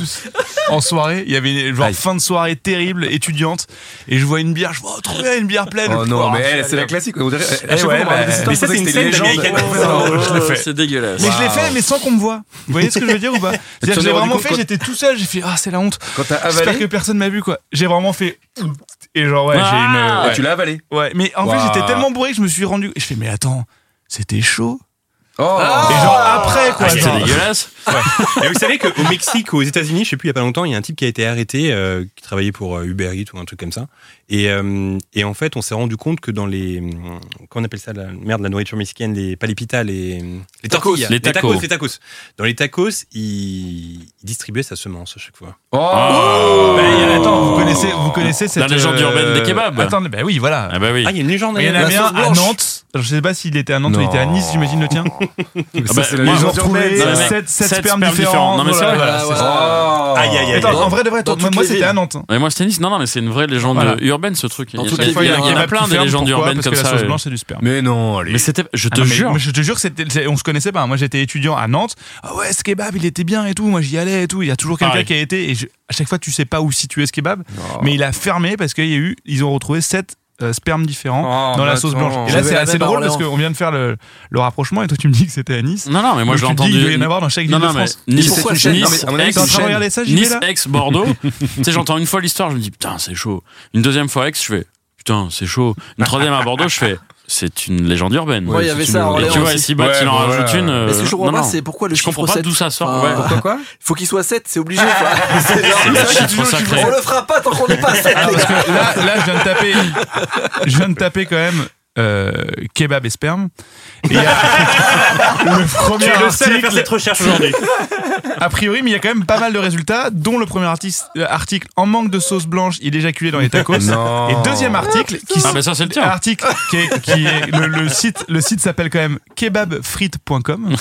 S5: en soirée, il y avait une genre fin de soirée terrible, étudiante, et je vois une bière, je vois oh, trop bien une bière pleine.
S4: Oh non,
S5: Oh,
S4: mais elle, c'est la classique. On dirait, eh
S5: sais
S4: ouais, bah,
S5: pas, on parle de cette
S4: mais
S2: histoire,
S4: ça, c'est une
S2: c'était
S4: scène
S2: une légende.
S4: d'américaine.
S2: Oh,
S4: Non, je l'ai fait.
S6: C'est dégueulasse.
S5: Mais je l'ai fait, mais sans qu'on me voit. Vous voyez ce que je veux dire ou pas C'est-à-dire que
S4: t'en
S5: je
S4: es
S5: l'ai
S4: rendu
S5: vraiment
S4: compte
S5: fait,
S4: quand-
S5: j'étais tout seul, j'ai fait ah c'est la honte.
S4: Quand t'as
S5: J'espère que
S4: avalé,
S5: personne m'a vu quoi. J'ai vraiment fait et genre ouais
S6: Ah,
S4: tu l'as avalé.
S5: j'ai une ouais. Mais en
S4: Waouh.
S5: fait j'étais tellement bourré que je me suis rendu. Je fais mais attends. C'était chaud.
S4: Oh
S5: Et genre après quoi.
S6: Ah,
S5: genre-
S6: c'est dégueulasse.
S2: Et vous savez qu'au Mexique, aux États-Unis, je sais plus, il y a pas longtemps, il y a un type qui a été arrêté, euh, qui travaillait pour euh, Uber Eats ou un truc comme ça. Et, euh, et en fait, on s'est rendu compte que dans les. hum, Comment on appelle ça, la merde, la nourriture mexicaine, les palipitas, les. Les
S6: Tacos,
S2: tortillas.
S6: les tacos.
S2: les tacos. Dans les tacos, il, il distribuait sa semence à chaque fois.
S6: Oh.
S5: Bah, il y a- attends, vous connaissez, vous connaissez cette
S6: légende
S5: euh,
S6: urbaine des kebabs.
S5: Attends, bah oui, voilà.
S6: Ah bah oui.
S2: Ah, il y a une légende.
S5: Il y en
S2: hein.
S5: avait
S4: La
S5: un
S4: sauce
S5: à
S4: blanche.
S5: Nantes. Je sais pas s'il était à Nantes ou il
S4: Non.
S5: était à Nice, j'imagine le tien.
S4: Ça,
S6: bah,
S4: c'est la
S6: moi,
S5: Ils ont
S4: légende
S5: trouvé
S4: urbaine.
S6: Non, mais mec,
S5: 7,
S6: sept
S5: spermes
S6: spermes différents.
S5: différents.
S6: Non, mais
S5: Voilà,
S6: c'est vrai, Ah,
S5: voilà,
S3: ouais.
S5: c'est ça.
S4: Oh.
S2: Aïe, aïe, aïe.
S5: Attends,
S4: Dans-
S5: en vrai, de vrai,
S3: dans
S5: toi,
S3: toutes
S5: moi
S3: les
S5: c'était à
S3: villes.
S5: Nantes. hein.
S6: Ouais, moi c'était Nice. Non, non, mais c'est une vraie légende
S5: Voilà.
S6: urbaine ce truc. Il y,
S3: Dans
S6: a-
S3: toutes
S6: il y
S3: les
S6: a-
S3: fois,
S6: il y
S3: il y
S6: en
S3: a
S6: a
S3: un
S6: plein des
S5: Ferme,
S6: légendes
S5: pourquoi
S6: urbaines
S5: Parce que
S6: comme
S5: la
S6: ça.
S5: sauce
S6: euh.
S5: blanche, c'est du sperme.
S4: Mais non, allez.
S6: Mais c'était, je
S5: Ah
S6: te
S5: non, mais
S6: jure.
S5: moi, je te jure, c'était- c'est- on se connaissait pas. Moi, j'étais étudiant à Nantes. Ah ouais, ce kebab, il était bien et tout. Moi, j'y allais et tout. Il y a toujours quelqu'un
S6: Pareil.
S5: qui a été. Et je- à chaque fois, tu sais pas où situer ce kebab. Mais il a fermé parce qu'il y a eu. Ils ont retrouvé sept euh, spermes différents
S4: Oh,
S5: dans la
S4: bah
S5: sauce
S4: attends.
S5: blanche. Et là,
S3: J'avais
S5: c'est
S3: la
S5: assez
S3: même à
S5: drôle parce
S3: Orléans.
S5: qu'on vient de faire le, le rapprochement. Et toi, tu me dis que c'était à Nice.
S6: Non, non, mais moi
S5: Donc,
S6: je l'ai
S5: tu te dis, Il doit y en
S6: entendu.
S5: avoir dans chaque ville
S6: Non,
S5: de
S6: non, mais
S5: France.
S6: Nice,
S4: pourquoi
S6: Nice,
S4: chaîne Non, mais à mon avis,
S6: ex-
S4: c'est
S5: en train de regarder ça, j'y vais,
S6: Nice,
S5: là
S6: ex Bordeaux. tu sais, j'entends une fois l'histoire, je me dis putain, c'est chaud. Une deuxième fois ex, je fais putain, c'est chaud. Une troisième à Bordeaux, je fais c'est une légende urbaine.
S3: Moi, il y avait ça à
S6: Et
S3: Orléans
S6: tu vois,
S3: aussi.
S6: si Bot,
S4: Ouais,
S6: il en
S4: bah
S6: rajoute
S4: voilà.
S6: une. euh,
S3: Mais ce que je comprends
S6: non,
S3: pas,
S6: non.
S3: c'est pourquoi le
S6: Je
S3: chiffre
S6: comprends pas
S3: 7
S6: d'où ça sort.
S3: Enfin,
S6: ouais.
S4: Pourquoi quoi
S3: Faut qu'il soit 7, c'est obligé. quoi. C'est genre-
S6: C'est le chiffre sacré.
S3: on le fera pas tant qu'on n'est pas 7.
S5: Ah, parce que là, là, je viens de taper. Je viens de taper quand même. euh, kebab et sperme. Et il y a- le
S2: Tu
S5: premier
S2: es le seul à faire
S5: article,
S2: cette recherche aujourd'hui.
S5: a priori, mais il y a quand même pas mal de résultats, dont le premier artis- euh, article en manque de sauce blanche, il éjaculait dans les tacos.
S4: Non.
S5: Et deuxième article, qui,
S6: Ah, bah ça, c'est le tien.
S5: article qui est, qui est- le, le site, le site s'appelle quand même kebabfrites.com.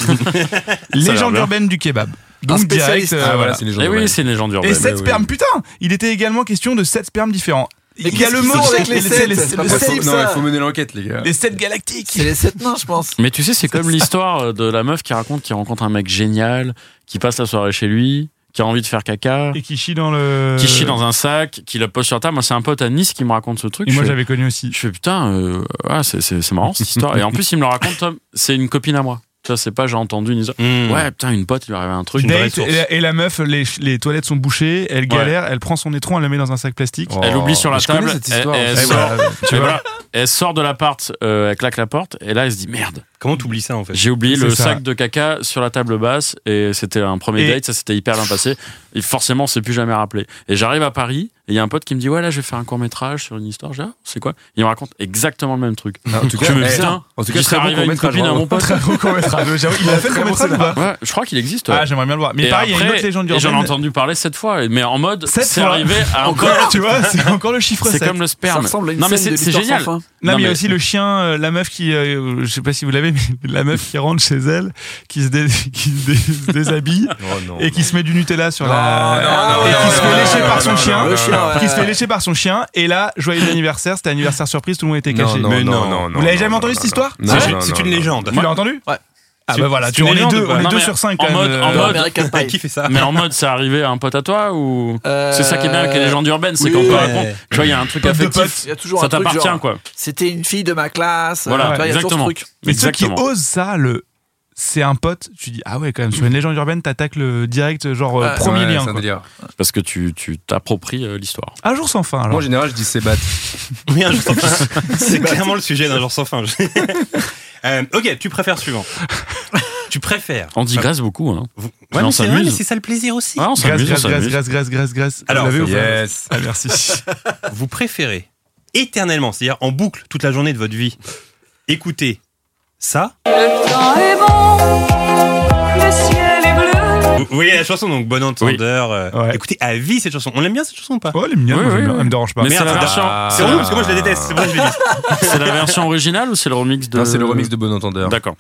S5: Légende
S6: bien.
S5: urbaine du kebab. Donc
S3: spécialiste.
S5: direct, euh,
S4: Ah
S5: voilà.
S4: voilà, c'est une légende
S6: Eh oui,
S4: urbaine.
S6: c'est une légende urbaine.
S5: Et 7
S4: oui.
S5: spermes, putain Il était également question de 7 spermes différents.
S3: Mais
S5: Il y a
S3: qu'est-ce
S5: le
S3: qu'ils
S5: mot
S3: font
S5: avec
S3: avec
S5: les
S3: les
S5: 7,
S3: sept
S4: Non,
S3: Le
S4: il faut-
S3: save,
S4: non,
S3: ça.
S4: il faut mener l'enquête, les gars.
S5: les 7 galactiques.
S3: C'est les 7 nains, je pense.
S6: Mais tu sais, c'est comme l'histoire de la meuf qui raconte qu'il rencontre un mec génial, qui passe la soirée chez lui, qui a envie de faire caca,
S5: Et euh, qui chie dans le.
S6: qui chie dans un sac, qui la pose sur table. Moi, c'est un pote à Nice qui me raconte ce truc.
S5: Et moi,
S6: Je-
S5: j'avais connu aussi.
S6: Je fais putain, euh, ah, c'est- c'est c'est marrant cette histoire. Et en plus, il me la raconte, Tom, c'est une copine à moi. Tu vois, c'est pas j'ai entendu une histoire. Ouais, putain, une pote, il lui arrivait un truc.
S2: Une vraie
S5: Date,
S2: source.
S5: et, la, et la meuf, les, les toilettes sont bouchées, elle galère, elle prend son étron, elle le met dans un sac plastique.
S6: Elle oublie sur la
S4: Je connais
S6: table,
S4: cette
S6: elle-
S4: histoire.
S6: elle
S4: en fait.
S6: sort-
S5: tu vois
S6: Et voilà, elle sort de l'appart, euh, elle claque la porte, et là, elle se dit merde.
S2: Comment t'oublies ça en fait
S6: J'ai oublié
S5: C'est
S6: le
S5: ça.
S6: sac de caca sur la table basse, et c'était un premier
S5: Et-
S6: date, ça s'était hyper bien passé. Et forcément, c'est plus jamais rappelé. Et j'arrive à Paris, et il y a un pote qui me dit ouais là, je vais faire un court métrage sur une histoire. Je dis ah, c'est quoi Il me raconte exactement le même truc.
S4: Ah, En tout
S6: Je
S4: cas,
S6: me dis,
S4: eh,
S6: putain,
S4: en tout cas,
S6: je
S4: très
S6: serais
S4: bon
S6: arrivé à une
S4: court-métrage,
S6: copine à
S4: bravo.
S6: mon pote.
S5: Très beau court-métrage. J'avoue, Il a fait le court-métrage ou pas
S6: Ouais, je crois qu'il existe. ouais.
S5: Ah, j'aimerais bien le voir. Mais
S6: Et
S5: pareil, il y a une
S6: après-
S5: autre légende
S6: Et j'en ai
S5: urbaine.
S6: entendu parler sept fois, mais en mode,
S5: Sept
S6: c'est
S5: fois.
S6: arrivé à
S5: Encore,
S6: encore.
S5: tu vois, c'est encore le chiffre
S6: C'est
S5: 7.
S6: comme le
S3: Ça
S6: sperme.
S3: ressemble à une
S6: Non, mais
S3: scène
S6: c'est
S3: de
S6: c'est
S3: l'histoire
S6: génial.
S3: sans fin.
S5: Non,
S6: Non,
S5: mais il y a
S6: mais-
S5: aussi le chien, euh, la meuf qui, euh, je sais pas si vous l'avez, mais la meuf qui rentre chez elle, qui se, dé- qui se dé- se déshabille
S4: Oh, non.
S5: et qui se met du Nutella sur
S4: Non,
S5: la,
S4: non,
S5: et
S4: non,
S5: qui
S4: non,
S5: se
S4: non,
S5: fait lécher
S4: non,
S5: par
S4: non,
S5: son
S4: non,
S5: chien,
S4: non,
S3: Le chien, ouais.
S5: qui se fait lécher par son chien. Et là, joyeux anniversaire, c'était anniversaire surprise, tout le monde était
S4: Non,
S5: caché.
S4: non,
S2: Mais
S4: non,
S2: non.
S4: non,
S5: Vous l'avez
S4: non,
S5: jamais
S4: non,
S5: entendu,
S4: non,
S5: cette histoire
S4: non,
S2: C'est-
S4: non, non,
S2: C'est une
S4: non, non.
S2: légende.
S5: Tu l'as entendu
S3: Ouais.
S5: Ah
S2: C'est-
S5: bah voilà,
S2: c'est
S5: tu
S2: une
S5: on est
S2: légende
S5: deux,
S2: ou pas
S5: on est
S6: Non,
S5: deux
S6: mais
S5: sur cinq
S6: en
S5: quand
S6: mode-
S5: même.
S6: en
S5: euh,
S3: Dans
S6: mode-
S3: American Pie.
S2: Qui fait ça
S6: Mais en mode, c'est arrivé à un pote à toi ou.
S3: Euh,
S6: C'est ça qui est bien avec les légendes urbaines, c'est
S3: oui,
S6: qu'on peut
S3: ouais.
S6: répondre. Tu vois, il y a un truc
S5: Pote de
S6: affectif.
S3: Il y a toujours
S6: Ça
S3: un truc
S6: t'appartient,
S3: genre,
S6: quoi.
S3: C'était une fille de ma classe.
S6: Voilà,
S3: euh, tu vois, il y a toujours ce
S6: exactement.
S3: truc.
S5: Mais ceux qui
S6: Exactement.
S5: osent ça, le c'est un pote, tu dis ah ouais quand même sur une légende urbaine, t'attaques le direct genre euh,
S3: Ouais.
S5: premier
S4: Ouais,
S5: lien.
S4: c'est un
S5: quoi.
S4: délire.
S6: Parce que tu tu t'appropries euh, l'histoire.
S5: Un jour sans fin
S4: Moi,
S5: alors.
S4: en général, je dis c'est bat.
S2: Oui, un jour sans fin. C'est clairement le sujet d'un jour sans fin. Euh, ok, tu préfères suivant. Tu préfères.
S6: On digresse beaucoup, hein.
S2: Vous-
S6: Mais
S2: Ouais,
S6: on
S2: mais c'est ouais,
S6: s'amuse.
S2: mais c'est ça le plaisir aussi.
S6: Ouais, on
S5: Grâce,
S6: s'amuse, on
S5: grâce, grâce,
S6: s'amuse.
S5: grâce, grâce, grâce, grâce.
S2: Alors,
S5: Vous l'avez ou pas
S4: Yes.
S5: Ah merci.
S2: Vous préférez éternellement, c'est-à-dire en boucle toute la journée de votre vie, écouter ça.
S7: Le temps est bon, le ciel est bleu.
S2: Vous, vous voyez la chanson, donc Bon Entendeur. euh,
S5: Ouais.
S2: Écoutez à vie cette chanson. On l'aime bien cette chanson ou pas
S5: Oh elle est mignonne,
S6: Oui,
S5: moi,
S6: oui,
S5: j'aime bien,
S6: oui.
S5: elle me dérange pas.
S6: Mais c'est la
S2: Merde,
S6: version,
S2: C'est relou parce que moi je la déteste. C'est pour ça que je l'ai dit.
S6: c'est la version originale ou c'est le remix de.
S4: Non, c'est le remix de Bon Entendeur.
S6: D'accord.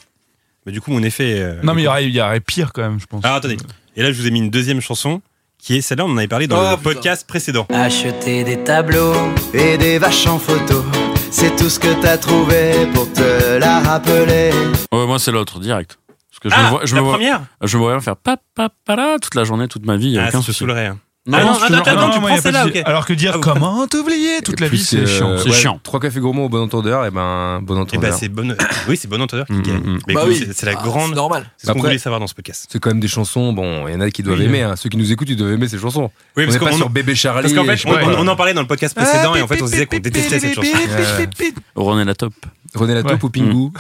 S2: Mais du coup, mon effet. euh,
S5: Non mais il y aurait, il y aurait pire quand même, je pense.
S2: Alors Ah, attendez. Et là, je vous ai mis une deuxième chanson qui est celle-là, on en avait parlé dans
S3: Oh,
S2: le
S3: putain.
S2: podcast précédent.
S8: Acheter des tableaux,
S9: et des vaches en photo. C'est tout ce que t'as trouvé pour te la rappeler.
S6: Ouais, moi, c'est l'autre, direct. Parce que je me
S2: ah,
S6: vois, je
S2: la
S6: me vois,
S2: première
S6: je me vois bien faire pa, pa, pa, la toute la journée, toute ma vie, il y a
S2: Ah,
S6: aucun
S2: ça te
S6: souci.
S2: saoulerait. hein.
S6: Non,
S2: Ah
S6: non,
S2: non,
S6: je te
S2: attends,
S6: jure,
S2: attends,
S6: non.
S2: tu
S5: moi,
S2: prends
S5: y a pas de
S2: celle-là,
S5: souci.
S2: ok.
S5: Alors que dire
S2: Ah, vous-
S5: comment t'oublier toute
S4: Et
S5: la
S4: puis,
S5: vie, c'est
S4: euh,
S5: chiant.
S6: C'est
S4: ouais,
S6: chiant.
S4: Trois cafés gourmands au Bon Entendeur et ben
S2: Eh
S4: Bon
S2: ben,
S4: Entendeur.
S2: c'est bonne. Oui, c'est bonne entendeur qui
S4: Mm,
S2: gagne.
S4: mm, mm.
S2: Mais
S3: Bah
S2: écoute,
S3: oui.
S2: c'est- c'est la
S3: Ah,
S2: grande.
S3: C'est normal.
S2: C'est ce qu'on
S4: Après-
S2: voulait savoir dans ce podcast.
S4: C'est quand même des chansons. Bon, il y en a qui doivent
S5: Oui.
S4: aimer. hein. Ceux qui nous écoutent, ils doivent aimer ces chansons.
S2: Oui,
S4: on
S2: parce
S4: est pas
S2: qu'on
S4: sur Bébé Charlie.
S2: Parce qu'en
S4: et
S2: fait,
S4: je sais
S2: on,
S4: pas quoi.
S2: on en parlait dans le podcast
S5: Ah,
S2: précédent et en fait, on se disait qu'on détestait cette chanson.
S6: René la top.
S4: René Lataupe ou Pingu.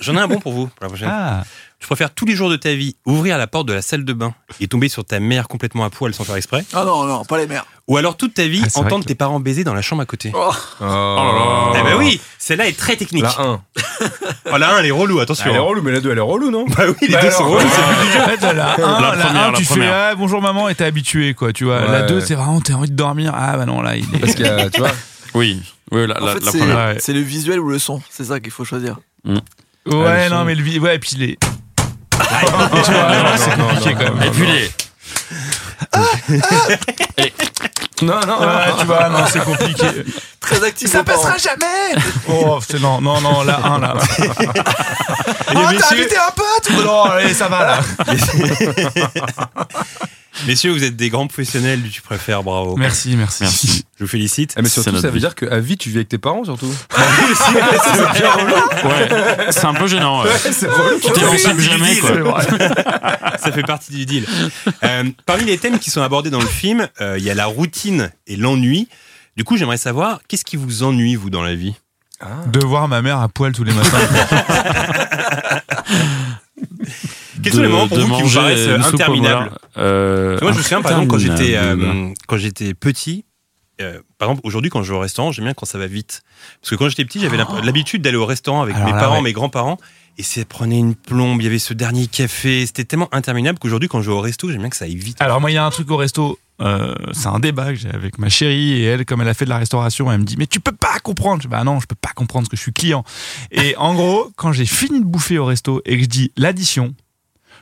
S2: J'en ai un bon pour vous pour la prochaine.
S5: Ah,
S2: Tu préfères tous les jours de ta vie ouvrir la porte de la salle de bain et tomber sur ta mère complètement à poil sans faire exprès
S3: Ah non, non, pas les mères.
S2: Ou alors toute ta vie
S5: Ah, c'est vrai
S2: entendre
S5: que-
S2: tes parents baiser dans la chambre à côté
S3: Oh.
S4: Oh là
S2: Eh ben oui, celle-là est très technique.
S4: La 1.
S2: Oh, la 1, elle est relou, attention.
S4: relou, mais la 2, elle est relou, non
S2: Bah oui, les
S5: Bah
S2: deux
S5: alors,
S2: sont relous. c'est plus-
S5: En fait, la 1, la
S6: première,
S5: un,
S6: la
S5: tu fais
S6: première.
S5: ah, bonjour maman et t'es habitué quoi, tu vois. La
S4: Ouais.
S5: 2, c'est vraiment t'as envie de dormir. Ah bah non, là, il est.
S4: Parce que, euh, tu vois,
S6: Oui, oui, la,
S3: En
S6: la-
S3: fait,
S6: la première.
S5: Ouais.
S3: c'est- c'est le visuel ou le son. C'est ça qu'il faut choisir.
S4: Ah,
S5: Ouais,
S4: le
S5: non,
S4: son.
S5: mais le vi- ouais, et puis les. Ah,
S4: non, non,
S5: compliqué,
S4: non,
S5: quand même.
S6: Et puis les.
S4: non, non, non.
S5: Ah, tu vois, non, c'est compliqué.
S3: Très actif. Ça passera jamais. Oh,
S5: Oh, c'est non, non, non, là, un, là. Et les messieurs-
S3: un pote
S5: Non, allez, ça va, là.
S2: Messieurs, vous êtes des grands professionnels du tu préfères, bravo.
S5: Merci, merci.
S6: Merci.
S2: Je vous félicite.
S4: Eh, mais
S6: C'est
S4: surtout,
S6: notre
S4: ça veut
S6: vie.
S4: dire qu'à vie, tu vis avec tes parents, surtout.
S6: Ouais, c'est un peu gênant. ouais.
S4: c'est relou.
S6: Tu t'émancipes jamais, quoi.
S5: Ah.
S2: Ça fait partie du deal. Euh, parmi les thèmes qui sont abordés dans le film, euh, il y a la routine et l'ennui. Du coup, j'aimerais savoir, qu'est-ce qui vous ennuie, vous, dans la vie
S5: De voir ma mère à poil tous les matins.
S2: Quels sont les
S6: De-
S2: moments pour
S6: de
S2: vous qui vous
S6: manger
S2: paraissent
S6: une soupe aux
S2: interminables
S6: molars. Euh,
S2: Parce que Moi, je me souviens, par exemple, quand j'étais, euh,
S6: interminable.
S2: quand j'étais petit, euh, par exemple, aujourd'hui, quand je vais au restaurant, j'aime bien quand ça va vite. Parce que quand j'étais petit, j'avais l'imp- l'habitude d'aller au restaurant avec
S5: Alors
S2: mes
S5: là,
S2: parents,
S5: ouais.
S2: mes grands-parents, et ça prenait une plombe, il y avait ce dernier café, c'était tellement interminable qu'aujourd'hui, quand je vais au resto, j'aime bien que ça aille vite.
S5: Alors moi, il y a un truc au resto. euh, c'est un débat que j'ai avec ma chérie et elle, comme elle a fait de la restauration, elle me dit mais tu peux pas comprendre. Je dis, bah non, je peux pas comprendre parce que je suis client. Et en gros, quand j'ai fini de bouffer au resto et que je dis l'addition,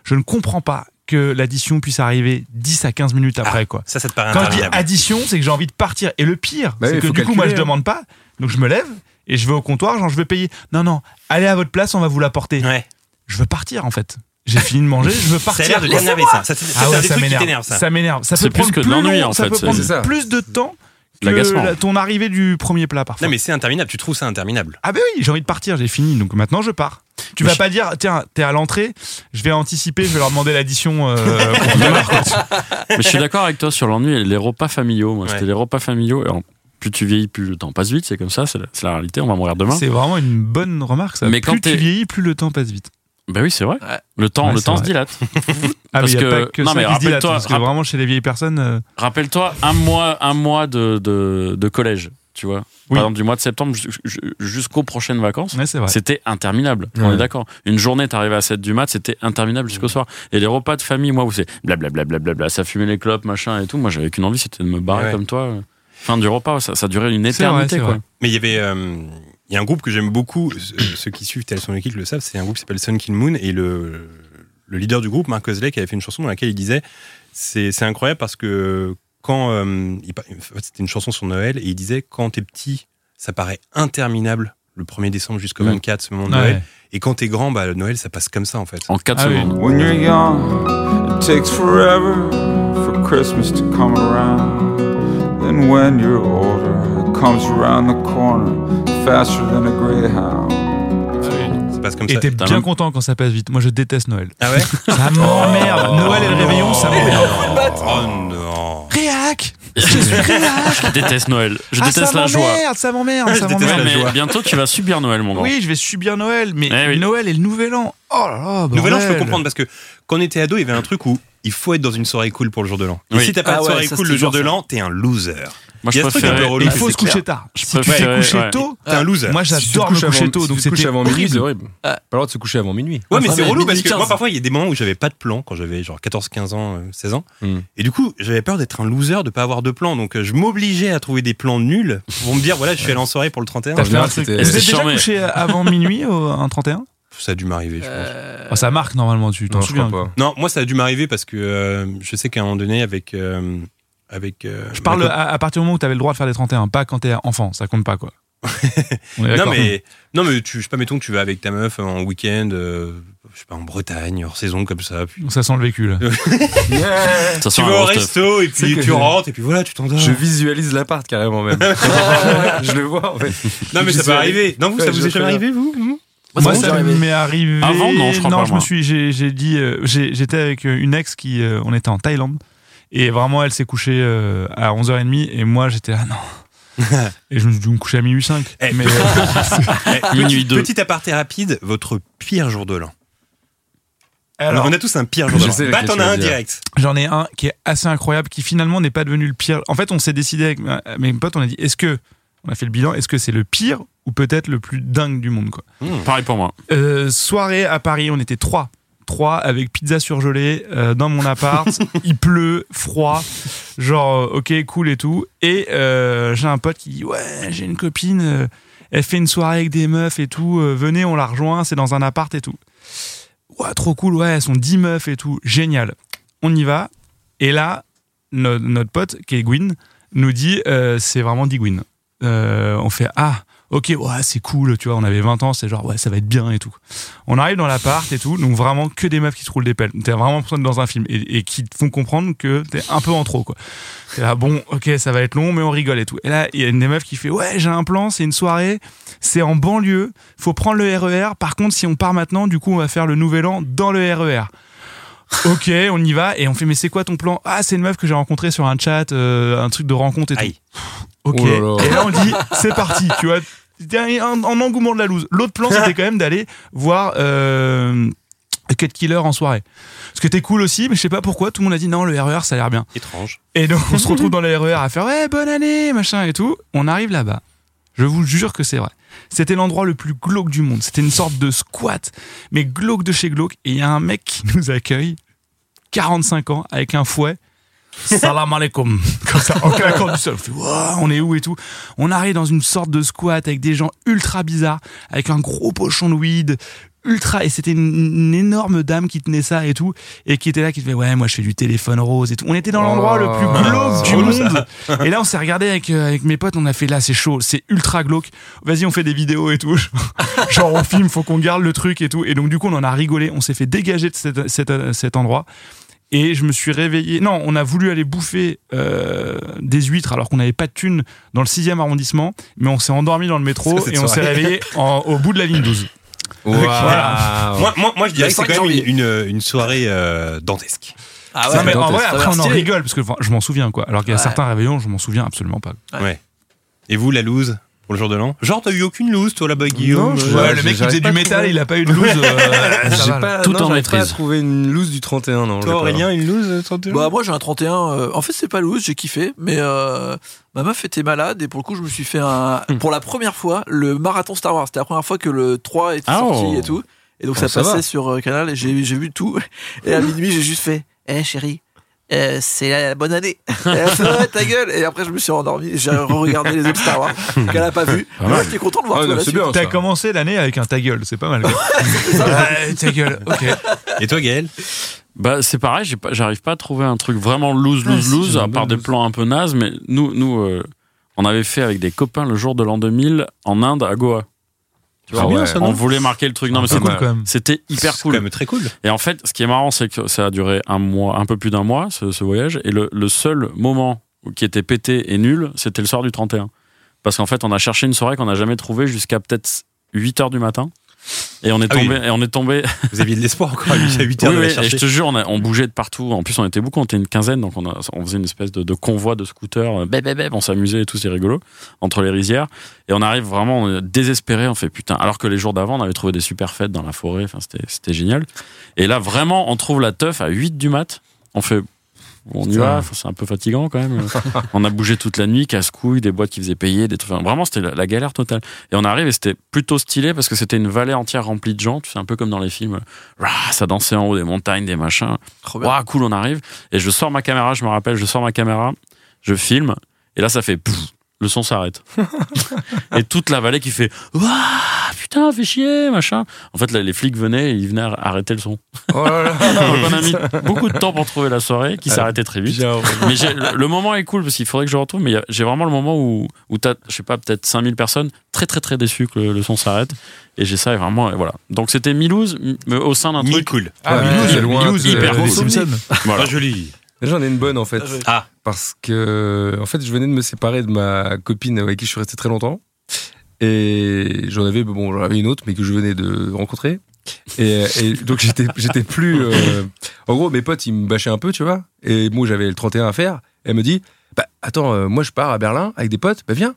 S5: je ne comprends pas que l'addition puisse arriver 10 à 15 minutes après
S3: Ah.
S5: quoi.
S2: Ça, ça te paraît
S5: Quand je dis
S2: interminable.
S5: addition, c'est que j'ai envie de partir. Et le pire,
S4: Bah
S5: c'est
S4: oui,
S5: que
S4: faut
S5: du coup, moi, je
S4: calculer, hein.
S5: demande pas. Donc je me lève et je vais au comptoir, genre je veux payer. Non, non, allez à votre place, on va vous la porter.
S2: Ouais.
S5: Je veux partir en fait. j'ai fini de manger, je veux
S2: Ça a l'air
S5: partir.
S2: de t'énerver ça. Ça, c'est-
S5: Ah
S2: c'est
S5: ouais,
S2: un des
S5: ça
S2: trucs qui
S5: m'énerve.
S2: t'énerve ça.
S5: Ça m'énerve. Ça
S6: C'est
S5: peut
S6: plus
S5: prendre
S6: que
S5: plus
S6: de l'ennui,
S5: long,
S6: en
S5: ça
S6: fait,
S5: peut
S6: c'est-
S4: C'est ça.
S5: prendre plus de temps que
S6: L'agacement.
S5: la- ton arrivée du premier plat parfois.
S2: Non mais c'est interminable, tu trouves ça interminable.
S5: Ah ben oui, j'ai envie de partir, j'ai fini, donc maintenant je pars. Tu
S6: Mais
S5: vas
S6: je-
S5: pas dire, tiens, t'es à l'entrée, je vais anticiper, je vais leur demander l'addition. euh, pour tout à l'heure, quoi.
S6: Mais Ah, je suis d'accord avec toi sur l'ennui et les repas familiaux. Moi,
S2: Ouais.
S6: c'était les repas familiaux. Et en- plus tu vieillis, plus le temps passe vite. C'est comme ça, c'est la, c'est la réalité. On va mourir demain.
S5: c'est vraiment une bonne remarque. Ça.
S6: Mais
S5: plus
S6: quand t'es-
S5: tu vieillis, plus le temps passe vite.
S6: Ben oui, c'est vrai.
S3: Ouais.
S6: Le temps,
S5: Ouais,
S6: le
S5: c'est
S6: temps
S5: vrai.
S6: se dilate.
S5: Ah mais
S6: Parce
S5: il y a
S6: que-
S5: pas que
S6: non,
S5: ça
S6: mais
S5: qui se dilate,
S6: rappelle-toi,
S5: parce que
S6: rapp-
S5: vraiment chez les vieilles personnes, euh,
S6: Rappelle-toi un mois, un mois de, de, de collège, tu vois.
S5: Oui.
S6: Par exemple, du mois de septembre ju- ju- jusqu'aux prochaines vacances.
S5: ouais, c'est vrai.
S6: C'était interminable, on
S4: Ouais.
S6: est d'accord. Une journée, t'arrivais à 7 du mat, c'était interminable jusqu'au soir. Et les repas de famille, moi, où c'est blablabla, blablabla, ça fumait les clopes, machin et tout. Moi, j'avais qu'une envie, c'était de me barrer
S2: Ouais.
S6: comme toi. Fin du repas, ça, ça durait une
S5: C'est vrai,
S6: éternité,
S5: c'est
S6: quoi.
S5: vrai.
S2: Mais il y avait euh, il y a un groupe que j'aime beaucoup, euh, ceux qui suivent Tel son équipe le savent, c'est un groupe qui s'appelle Sun Kill Moon et le, le leader du groupe, Marc Osley, qui avait fait une chanson dans laquelle il disait c'est c'est incroyable parce que quand euh, il par- en fait, c'était une chanson sur Noël et il disait quand t'es petit, ça paraît interminable le 1er décembre jusqu'au
S6: Mm.
S2: 24 ce moment de
S5: Ouais.
S2: Noël et quand t'es grand, bah Noël ça passe comme ça en fait.
S6: En 4
S5: Ah oui.
S6: secondes.
S10: When you're young, it takes forever for Christmas to come around. Then when you're older, it comes around the corner faster than a greyhound.
S2: Ça passe comme
S5: Et
S2: ça.
S5: t'es
S6: T'as
S5: bien
S6: même-
S5: content quand ça passe vite. Moi, je déteste Noël.
S2: Ah ouais
S5: Ça m'emmerde.
S6: Oh.
S5: Noël et le réveillon, ça m'emmerde.
S2: Oh non.
S5: Réac
S6: je déteste Noël. Je
S5: Ah,
S6: déteste
S5: ça
S6: la joie.
S5: m'emmerde, ça m'emmerde,
S2: Je
S5: ça
S2: déteste
S5: m'emmerde.
S2: la
S6: Ouais, mais
S2: joie.
S6: bientôt, tu vas subir Noël, mon grand.
S5: Oui, je vais subir Noël, mais
S6: Eh oui.
S5: Noël et le Nouvel An. Oh là là, bordel.
S2: Nouvel an, je peux comprendre parce que quand on était ado, il y avait un truc où il faut être dans une soirée cool pour le jour de l'an. Et
S6: Oui.
S2: si t'as pas
S3: Ah
S2: de
S3: ouais,
S2: soirée
S3: ça,
S2: cool
S3: c'est
S2: le jour
S3: dur,
S2: de
S3: ça.
S2: l'an, t'es un loser.
S5: Ah,
S6: Moi,
S2: Il
S6: je
S2: y a ce truc un
S6: préférais.
S2: peu relou.
S5: Et il
S2: c'est
S5: faut se
S2: clair.
S5: coucher tard.
S6: Je
S5: Si tu te
S6: préfère-
S5: fais coucher
S6: ouais.
S5: tôt,
S2: T'es un loser.
S5: moi j'adore me coucher tôt, donc c'était
S4: avant minuit, c'est
S5: horrible.
S4: horrible. Pas le droit de se coucher avant minuit.
S2: Ouais, mais
S3: Ouais,
S2: c'est
S3: mais
S2: relou parce que
S3: 15.
S2: moi, parfois, il y a des moments où j'avais pas de plan quand j'avais genre 14, 15 ans, euh, 16 ans.
S4: Hmm.
S2: Et du coup, j'avais peur d'être un loser, de pas avoir de plan. Donc, euh, je m'obligeais à trouver des plans nuls pour me dire, voilà, je suis allé en soirée pour le 31.
S4: En
S5: T'as fait un
S4: général,
S5: truc.
S4: c'était-
S5: Est-ce que t'es
S6: C'est
S5: déjà
S6: charmé.
S5: couché avant minuit, au- un 31
S2: Ça a dû m'arriver, je pense.
S3: Euh.
S5: Oh, Ça marque normalement, tu t'en
S4: Non, je crois
S5: souviens.
S4: pas.
S2: Euh, Non, moi, ça a dû m'arriver parce que euh, je sais qu'à un moment donné, avec. euh, avec euh,
S5: Je
S2: ma
S5: parle
S2: copine-
S5: à, à partir du moment où t'avais le droit de faire des 31, pas quand t'es enfant, ça compte pas quoi. On est
S2: Non
S5: Ah, d'accord.
S2: mais, non mais tu, je sais pas, mettons que tu vas avec ta meuf en week-end, euh, je sais pas, en Bretagne, hors saison comme ça. Puis
S5: Ça sent le vécu là.
S6: Ça
S5: Ah,
S6: sent
S2: tu
S6: un
S2: vas au
S6: gros stuff.
S2: resto et
S4: C'est
S2: puis
S4: que
S2: tu
S4: je-
S2: rentres et puis voilà, tu t'endors.
S4: Je visualise l'appart carrément même. je le vois en fait.
S2: Non mais ça peut
S4: visualise-
S2: arriver. Non vous,
S4: Ouais,
S2: ça
S4: je
S2: vous est
S4: vois
S2: jamais
S4: très
S2: arrivé vous non
S5: Moi, ça m'est arrivé.
S6: Avant, non, je crois pas,
S5: me
S6: moi.
S5: suis, j'ai, j'ai dit, euh, j'ai- j'étais avec euh, une ex qui, euh, on était en Thaïlande, et vraiment, elle s'est couchée euh, à 11h30, et moi, j'étais, ah non. et je me suis dû me coucher à minuit 5.
S2: Eh,
S5: mais euh,
S2: Eh,
S6: Minuit
S2: petit,
S6: deux.
S2: petit aparté rapide, votre pire jour de l'an. Alors
S5: alors,
S2: on a tous un pire jour de
S4: Je sais
S2: l'an. Bah
S4: lequel
S2: t'en
S4: tu
S2: as
S4: vas
S2: un
S4: dire.
S2: direct.
S5: j'en ai un qui est assez incroyable, qui finalement n'est pas devenu le pire. En fait, on s'est décidé avec ma- mes potes, on a dit, est-ce que, on a fait le bilan, est-ce que c'est le pire ou peut-être le plus dingue du monde, quoi.
S6: Pareil pour moi.
S5: Euh, soirée à Paris, on était trois. Trois avec pizza surgelée euh, dans mon appart. il pleut, froid. Genre, euh, ok, cool et tout. Et euh, j'ai un pote qui dit Ouais, j'ai une copine. euh, elle fait une soirée avec des meufs et tout. euh, venez, on la rejoint. C'est dans un appart et tout. Ouais, trop cool. Ouais, elles sont 10 meufs et tout. Génial. On y va. Et là, no- notre pote, qui est Gwyn, nous dit euh, C'est vraiment 10 Gwyn. Euh, on fait Ah, ok, ouais, c'est cool, tu vois, on avait 20 ans, c'est genre, ouais, ça va être bien et tout. On arrive dans l'appart et tout, donc vraiment que des meufs qui te roulent des pelles. T'es vraiment l'impression d'être dans un film et, et qui te font comprendre que t'es un peu en trop, quoi. T'es là, bon, ok, ça va être long, mais on rigole et tout. Et là, il y a une des meufs qui fait, ouais, j'ai un plan, c'est une soirée, c'est en banlieue, faut prendre le RER. Par contre, si on part maintenant, du coup, on va faire le nouvel an dans le RER. Ok, on y va et on fait, mais c'est quoi ton plan Ah, c'est une meuf que j'ai rencontrée sur un chat, euh, un truc de rencontre et tout.
S2: Aïe.
S5: Ok.
S4: Oh là là.
S5: Et là, on dit, c'est parti, tu vois. C'était un, un engouement de la loose. L'autre plan, c'était quand même d'aller voir euh, Cut Killer en soirée. Ce qui était cool aussi, mais je sais pas pourquoi, tout le monde a dit non, le RER, ça a l'air bien.
S2: Étrange.
S5: Et donc, on se retrouve dans le RER à faire ouais, bonne année, machin et tout. On arrive là-bas. Je vous jure que c'est vrai. C'était l'endroit le plus glauque du monde. C'était une sorte de squat, mais glauque de chez glauque. Et il y a un mec qui nous accueille, 45 ans, avec un fouet, Salam alaikum. Comme ça, en claquant du sol. On fait, Wouah, on est où et tout. On arrive dans une sorte de squat avec des gens ultra bizarres, avec un gros pochon de weed, ultra. Et c'était une, une énorme dame qui tenait ça et tout, et qui était là, qui fait Ouais, moi je fais du téléphone rose et tout. On était dans l'endroit le plus glauque du monde. Et là, on s'est regardé avec, euh, avec mes potes, on a fait Là, c'est chaud, c'est ultra glauque. Vas-y, on fait des vidéos et tout. Genre, on filme, faut qu'on garde le truc et tout. Et donc, du coup, on en a rigolé, on s'est fait dégager de cet- cet- cet endroit. Et je me suis réveillé. Non, on a voulu aller bouffer euh, des huîtres alors qu'on n'avait pas de thunes dans le 6e arrondissement, mais on s'est endormi dans le métro
S2: Ça, cette
S5: et on s'est
S2: soirée.
S5: réveillé en- au bout de la ligne 12. Voilà.
S2: Moi, moi, moi, je dirais que c'est
S5: Ah. Le 5
S2: quand même
S5: janvier.
S2: une, une, une soirée euh, dantesque.
S5: Ah ouais, Non, mais en vrai, après, on en rigole parce que enfin, je m'en souviens quoi. Alors qu'il y a
S2: Ouais.
S5: certains réveillons, je m'en souviens absolument pas.
S2: Ouais. Et vous, la loose pour le jour de l'an Genre, t'as eu aucune loose, toi, là-bas, Guillaume
S5: Non, je-
S2: euh,
S5: ouais, le mec qui
S2: j'arrive
S5: faisait
S2: pas
S5: du
S2: à
S5: métal,
S2: trouver.
S5: il a pas eu de loose, euh,
S4: J'ai pas,
S3: Tout
S4: non,
S3: en
S4: j'arrive
S3: maîtrise.
S4: pas à trouver une loose du 31. Non,
S3: Toi, Aurélien,
S4: une loose
S2: Mmh.
S4: 31
S3: Bah moi j'ai un 31. euh, en fait c'est pas loose, j'ai kiffé, mais euh, ma meuf était malade et pour le coup je me suis fait un, pour la première fois le marathon Star Wars. C'était la première fois que le 3 était
S11: Ah,
S3: sorti
S11: oh.
S3: et tout. Et donc
S11: Oh,
S3: ça,
S11: ça
S3: passait
S11: va.
S3: sur euh, Canal et j'ai j'ai vu tout. Et à minuit j'ai juste fait, eh chérie. euh, c'est la, bonne année. Elle a fait, Ouais, ta gueule. Et après, je me suis endormi. J'ai regardé les autres Star Wars qu'elle a pas vu.
S5: Ah,
S3: Mais moi,
S5: ouais.
S3: j'étais content de voir tout à la suite.
S5: T'as commencé l'année avec un ta gueule, c'est pas mal. quoi. Ouais, ta gueule, ok. Ah
S2: Et toi, Gaël
S6: bah, c'est pareil, j'ai pas- j'arrive pas à trouver un truc vraiment loose,
S2: Ah,
S6: loose,
S2: si,
S6: loose,
S2: j'ai
S6: à
S2: une
S6: part des plans un peu nazes, mais nous, nous euh, on avait fait avec des copains le jour de l'an 2000 en Inde, à Goa. Tu
S2: Ah
S6: vois,
S2: bien,
S6: ouais,
S2: ça, non
S6: on voulait marquer le truc. Non,
S2: Ah,
S6: mais
S2: c'est
S6: c'était-
S2: cool, quand même.
S6: c'était hyper cool.
S2: très cool.
S6: Et en fait, ce qui est marrant, c'est que ça a duré un mois, un peu plus d'un mois, ce, ce voyage. Et le, le seul moment où- qui était pété et nul, c'était le soir du 31. Parce qu'en fait, on a cherché une soirée qu'on n'a jamais trouvée jusqu'à peut-être 8 heures du matin. Et on est
S2: Ah oui.
S6: tombé. Et on est tombé...
S2: Vous aviez de l'espoir encore à 8
S6: Oui,
S2: heures de la
S6: oui,
S2: chercher.
S6: et je te jure, on, a- on bougeait de partout. En plus, on était beaucoup, on était une quinzaine, donc on, a- on faisait une espèce de, de convoi de scooters. euh, Bép, bép, bép, on s'amusait et tout, c'est rigolo, entre les rizières. Et on arrive vraiment on est désespéré, on fait putain. Alors que les jours d'avant, on avait trouvé des super fêtes dans la forêt, enfin, c'était c'était génial. Et là, vraiment, on trouve la teuf à 8 du mat. On fait. On y
S11: Putain.
S6: va, c'est un peu fatigant quand même. on a bougé toute la nuit, casse-couille, des boîtes qui faisaient payer, des trucs. Enfin, vraiment, c'était la, la galère totale. Et on arrive et c'était plutôt stylé parce que c'était une vallée entière remplie de gens, tu sais, un peu comme dans les films. Rah, ça dansait en haut des montagnes, des machins. Ouah, cool, on arrive. Et je sors ma caméra, je me rappelle, je sors ma caméra, je filme, et là, ça fait. pff, le son s'arrête. et toute la vallée qui fait. Ouah, putain, fais chier, machin. En fait, là, les flics venaient et ils venaient arrêter le son.
S4: Oh
S6: Donc, on a mis beaucoup de temps pour trouver la soirée qui
S11: Ah,
S6: s'arrêtait très vite.
S11: bien, ouais.
S6: Mais j'ai- le le moment est cool parce qu'il faudrait que je retrouve, mais il y a- j'ai vraiment le moment où, où t'as, je sais pas, peut-être 5000 personnes très très très déçues que le, le son s'arrête. Et j'ai ça et vraiment, et voilà. Donc c'était Milouz, m- mais au sein d'un truc.
S2: cool.
S4: Ah, Milouz, c'est loin de-
S6: hyper
S4: des
S6: cool.
S4: Simpsons.
S6: Voilà.
S4: Ah, J'en ai une bonne en fait.
S2: Ah.
S4: Parce que, en fait, je venais de me séparer de ma copine avec qui je suis resté très longtemps. Et j'en avais, bon, j'en avais une autre, mais que je venais de rencontrer. Et, euh, et donc j'étais, j'étais plus. euh, En gros, mes potes, ils me bâchaient un peu, tu vois. Et moi, j'avais le 31 à faire. Et elle me dit Bah, attends, euh, moi, je pars à Berlin avec des potes, bah, viens.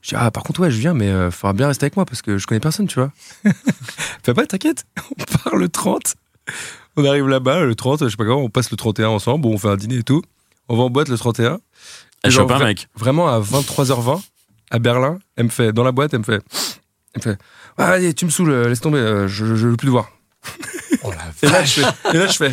S4: Je dis, ah, par contre, ouais, je viens, mais euh, faudra bien rester avec moi parce que je connais personne, tu vois. Papa, t'inquiète, on part le 30. On arrive là-bas, le 30, je sais pas comment, on passe le 31 ensemble, bon, on fait un dîner et tout. On va en boîte le 31.
S6: Elle
S4: Genre,
S6: chope un
S4: vra-
S6: mec.
S4: Vraiment à 23h20, à Berlin, elle me fait, dans la boîte, elle me fait, elle me fait, ah, allez, tu me saoules, euh, laisse tomber, euh, je, je, je veux plus te voir.
S2: Oh
S4: et, là, je fais, et là, je fais,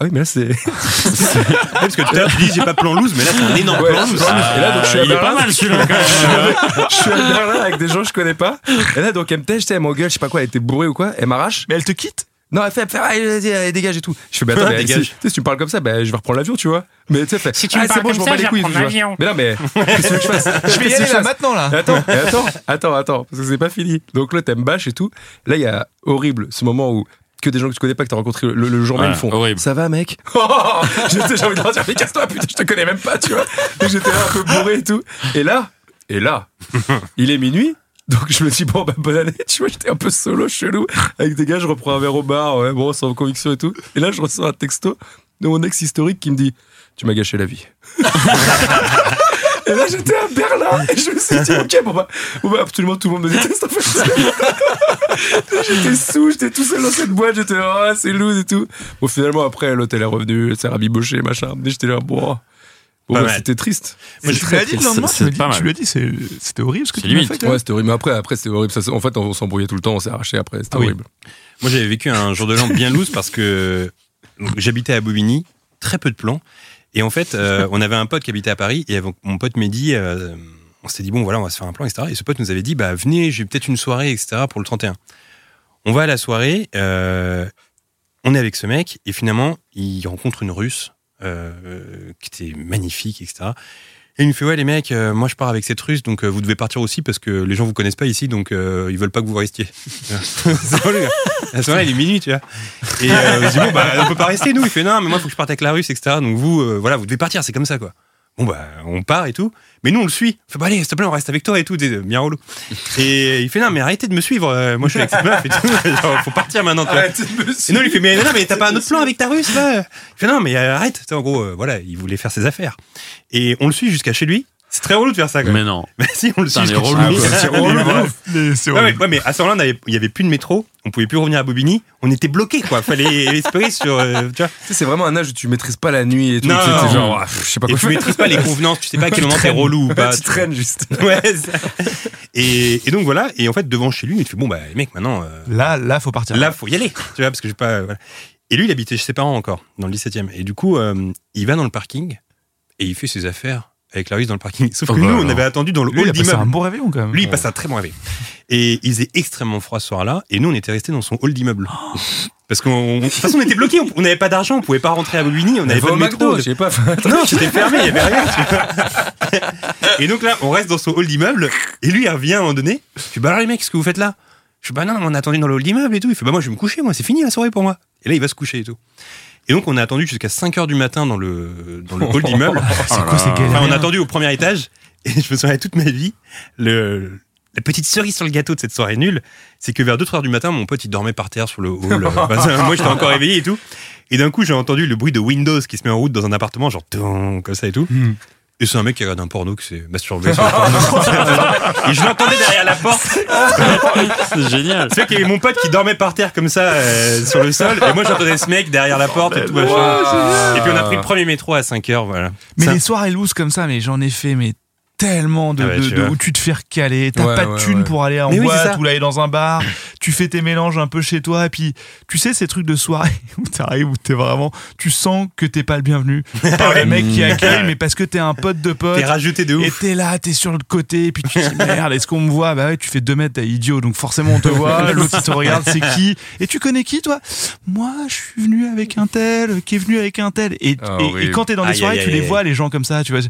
S4: ah oui, mais là, c'est.
S2: Parce que tout à l'heure, tu dis, j'ai pas plan loose, mais là, c'est
S5: Ah,
S2: un énorme
S4: Ouais,
S2: plan
S4: là, c'est
S2: loose.
S4: plan loose. Et là, donc, je suis à
S2: Ah, il est pas
S4: Berlin.
S2: mal celui-là, quand même.
S4: je suis à Berlin avec des gens que je connais pas. Et là, donc, elle me tèche, tu sais, elle m'engueule, je sais pas quoi, elle était bourrée ou quoi, elle m'arrache.
S5: Mais elle te quitte
S4: non, elle fait, elle fait, Ah, allez, vas-y, allez, dégage et tout. Je fais, bah attends, mais si,
S2: Dégage.
S4: tu sais, si tu me parles comme ça, bah, je vais reprendre l'avion, tu vois. Mais tu sais, elle fait,
S5: Si tu me
S4: ah, c'est
S5: parles
S4: bon, je m'en
S5: comme
S4: bats
S5: ça,
S4: les
S5: je vais
S4: couilles. tu vois.
S5: reprendre l'avion.
S4: Mais non, mais qu'est-ce que tu veux que je fasse
S5: Je vais y
S4: Qu'est-ce que
S5: aller
S4: je
S5: là
S4: fasse
S5: maintenant là.
S4: et Attends, et attends, attends, attends, parce que c'est pas fini. Donc l'autre, elle me bâche et tout. Là, il y a horrible ce moment où que des gens que tu connais pas, que t'as rencontré le, le jour même,
S6: Ouais,
S4: font
S6: horrible.
S4: Ça va, mec J'ai j'ai envie de leur dire, mais casse-toi, putain, je te connais même pas, tu vois. Donc, J'étais là un peu bourré et tout. Et là, et là, il est minuit. Donc je me dis bon bah bonne année, tu vois j'étais un peu solo chelou avec des gars je reprends un verre au bar ouais, bon sans conviction et tout et là je reçois un texto de mon ex historique qui me dit tu m'as gâché la vie. Et là, j'étais à Berlin et je me suis dit, ok, bon bah, bon bah, absolument tout le monde me déteste en fait. j'étais sous, j'étais tout seul dans cette boîte, j'étais, oh, c'est loose et tout. Bon, finalement, après, l'hôtel est revenu, c'est rabiboché, machin. Mais j'étais là, bon. oh. Bon,
S2: Pas
S4: bah,
S2: mal.
S4: c'était triste.
S5: Mais
S4: C'est
S5: tu
S4: très
S5: l'as dit le
S4: triste.
S5: lendemain,
S4: C'est-
S5: tu me
S4: c'est
S5: dis-
S4: pas mal.
S5: tu l'as dit, c'est- c'était horrible ce que tu m'as fait. quand même.
S4: Ouais, c'était horrible. Mais après, après c'était horrible. Ça, c'est- en fait, on s'embrouillait tout le temps, on s'est arraché après. C'était
S2: Ah oui.
S4: horrible.
S2: Moi, j'avais vécu un jour de l'an bien loose parce que donc, j'habitais à Bobigny, très peu de plans. Et en fait, euh, on avait un pote qui habitait à Paris et avec mon pote Mehdi, euh, on s'était dit, bon, voilà, on va se faire un plan, etc. Et ce pote nous avait dit, bah, venez, j'ai peut-être une soirée, etc. pour le 31. On va à la soirée, euh, on est avec ce mec et finalement, il rencontre une russe euh, qui était magnifique, etc. Et il me fait, ouais, les mecs, euh, moi je pars avec cette russe, donc euh, vous devez partir aussi parce que les gens vous connaissent pas ici, donc euh, ils veulent pas que vous restiez. C'est hein. vrai, le gars. à ce moment-là, il est minuit, tu vois. Et euh, je dis, bon, bah, on peut pas rester, nous. Il fait, non, mais moi, faut que je parte avec la russe, etc. Donc vous, euh, voilà, vous devez partir, c'est comme ça, quoi. Bon, bah, on part et tout. Mais nous, on le suit. On fait, bah, allez, s'il te plaît, on reste avec toi et tout. T'es bien relou. Et il fait, non, mais arrêtez de me suivre. euh, Moi, je suis avec cette meuf et tout. Genre, faut partir maintenant, tu vois. Et nous, il fait, mais non, mais t'as pas un autre plan avec ta russe, là Il fait, non, mais euh, arrête. Tu sais, en gros, euh, voilà, il voulait faire ses affaires. Et on le suit jusqu'à chez lui. C'est très relou de faire ça, quoi.
S6: Mais non.
S2: Bah, si, on le suit
S6: Putain, les
S2: jusqu'à chez
S6: relous,
S2: lui.
S5: C'est relou,
S6: quoi.
S2: Voilà.
S5: de ouf, mais c'est
S2: Ah Ouais,
S5: relou.
S2: ouais, ouais, mais à ce moment-là, on avait- il n'y avait plus de métro, on pouvait plus revenir à Bobigny, on était bloqué quoi. Fallait espérer sur. euh, tu vois.
S4: Tu sais, c'est vraiment un âge où tu maîtrises pas la nuit et tout.
S2: Non.
S4: tu sais, t'es genre, ah, pff, je sais pas
S2: Et
S4: quoi
S2: tu
S4: faire.
S2: maîtrises pas les convenances, tu sais pas à quel moment t'es
S4: traînes.
S2: relou ou pas.
S4: tu traînes juste.
S2: Ouais, c'est ça. et, et donc voilà, et en fait, devant chez lui, il te fait bon, bah, mec, maintenant, euh,
S5: Là, là, faut partir.
S2: là, faut y aller, tu vois, parce que j'ai pas. euh, voilà. Et lui, il habitait chez ses parents encore, dans le 17 e Et du coup, euh, il va dans le parking et il fait ses affaires avec la russe dans le parking. Sauf que
S6: Oh,
S2: nous,
S6: bah,
S2: on
S6: alors.
S2: avait attendu dans le
S5: lui, il
S2: hall
S5: a passé un
S2: d'immeuble.
S5: bon réveillon
S4: Euh,
S5: quand même.
S2: Lui, il passe un très bon réveil. Et il faisait extrêmement froid ce soir-là. Et nous, on était restés dans son hall d'immeuble. Parce qu'on, de toute façon, on était bloqués. on- On n'avait pas d'argent. On pouvait pas rentrer à Bobigny. On n'avait
S4: Va
S2: pas de
S4: au
S2: métro.
S4: McDo, je sais pas.
S2: Non, c'était fermé. Il y avait rien. tu vois. Et donc là, on reste dans son hall d'immeuble. Et lui, il revient à un moment donné. Je dis, bah alors, les mecs, qu'est-ce que vous faites là? Je dis, bah non, on a attendu dans le hall d'immeuble et tout. Il fait, bah moi, je vais me coucher. Moi, c'est fini la soirée pour moi. Et là, il va se coucher et tout. Et donc, on a attendu jusqu'à 5 heures du matin dans le, dans le hall d'immeuble.
S5: C'est quoi ces
S2: Enfin, on a
S5: galères
S2: attendu au premier étage, et je me souviens toute ma vie, le, la petite cerise sur le gâteau de cette soirée nulle, c'est que vers 2-3 heures du matin, mon pote, il dormait par terre sur le hall. Enfin, moi, j'étais encore éveillé et tout. Et d'un coup, j'ai entendu le bruit de Windows qui se met en route dans un appartement, genre, dong, comme ça et tout.
S6: Hmm.
S2: Et c'est un mec qui regarde un porno qui s'est masturbé. sur le porno. et je l'entendais derrière la porte.
S6: C'est génial.
S2: C'est vrai qu'il y avait mon pote qui dormait par terre comme ça euh, sur le sol. Et moi, j'entendais ce mec derrière la
S6: Bah
S2: porte et tout. machin. ah. Et puis, on a
S6: Ah.
S2: pris le premier métro à 5 heures. Voilà.
S5: Mais
S2: Ça-
S5: les soirées loose comme ça, mais j'en ai fait, mais tellement de,
S2: Ah ouais,
S5: de-
S2: tu
S5: de-
S2: vois.
S5: où tu te fais recaler, t'as
S4: Ouais,
S5: pas de
S4: ouais,
S5: thune
S4: ouais.
S5: pour aller en
S2: Mais oui, c'est
S5: boîte
S2: ça.
S5: ou aller dans un bar, tu fais tes mélanges un peu chez toi, et puis tu sais ces trucs de soirée où t'arrives, où t'es vraiment, tu sens que t'es pas le bienvenu par les mecs qui accueillent, mais parce que t'es un pote de pote.
S2: T'es rajouté de
S5: Et
S2: ouf.
S5: t'es là, t'es sur le côté, et puis tu te dis merde, est-ce qu'on me voit Bah ouais, tu fais 2 mètres, t'es idiot, donc forcément on te voit, l'autre il te regarde, c'est qui Et tu connais qui toi Moi, je suis venu avec un tel, qui est venu avec un tel. Et,
S4: Ah
S5: et-
S4: oui.
S5: et quand t'es dans les
S2: Aïe,
S5: soirées,
S2: aïe,
S5: tu les
S2: aïe.
S5: vois, les gens comme ça, tu vois,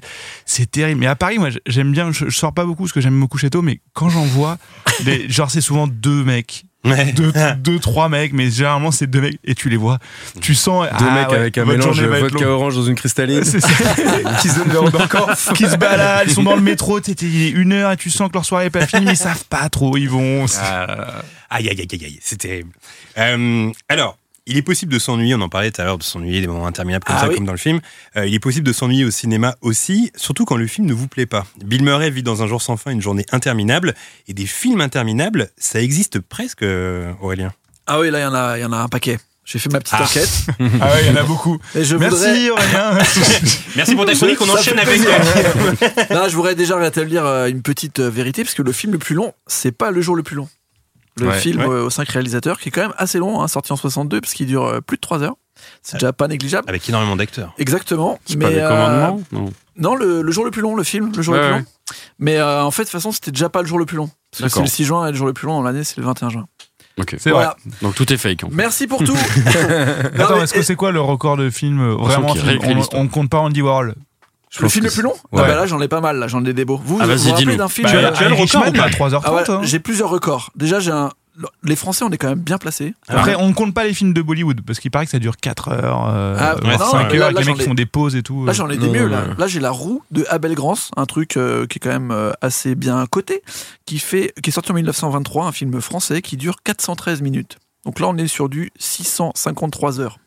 S5: c'est terrible. Mais à Paris, moi j'aime bien, je, je sors pas beaucoup parce que j'aime me coucher tôt, mais quand j'en vois, les- genre c'est souvent deux mecs.
S2: Ouais.
S5: Deux, deux, trois mecs, mais généralement c'est deux mecs, et tu les vois. Tu sens. ah
S4: Deux mecs avec un mélange
S5: de
S4: vodka orange dans une cristalline.
S5: C'est ça.
S4: Qui se donne de Rodorkorf.
S5: qui se baladent, ils sont dans le métro, t'es- t'es- il est une heure et tu sens que leur soirée est pas finie, mais ils savent pas trop, ils vont. c'est-
S2: Euh, Aïe, aïe, aïe, aïe, aïe, c'est terrible. Euh, alors, il est possible de s'ennuyer, on en parlait tout à l'heure, de s'ennuyer des moments interminables comme
S4: Ah
S2: ça,
S4: oui.
S2: comme dans le film. Euh, il est possible de s'ennuyer au cinéma aussi, surtout quand le film ne vous plaît pas. Bill Murray vit dans un jour sans fin une journée interminable, et des films interminables, ça existe presque, euh, Aurélien.
S3: Ah oui, là, il y, en a- il y en a un paquet. J'ai fait ma petite
S2: Ah.
S3: enquête.
S5: Ah ouais, il y en a beaucoup.
S3: Et je voudrais-
S5: Merci Aurélien.
S2: Merci pour ta chronique, on enchaîne avec... euh,
S3: Non, je voudrais déjà rétablir euh, une petite euh, vérité, parce que le film le plus long, c'est pas le jour le plus long. Le
S4: Ouais.
S3: film
S2: Ouais.
S3: euh, aux 5 réalisateurs, qui est quand même assez long, hein, sorti en 62, parce qu'il dure euh, plus de 3 heures. C'est déjà pas négligeable.
S2: Avec énormément d'acteurs.
S3: Exactement.
S6: C'est pas
S3: mais,
S6: des
S3: euh,
S6: commandements Non.
S3: Non, le, le jour le plus long, le film, le jour
S6: Ouais,
S3: le plus
S6: ouais.
S3: long. Mais euh, en fait, de toute façon, c'était déjà pas le jour le plus long. Parce que
S6: D'accord.
S3: c'est le 6 juin et le jour le plus long dans l'année, c'est le 21 juin.
S6: Ok.
S5: C'est
S3: Voilà.
S6: Donc tout est fake. en fait.
S3: Merci pour tout.
S5: vrai. Attends,
S3: Non, mais-
S5: est-ce que c'est quoi le record de films euh, vraiment
S6: qu'il
S5: film
S6: réécrit
S5: on,
S6: l'histoire.
S5: on compte pas Andy Warhol.
S3: le film le plus long Ah
S4: Ouais.
S3: bah là, j'en ai pas mal, là, j'en ai des beaux. Vous,
S6: Ah,
S3: vous
S6: vas-y,
S3: vous rappelez
S6: dis-nous.
S3: d'un film
S2: Bah,
S3: euh,
S2: tu as le record
S5: Irishman,
S2: ou pas
S5: à 3h30.
S3: Ah ouais,
S5: hein.
S3: j'ai plusieurs records. Déjà, j'ai un. Les Français, on est quand même bien placés.
S5: Après, on compte pas les films de Bollywood parce qu'il paraît que ça dure 4 heures, euh,
S3: Ah,
S5: voire
S2: ouais,
S5: 5
S3: non,
S5: heures,
S3: mais là,
S5: avec
S3: là,
S5: les mecs
S3: j'en
S5: qui
S3: ai-
S5: font des pauses et tout. euh,
S3: Là, j'en ai des
S4: non,
S3: mieux.
S4: non,
S3: Là,
S4: non.
S3: là j'ai la roue de Abel Grance, un truc euh, qui est quand même euh, assez bien coté, qui, fait, qui est sorti en 1923, un film français qui dure 413 minutes. Donc là, on est sur du 653 heures.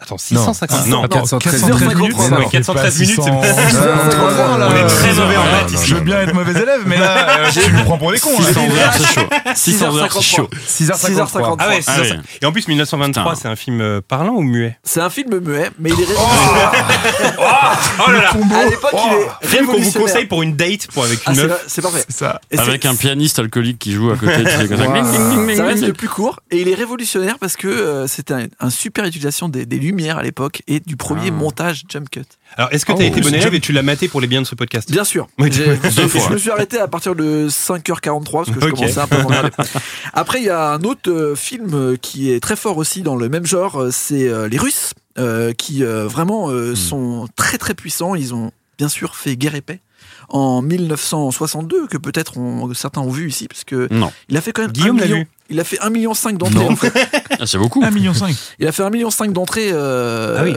S2: Attends,
S4: Non.
S2: 650 Non,
S4: 413
S3: 413
S4: minutes.
S3: minutes.
S4: Non,
S2: Ouais, 413 minutes, c'est-
S4: là.
S2: on est très
S4: Euh,
S2: mauvais en
S4: non,
S2: maths
S4: non,
S2: ici.
S5: Je veux bien être mauvais élève, mais là, euh, tu me prends pour des cons. hein.
S6: 600 heures, c'est chaud. 600 heures, c'est chaud.
S4: 6h53.
S3: 6h53.
S2: Ah ouais,
S6: Ah ouais.
S2: Et en plus, 1923,
S6: Putain.
S2: c'est un film euh, parlant ou muet
S3: C'est un film muet, mais il est
S2: Oh là là
S3: à l'époque,
S5: Oh,
S3: il est
S2: Film qu'on vous
S3: révolutionnaire.
S2: conseille pour une date pour avec une
S3: Ah, c'est
S2: meuf.
S3: la- c'est parfait.
S5: C'est ça.
S3: Et
S6: Avec
S3: c'est-
S6: un pianiste alcoolique qui joue à côté. tu sais, comme ça. Gling, gling, gling, gling,
S3: Ça reste
S6: gling.
S3: le plus court et il est révolutionnaire parce que euh, c'est un, un super utilisation des, des lumière à l'époque et du
S2: Ah.
S3: premier montage jump cut.
S2: Alors, est-ce que t'as
S3: Oh.
S2: été bon
S3: C'est
S2: élève
S3: jump-
S2: et tu l'as maté pour les biens de ce podcast
S3: Bien sûr.
S2: Oui,
S3: J'ai-
S2: deux
S3: Je
S2: fois.
S3: me suis arrêté à partir de 5h43 parce que je
S2: Ok.
S3: commençais un peu à m'en regarder. Après, il y a un autre euh, film euh, qui est très fort aussi dans le même genre, euh, c'est euh, Les Russes, euh, qui euh, vraiment euh,
S2: Hmm.
S3: sont très très puissants. Ils ont bien sûr fait guerre et paix en 1962, que peut-être on- certains ont vu ici, parce que
S6: Non.
S3: il a fait quand même
S2: Guillaume
S3: un
S2: l'a
S3: million,
S2: vu.
S3: il a fait 1,5 million d'entrées. en fait.
S6: Ah, c'est beaucoup.
S5: 1,5 million.
S3: Il a fait 1,5 million d'entrées euh,
S2: Ah oui.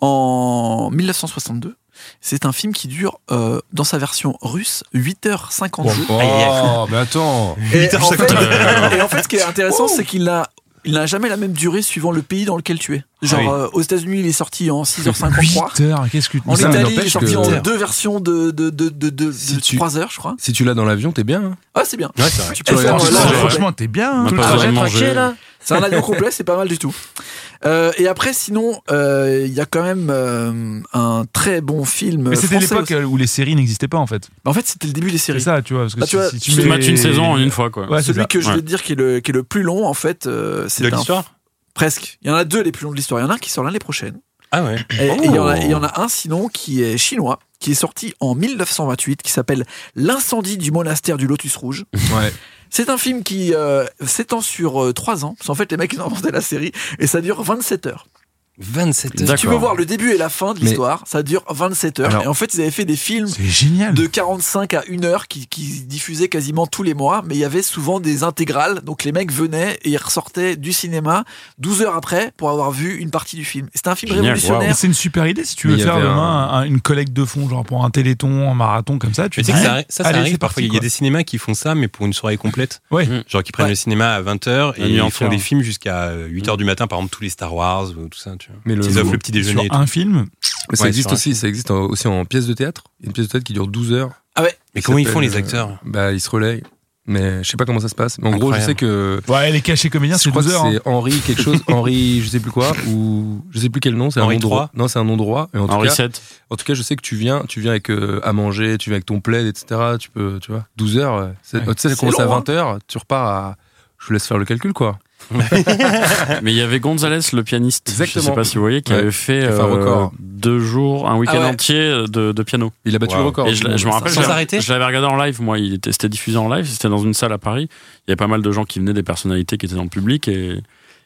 S3: en 1962. C'est un film qui dure, euh, dans sa version russe, 8h50 jours.
S4: Oh, mais attends.
S3: Et, en
S2: 8h50.
S3: fait, et en fait, ce qui est intéressant, c'est qu'il n'a il n'a jamais la même durée suivant le pays dans lequel tu es. Genre,
S2: Ah oui.
S3: euh, aux États-Unis, il est sorti en 6h53.
S5: Putain, qu'est-ce que tu
S3: En
S4: Ça
S3: Italie, il est
S4: n'empêche
S3: sorti
S4: que-
S3: en deux versions de, de, de, de, de,
S4: Si tu-
S3: 3 heures, je crois.
S4: Si tu l'as dans l'avion, t'es bien. hein.
S3: Ah, c'est bien.
S2: Ouais, c'est vrai.
S3: Tu
S4: peux regarder
S3: faire,
S4: ça,
S3: euh,
S6: ouais.
S3: là, franchement,
S5: Franchement, t'es bien. hein,
S6: Même pas besoin de manger.
S3: c'est un avion complet, c'est pas mal du tout. Euh, et après, sinon, euh, il y a quand même euh, un très bon film.
S5: Mais c'était
S3: français
S5: l'époque euh,
S3: aussi.
S5: où les séries n'existaient pas en fait.
S3: En fait, c'était le début des
S5: C'est
S3: séries.
S5: ça, tu vois. Parce que
S3: Bah,
S5: si,
S3: tu vois,
S5: si
S6: Tu te mates une saison en une fois, quoi.
S5: Ouais, c'est
S3: Celui
S5: ça.
S3: hein. que je
S6: Ouais.
S3: vais te dire qui est le, qui est le plus long, en fait, euh,
S2: De
S3: c'est un.
S2: l'histoire
S3: Presque. Il y en a deux les plus longs de l'histoire. Il y en a un qui sort l'année prochaine.
S2: Ah ouais.
S3: Et et il y, en a- et il y en a un sinon qui est chinois, qui est sorti en 1928, qui s'appelle L'incendie du monastère du Lotus Rouge.
S4: Ouais.
S3: C'est un film qui euh, s'étend sur euh, trois ans. Parce qu'en fait, les mecs, ils ont inventé la série et ça dure 27 heures.
S4: 27
S3: Si tu veux voir le début et la fin de
S4: Mais-
S3: l'histoire, ça dure 27 heures.
S4: Alors-
S3: et en fait, ils avaient fait des films
S5: C'est génial.
S3: de 45 à 1 heure qui, qui diffusaient quasiment tous les mois, mais il y avait souvent des intégrales. Donc les mecs venaient et ils ressortaient du cinéma 12 heures après pour avoir vu une partie du film. C'était un film
S6: Génial,
S5: Et
S3: révolutionnaire.
S5: C'est une super idée si tu
S4: Mais
S5: veux
S4: il y
S5: faire
S4: avait
S5: demain
S4: un-
S5: un- une collecte de fonds, genre pour un téléthon, un marathon comme ça.
S2: Tu
S5: Tu
S2: sais
S5: dis,
S2: que
S5: ouais,
S2: ça, arri- ça, ça
S5: allez,
S2: arrive
S5: c'est
S2: parfois.
S5: parti,
S2: Il y a
S5: quoi.
S2: des cinémas qui font ça, mais pour une soirée complète.
S5: Ouais.
S2: Mm. Genre qui prennent
S3: Ouais.
S2: le cinéma à 20h
S6: La
S2: et
S6: nuit
S2: ils
S6: en
S2: font
S6: fer.
S2: des films jusqu'à 8h du matin, par exemple tous les Star Wars ou tout ça. Tu vois.
S4: Mais le-
S2: Ils offrent le petit déjeuner. et
S5: sur
S2: tout.
S5: un film.
S4: Mais ça
S2: Ouais,
S4: existe
S2: c'est vrai.
S4: aussi, ça existe en- aussi en pièce de théâtre. Il y a Une pièce de théâtre qui dure 12 heures.
S3: Ah ouais.
S2: Mais comment ils
S4: s'appelle,
S2: font les
S4: euh,
S2: acteurs
S4: Bah, ils se relaient. Mais je sais pas comment ça se passe. Mais en gros, je
S2: Incroyable.
S4: sais que.
S5: Ouais, les cachets comédiens,
S4: Je
S5: c'est
S4: crois
S5: 12
S4: que
S5: heures. hein.
S4: c'est Henri quelque chose, Henri je sais plus quoi, ou je sais plus quel nom, c'est un
S2: Henri
S4: nom droit.
S2: III.
S4: Non, c'est un nom droit. Et en, tout
S6: Henri
S4: cas,
S6: VII.
S4: en tout cas, je sais que tu viens, tu viens avec euh, à manger, tu viens avec ton plaid, etc. Tu peux, tu vois, 12 heures. euh, c'est-
S5: Ouais.
S4: oh, Tu sais, ça
S3: C'est
S4: commence à
S3: long, hein.
S4: 20 heures, tu repars à. Je vous laisse faire le calcul, quoi.
S6: Mais il y avait Gonzalez, le pianiste. Je sais
S4: Exactement.
S6: pas si vous voyez, qui
S4: Ouais.
S6: avait fait
S4: Qui a fait un
S6: euh,
S4: record.
S6: deux jours, un week-end
S3: Ah ouais.
S6: entier euh, de, de piano.
S4: Il a battu
S2: Wow.
S4: le record.
S6: et je, l'a- je me rappelle,
S2: Sans
S6: je l'a-
S2: arrêter
S6: je l'avais regardé en live. Moi, il était, c'était diffusé en live. C'était dans une salle à Paris. Il y avait pas mal de gens qui venaient, des personnalités qui étaient dans le public et,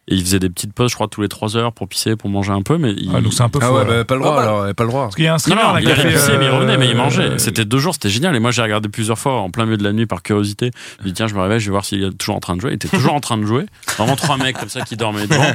S6: et ils faisaient des petites pauses, je crois, tous les trois heures pour pisser, pour manger un peu. Mais il-
S5: Ah, donc c'est un peu
S4: Ah
S5: fou.
S4: ouais,
S5: alors.
S4: bah, pas le droit,
S3: Ah bah.
S4: alors, pas le droit.
S5: Parce qu'il y a un
S6: Non,
S5: streamer
S6: non,
S5: là,
S6: il
S5: qui a
S6: allait
S5: fait,
S6: pisser, mais il
S5: euh,
S6: revenait, mais il mangeait. C'était deux jours, c'était génial. Et moi, j'ai regardé plusieurs fois en plein milieu de la nuit par curiosité. Je me dis, tiens, je me réveille, je vais voir s'il est toujours en train de jouer. Il était toujours en train de jouer. Vraiment trois mecs comme ça qui dormaient devant.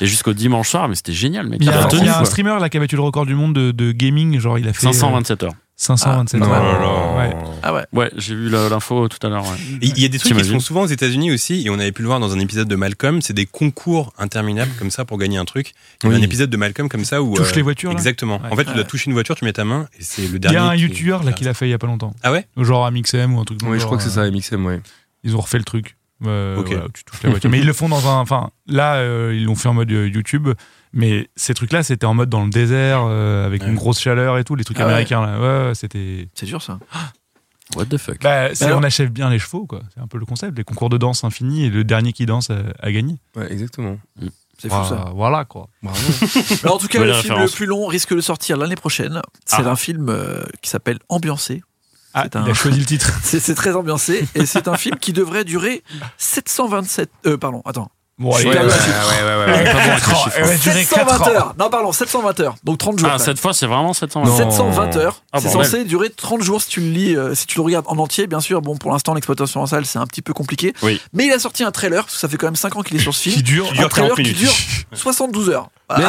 S6: Et jusqu'au dimanche soir, mais c'était génial, mec. Ah,
S5: Il y
S6: Il
S5: a,
S6: a
S5: un-
S6: tenu,
S5: il y a un
S6: quoi.
S5: streamer là qui a battu le record du monde de, de gaming, genre il a fait euh,
S6: 527 heures.
S5: 527
S4: Non.
S5: heures. Ouais.
S3: Ah ouais.
S6: Ouais, j'ai vu la- l'info tout à l'heure. ouais.
S2: Et Il y a des trucs qui se
S6: T'imagines
S2: font souvent aux États-Unis aussi, et on avait pu le voir dans un épisode de Malcolm, c'est des concours interminables comme ça pour gagner un truc. Il y a
S4: Oui.
S2: un épisode de Malcolm comme ça où.
S5: Touche
S2: euh,
S5: les voitures, là.
S2: Exactement.
S5: Ouais.
S2: En fait, tu dois
S3: Ouais.
S2: toucher une voiture, tu mets ta main, et c'est le
S5: Il y
S2: dernier.
S5: a un
S2: qui-
S5: youtubeur là qui l'a fait il y a pas longtemps.
S2: Ah ouais
S5: Genre un mixem ou un truc. dans le
S4: Oui, je
S5: genre,
S4: crois que c'est
S5: euh,
S4: ça, MXM, ouais.
S5: Ils ont refait le truc. Euh,
S2: Ok.
S5: voilà, tu touches la voiture. mais ils le font dans un. Enfin, là, euh, ils l'ont fait en mode euh, YouTube. Mais ces trucs-là, c'était en mode dans le désert, euh, avec
S2: Ouais.
S5: une grosse chaleur et tout, les trucs
S3: Ah ouais.
S5: américains. Là. Ouais, ouais, c'était.
S3: C'est dur ça.
S6: What the fuck.
S5: Bah, c'est-
S3: alors-
S5: on achève bien les chevaux, quoi. C'est un peu le concept. Les concours de danse infinis et le dernier qui danse a, a gagné.
S4: Ouais, exactement.
S3: C'est fou
S5: Voilà,
S3: ça.
S5: Euh, voilà, quoi.
S4: Bravo.
S3: Mais en tout cas,
S6: Belle
S3: le film le
S6: référence.
S3: plus long risque de sortir l'année prochaine. C'est
S6: Ah.
S3: un film euh, qui s'appelle Ambiancé.
S5: Ah, il
S3: C'est un-
S5: a choisi le titre.
S3: C'est c'est très ambiancé et c'est un film qui devrait durer 727. Euh, pardon, attends.
S5: Bon,
S3: Je
S5: allez,
S3: suis perdu à la chiffre.
S5: Quatre ans, elle va durer
S3: 720
S5: quatre ans.
S3: heures. Non, pardon, 720 heures. Donc 30 jours.
S5: bah,
S6: Ah,
S3: quand
S6: cette fois, c'est vraiment 720.
S4: Non.
S3: 720 heures.
S6: Ah,
S3: c'est
S6: bordel.
S3: censé durer 30 jours si tu le lis, euh, si tu le regardes en entier, bien sûr. Bon, pour l'instant, l'exploitation en salle, c'est un petit peu compliqué.
S6: Oui.
S3: Mais il a sorti un trailer, parce que ça fait quand même 5 ans qu'il est sur ce
S5: Qui
S3: film.
S5: dure.
S3: un trailer
S2: 40
S3: qui
S2: minutes.
S3: dure 72 heures.
S4: Mais non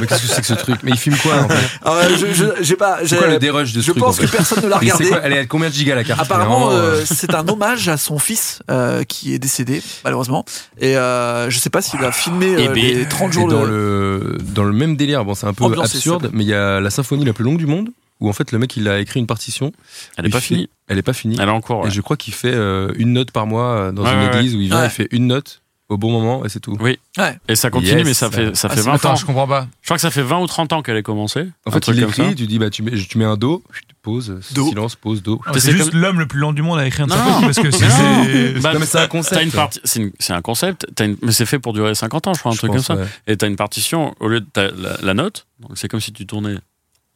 S4: Mais qu'est-ce que c'est que ce truc Mais il filme quoi en fait
S3: Euh, Ah, je, je- j'ai pas,
S4: C'est
S3: j'ai-
S4: quoi le dérush de ce
S3: je
S4: truc
S3: pense
S4: en fait
S3: que personne ne l'a
S4: Mais c'est
S3: regardé.
S4: quoi Elle est à combien de gigas la carte
S3: Apparemment,
S4: Vraiment,
S3: euh, c'est un hommage à son fils euh, qui est décédé, malheureusement. Et euh, je sais pas s'il a filmé euh,
S6: Eh ben,
S3: les 30 jours
S4: Et dans
S3: de...
S4: le dans le même délire. Bon, c'est un peu
S3: Ambiance,
S4: absurde,
S3: c'est
S4: mais il y a la symphonie la plus longue du monde où en fait le mec il a écrit une partition.
S6: Elle est
S4: Il
S6: pas
S4: fait-
S6: finie.
S4: Elle est pas finie.
S6: Elle est en cours. ouais.
S4: Et je crois qu'il fait euh, une note par mois euh, dans
S6: Ouais,
S4: une
S6: ouais,
S4: église où il vient,
S3: Ouais.
S4: il fait une note. au bon moment et c'est tout.
S6: Oui.
S3: Ouais.
S6: Et ça continue,
S4: Yes.
S6: mais ça fait, ça
S5: Ah,
S6: fait
S5: c'est-
S6: 20
S5: attends,
S6: ans.
S5: je comprends pas.
S6: Je crois que ça fait 20 ou 30 ans qu'elle a commencé.
S4: En
S6: un
S4: fait,
S6: truc
S4: il
S6: comme ça.
S4: écrit, tu dis, bah, tu mets, tu mets un do, pause,
S3: Do.
S4: silence, pause, do.
S5: Ah, C'est
S6: C'est
S5: juste l'homme le plus lent du monde à écrire un
S6: Non,
S5: truc
S6: non,
S5: parce que c'est.
S6: non.
S5: c'est-
S6: Bah,
S4: Non, mais c'est un
S6: t'as-
S4: concept.
S6: t'as une parti- C'est une- c'est un concept, t'as une- mais c'est fait pour durer 50 ans, je crois, un
S4: Je
S6: truc
S4: pense,
S6: comme ça.
S4: ouais.
S6: Et t'as une partition, au lieu de t'as la, la note, donc c'est comme si tu tournais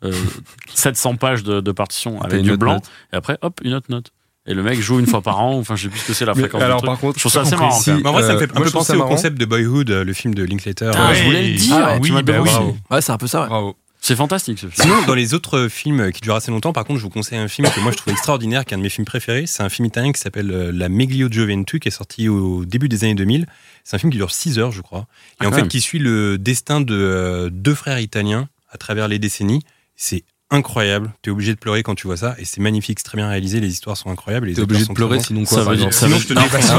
S6: euh, 700 pages de, de partition
S4: T'as
S6: avec
S4: une
S6: du
S4: autre
S6: blanc,
S4: note.
S6: et après, hop, une autre note. Et le mec joue une fois par an, enfin je sais plus ce que c'est la
S4: Mais
S6: fréquence. du
S4: alors,
S6: truc.
S4: par contre,
S6: je trouve ça
S4: j'ai
S6: assez
S4: compris.
S6: marrant.
S4: Si,
S6: quand même.
S2: Mais en vrai, ça
S4: Euh,
S2: me fait un
S4: moi, je
S2: peu
S4: trouve
S2: penser
S4: ça
S2: au
S4: marrant.
S2: concept de Boyhood, euh, le film de Linklater.
S6: Ah,
S2: Euh,
S6: je voulais le dire,
S5: Ah,
S6: tu
S5: oui,
S6: m'as
S5: bah
S6: bien
S5: oui.
S6: bravo.
S3: Ouais, c'est un peu ça. ouais.
S4: Bravo.
S6: C'est fantastique ce film.
S2: Sinon, dans les autres films qui durent assez longtemps, par contre, je vous conseille un film que moi je trouve extraordinaire, qui est un de mes films préférés. C'est un film italien qui s'appelle euh, La Meglio Gioventù, qui est sorti au début des années 2000. C'est un film qui dure 6 heures, je crois. Et
S6: Ah,
S2: en
S6: quand
S2: fait,
S6: même.
S2: qui suit le destin de euh, deux frères italiens à travers les décennies. C'est incroyable. T'es obligé de pleurer quand tu vois ça. Et c'est magnifique, c'est très bien réalisé. Les histoires sont incroyables. et les
S4: T'es
S2: acteurs
S4: obligé
S2: sont
S4: de pleurer,
S2: très bons.
S4: sinon quoi
S6: Ça
S4: par
S6: veut dire-
S4: exemple
S6: ça veut-
S2: Sinon, je te
S6: non,
S2: défonce.
S6: ça